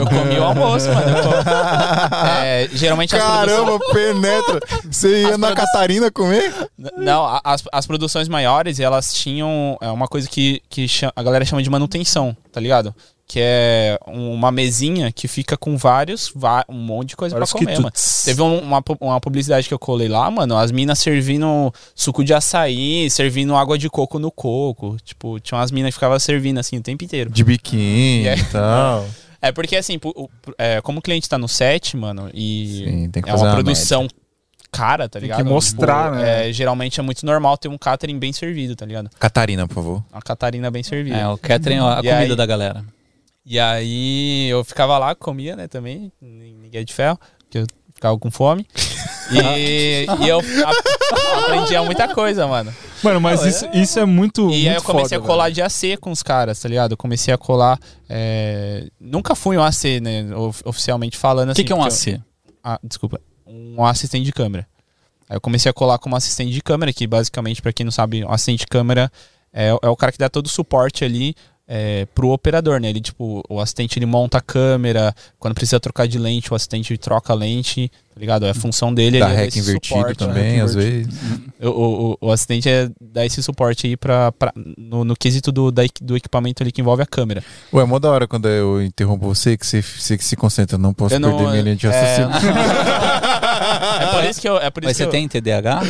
eu comi o almoço, mano. Eu com- É, geralmente as produções... Caramba, penetra. Você ia na Catarina comer? N- Não, a- as, as produções maiores, elas tinham é, uma coisa que, que cha- a galera chama de manutenção, tá ligado? Que é um- uma mesinha que fica com vários, va- um monte de coisa Vários pra comer, mano. quitutes. Teve um- uma, pu- uma publicidade que eu colei lá, mano, as minas servindo suco de açaí, servindo água de coco no coco. Tipo, tinha umas minas que ficavam servindo assim o tempo inteiro. De biquíni É. e tal. É porque assim, pu- o- pu- é, como o cliente tá no set, mano, e Sim, tem que é fazer uma uma produção cara, tá Tem ligado? que mostrar, Tipo, né? é, geralmente é muito normal ter um catering bem servido, tá ligado? Catarina, por favor. Uma Catarina bem servida. É, o Catherine, a E comida aí? da galera. E aí eu ficava lá, comia, né, também, nin- ninguém é de ferro, porque eu ficava com fome. E, e eu a- aprendia muita coisa, mano. Mano, mas isso, isso é muito. E aí muito eu comecei foda, a colar velho. de AC com os caras, tá ligado? Eu comecei a colar. é, Nunca fui um AC, né? of- Oficialmente falando O assim. que, que é um porque eu- AC? Ah, desculpa. Um assistente de câmera. Aí eu comecei a colar como assistente de câmera, que basicamente, pra quem não sabe, um assistente de câmera é, é o cara que dá todo o suporte ali é, pro operador, né? Ele, tipo, o assistente ele monta a câmera, quando precisa trocar de lente, o assistente troca a lente, tá ligado? É a função dele. Da ele é hack esse invertido suporte, também, hack às invertido. vezes. O, o, o- o assistente é dar esse suporte aí pra, pra- no, no quesito do, da equi- do equipamento ali que envolve a câmera. Ué, é mó da hora quando eu interrompo você, que você, você que se concentra. Não posso Eu não- perder minha linha de é- raciocínio. É por isso que eu. É por isso Mas que você eu- tem TDAH?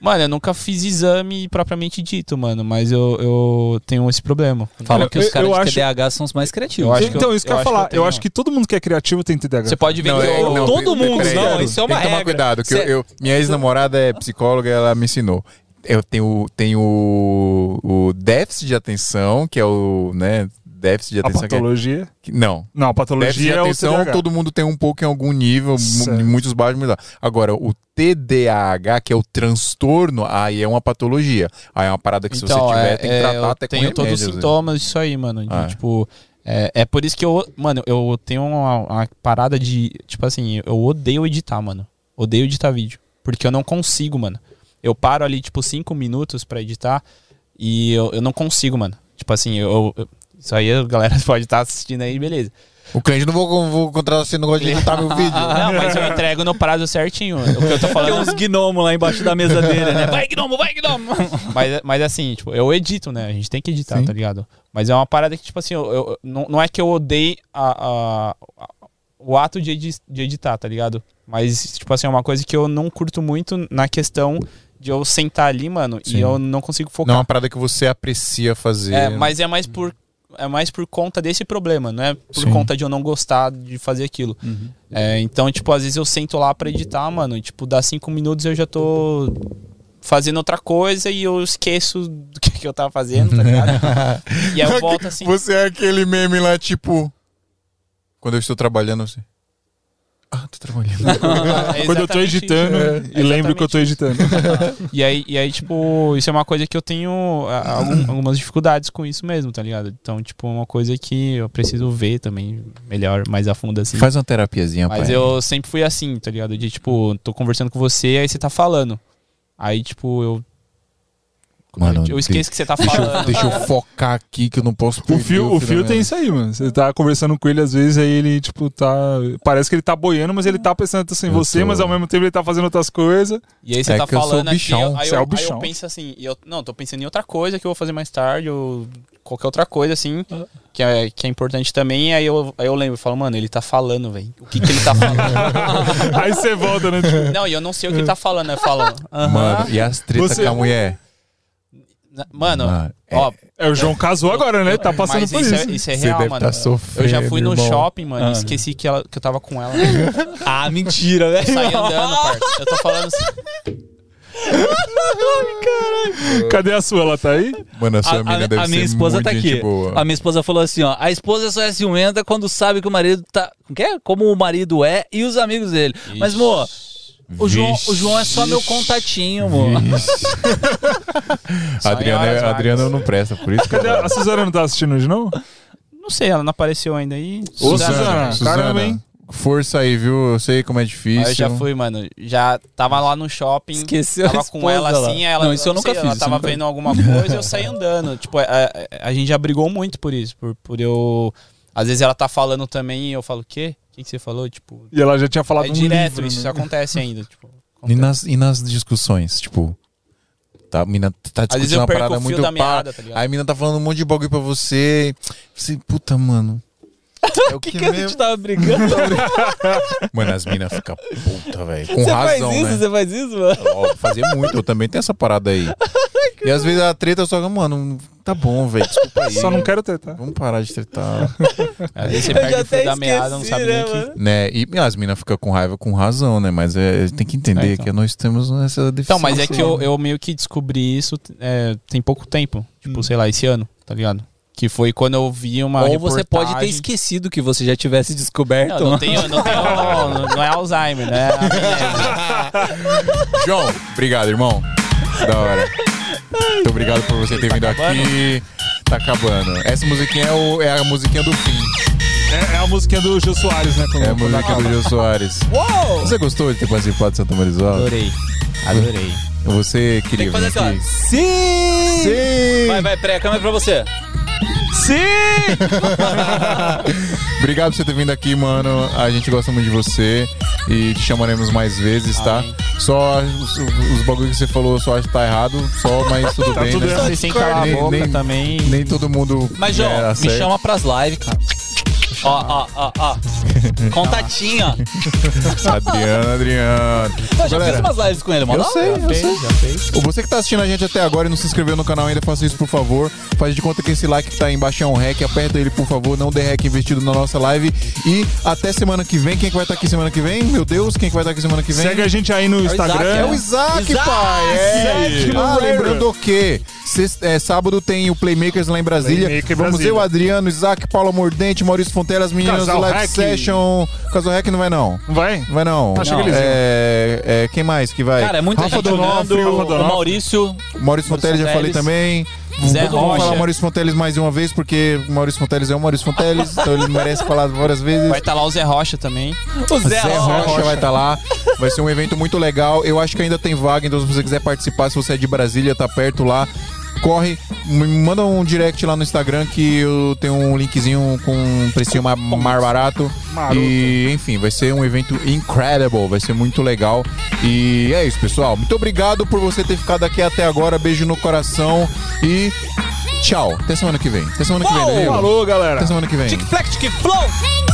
Mano, eu nunca fiz exame propriamente dito, mano, mas eu, eu tenho esse problema. Falam Eu- que os eu- caras eu de acho- TDAH são os mais criativos. Eu acho que Então, isso que eu eu ia acho que falar. eu tenho. Eu acho que todo mundo que é criativo tem TDAH. Você pode ver Não, que é- eu- não, todo peraí, mundo, peraí. não, isso é uma Tem que tomar regra. cuidado, que Cê- eu, eu- minha ex-namorada é psicóloga, ela me ensinou. Eu tenho, tenho o, o déficit de atenção, que é o, né, déficit de A atenção. que é- patologia. que- não, Não, déficit a de patologia é o atenção, TDAH. todo mundo tem um pouco em algum nível, mu- Certo. em muitos baixos, muitos altos. Agora, o TDAH, que é o transtorno, aí é uma patologia. Aí é uma parada que se você tiver, é- tem é, que tratar eu até com tenho todos os remédios, né? sintomas disso aí, mano. de, Ah, é. Tipo, é, é por isso que eu, mano, eu tenho uma, uma parada de, tipo assim, eu odeio editar, mano. Odeio editar vídeo, porque eu não consigo, mano. Eu paro ali tipo cinco minutos pra editar e eu, eu não consigo, mano. Tipo assim, eu, eu- isso aí a galera pode estar assistindo aí, beleza. O cliente não vou, vou contratar você, não gosta de editar meu vídeo. Não, mas eu entrego no prazo certinho. O que eu tô Tem falando é uns gnomos lá embaixo da mesa dele, né? Vai, gnomo, vai, gnomo! Mas, mas assim, tipo, eu edito, né? A gente tem que editar, tá ligado? Mas é uma parada que, tipo assim, eu, eu- não, não é que eu odeie a, a- a- o ato de, edi- de editar, tá ligado? Mas, tipo assim, é uma coisa que eu não curto muito na questão de eu sentar ali, mano, Sim. e eu não consigo Não é focar. uma parada que você aprecia fazer. né? é, mas é mais por. É mais por conta desse problema, não é por Sim. conta de eu não gostar de fazer aquilo. Uhum. É, então, tipo, às vezes eu sento lá pra editar, mano. E, tipo, dá cinco minutos eu já tô fazendo outra coisa e eu esqueço do que, que eu tava fazendo, tá ligado? e aí eu volto assim. Você é aquele meme lá, tipo. Quando eu estou trabalhando, assim. Ah, tô trabalhando. é Quando eu tô exatamente É, editando é, isso. e lembro que eu tô editando. E aí, e aí, tipo, isso é uma coisa que eu tenho a- algum- algumas dificuldades com isso mesmo, tá ligado? Então, tipo, é uma coisa que eu preciso ver também melhor, mais a fundo assim. Faz uma terapiazinha, Mas eu sempre fui assim, tá ligado? De tipo, tô conversando com você, aí você tá falando. Aí, tipo, eu. Mano, eu esqueço que você tá Deixa falando. eu, deixa eu focar aqui que eu não posso O perder fio, o fio da meada. tem isso aí, mano. Você tá conversando com ele, às vezes, aí ele, tipo, tá. Parece que ele tá boiando, mas ele tá prestando atenção em Eu você, tô- mas ao mesmo tempo ele tá fazendo outras coisas. E aí você É tá que eu sou falando bichão. aqui, aí Você eu, é o aí eu bichão. penso assim, e eu, não, tô pensando em outra coisa que eu vou fazer mais tarde, ou qualquer outra coisa, assim, que é, que é importante também, aí eu, aí eu lembro, eu falo, mano, ele tá falando, velho, o que que ele tá falando? aí você volta, né? Tipo, não, e eu não sei o que ele tá falando, eu falo, "Ah, aham. Mano, e as tretas Você- com a mulher? Na- mano, Mano, ó, é, o João casou agora, né? Tá passando mas por isso isso. é, isso é Você real, deve mano. tá sofrendo. eu já fui no irmão. shopping, mano, e Ah. esqueci que, ela, que eu tava com ela. Ah, mentira, velho. Saí andando, parça. Eu tô falando assim. é Cadê a sua? Ela tá aí? Mano, a A, sua mina a- deve a ser minha esposa muito tá gente aqui. boa. A minha esposa falou assim, ó. A esposa só é ciumenta quando sabe que o marido tá... Como que é? Como o marido é e os amigos dele. Mas, amor, o João, o João é só meu contatinho, amor. A Adriana, horas a Adriana é não presta, por isso que Cadê a, ela... a Suzana não tá assistindo hoje, não? um- Não sei, ela não apareceu ainda aí. Ô, Suzana, caramba, hein? Força aí, viu? Eu sei como é difícil. Aí eu já fui, mano. Já tava lá no shopping. Esqueceu a Tava com esposa ela lá. assim, aí ela. Não, isso eu nunca sei, fiz, Ela isso eu tava nunca vendo alguma coisa eu saí andando. Tipo, a, a- a gente já brigou muito por isso. Por, por eu. Às vezes ela tá falando também e eu falo, o quê? O que, que você falou? Tipo. E ela já tinha falado É um direto, livro, isso né? acontece ainda. Tipo, E acontece. nas, e nas discussões, tipo. Tá, a mina tá Às vezes discutindo eu uma perco parada o muito fio da pá. meada, tá ligado? Aí a mina tá falando um monte de bagulho pra você. Você, puta, mano. É o O que, que, que a gente mesmo? tava brigando? Mano, as minas ficam puta, velho. Com Você razão, faz isso? né? Você faz isso, mano? Ó, fazer muito, eu também tenho essa parada aí. e às vezes a treta só, mano, tá bom, velho. Desculpa aí. Só não quero tá? tretar. Vamos parar de tretar. Às vezes você Eu já perde o até fio da esqueci, meada, não sabe nem né, o que. mano? né? E as minas ficam com raiva com razão, né? Mas é, tem que entender É, então. que nós temos essa deficiência. Então, mas é que eu, eu meio que descobri isso é, tem pouco tempo. Tipo, sei lá, esse ano, tá ligado? Que foi quando eu vi uma. Ou você pode ter reportagem- esquecido que você já tivesse descoberto. Não, não tenho, não tenho. Não, não é Alzheimer, né? João, obrigado, irmão. Da hora. Muito obrigado por você ter vindo aqui. Tá acabando. Essa musiquinha é, o- é a musiquinha do fim. É, é a musiquinha do Gil Soares, né? Quando- É a quando musiquinha acaba. do Gil Soares. Uou! Você gostou de ter participado de Santa Marisol? Adorei. Adorei. Você Tem queria que vir fazer aqui? aquela. Sim! Vai, vai, pré, a câmera é pra você. Sim! Obrigado por você ter vindo aqui, mano. A gente gosta muito de você e te chamaremos mais vezes, tá? Amém. Só os, os bagulho que você falou, eu só acho que tá errado, só, mas tudo Tá bem, tudo né? errado. Vocês têm que calar a Nem- boca nem- também. Nem todo mundo. Mas, João, é, me acerta. chama pras lives, cara. Ó, ó, ó, ó. Contatinho, ó. Então, Adriano, Adriano. Eu já fiz Galera, umas lives com ele, mano. eu sei, eu sei. Já fez? Ou Você que tá assistindo a gente até agora e não se inscreveu no canal ainda, faça isso por favor. Faz de conta que esse like que tá aí embaixo é um rec, aperta ele por favor, não dê rec investido na nossa live. E até semana que vem. Quem é que vai estar aqui semana que vem? Meu Deus, quem é que vai estar aqui semana que vem? Segue a gente aí no Instagram. Isaac, É o Isaac, Isaac! pai! É. Isaac Ah, Moreira. lembrando que sexta- é, sábado tem o Playmakers lá em Brasília. Playmaker Vamos Brasília. ver o Adriano, Isaac, Paula Mordente, Maurício Fontela, as meninas Casal do Live Rec. Tá Session. Casal Rec não vai não. Vai. Não vai não. Achei que Não. eles iam. É, é, quem mais que vai? Cara, é muita Rafa gente Donofrio, olhando. Rafa O Donofrio. Maurício. Maurício Fonteles, já falei Fonteles. também. Zé Vamos Rocha. falar Maurício Fonteles mais uma vez, porque o Maurício Fonteles é o Maurício Fonteles, então ele merece falar várias vezes. Vai estar lá o Zé Rocha também. O Zé, Zé Rocha. Rocha vai estar lá. Vai ser um evento muito legal. Eu acho que ainda tem vaga, então se você quiser participar, se você é de Brasília, tá perto lá, corre, me manda um direct lá no Instagram que eu tenho um linkzinho com um precinho ma- mais barato. Maroto. E, enfim, vai ser um evento incredible, vai ser muito legal. E é isso, pessoal. Muito obrigado por você ter ficado aqui até agora. Beijo no coração e tchau. Até semana que vem. Até semana que vem, Danilo. Falou, galera. Tá Até semana que vem. Tic-flex, tic-flow. Bring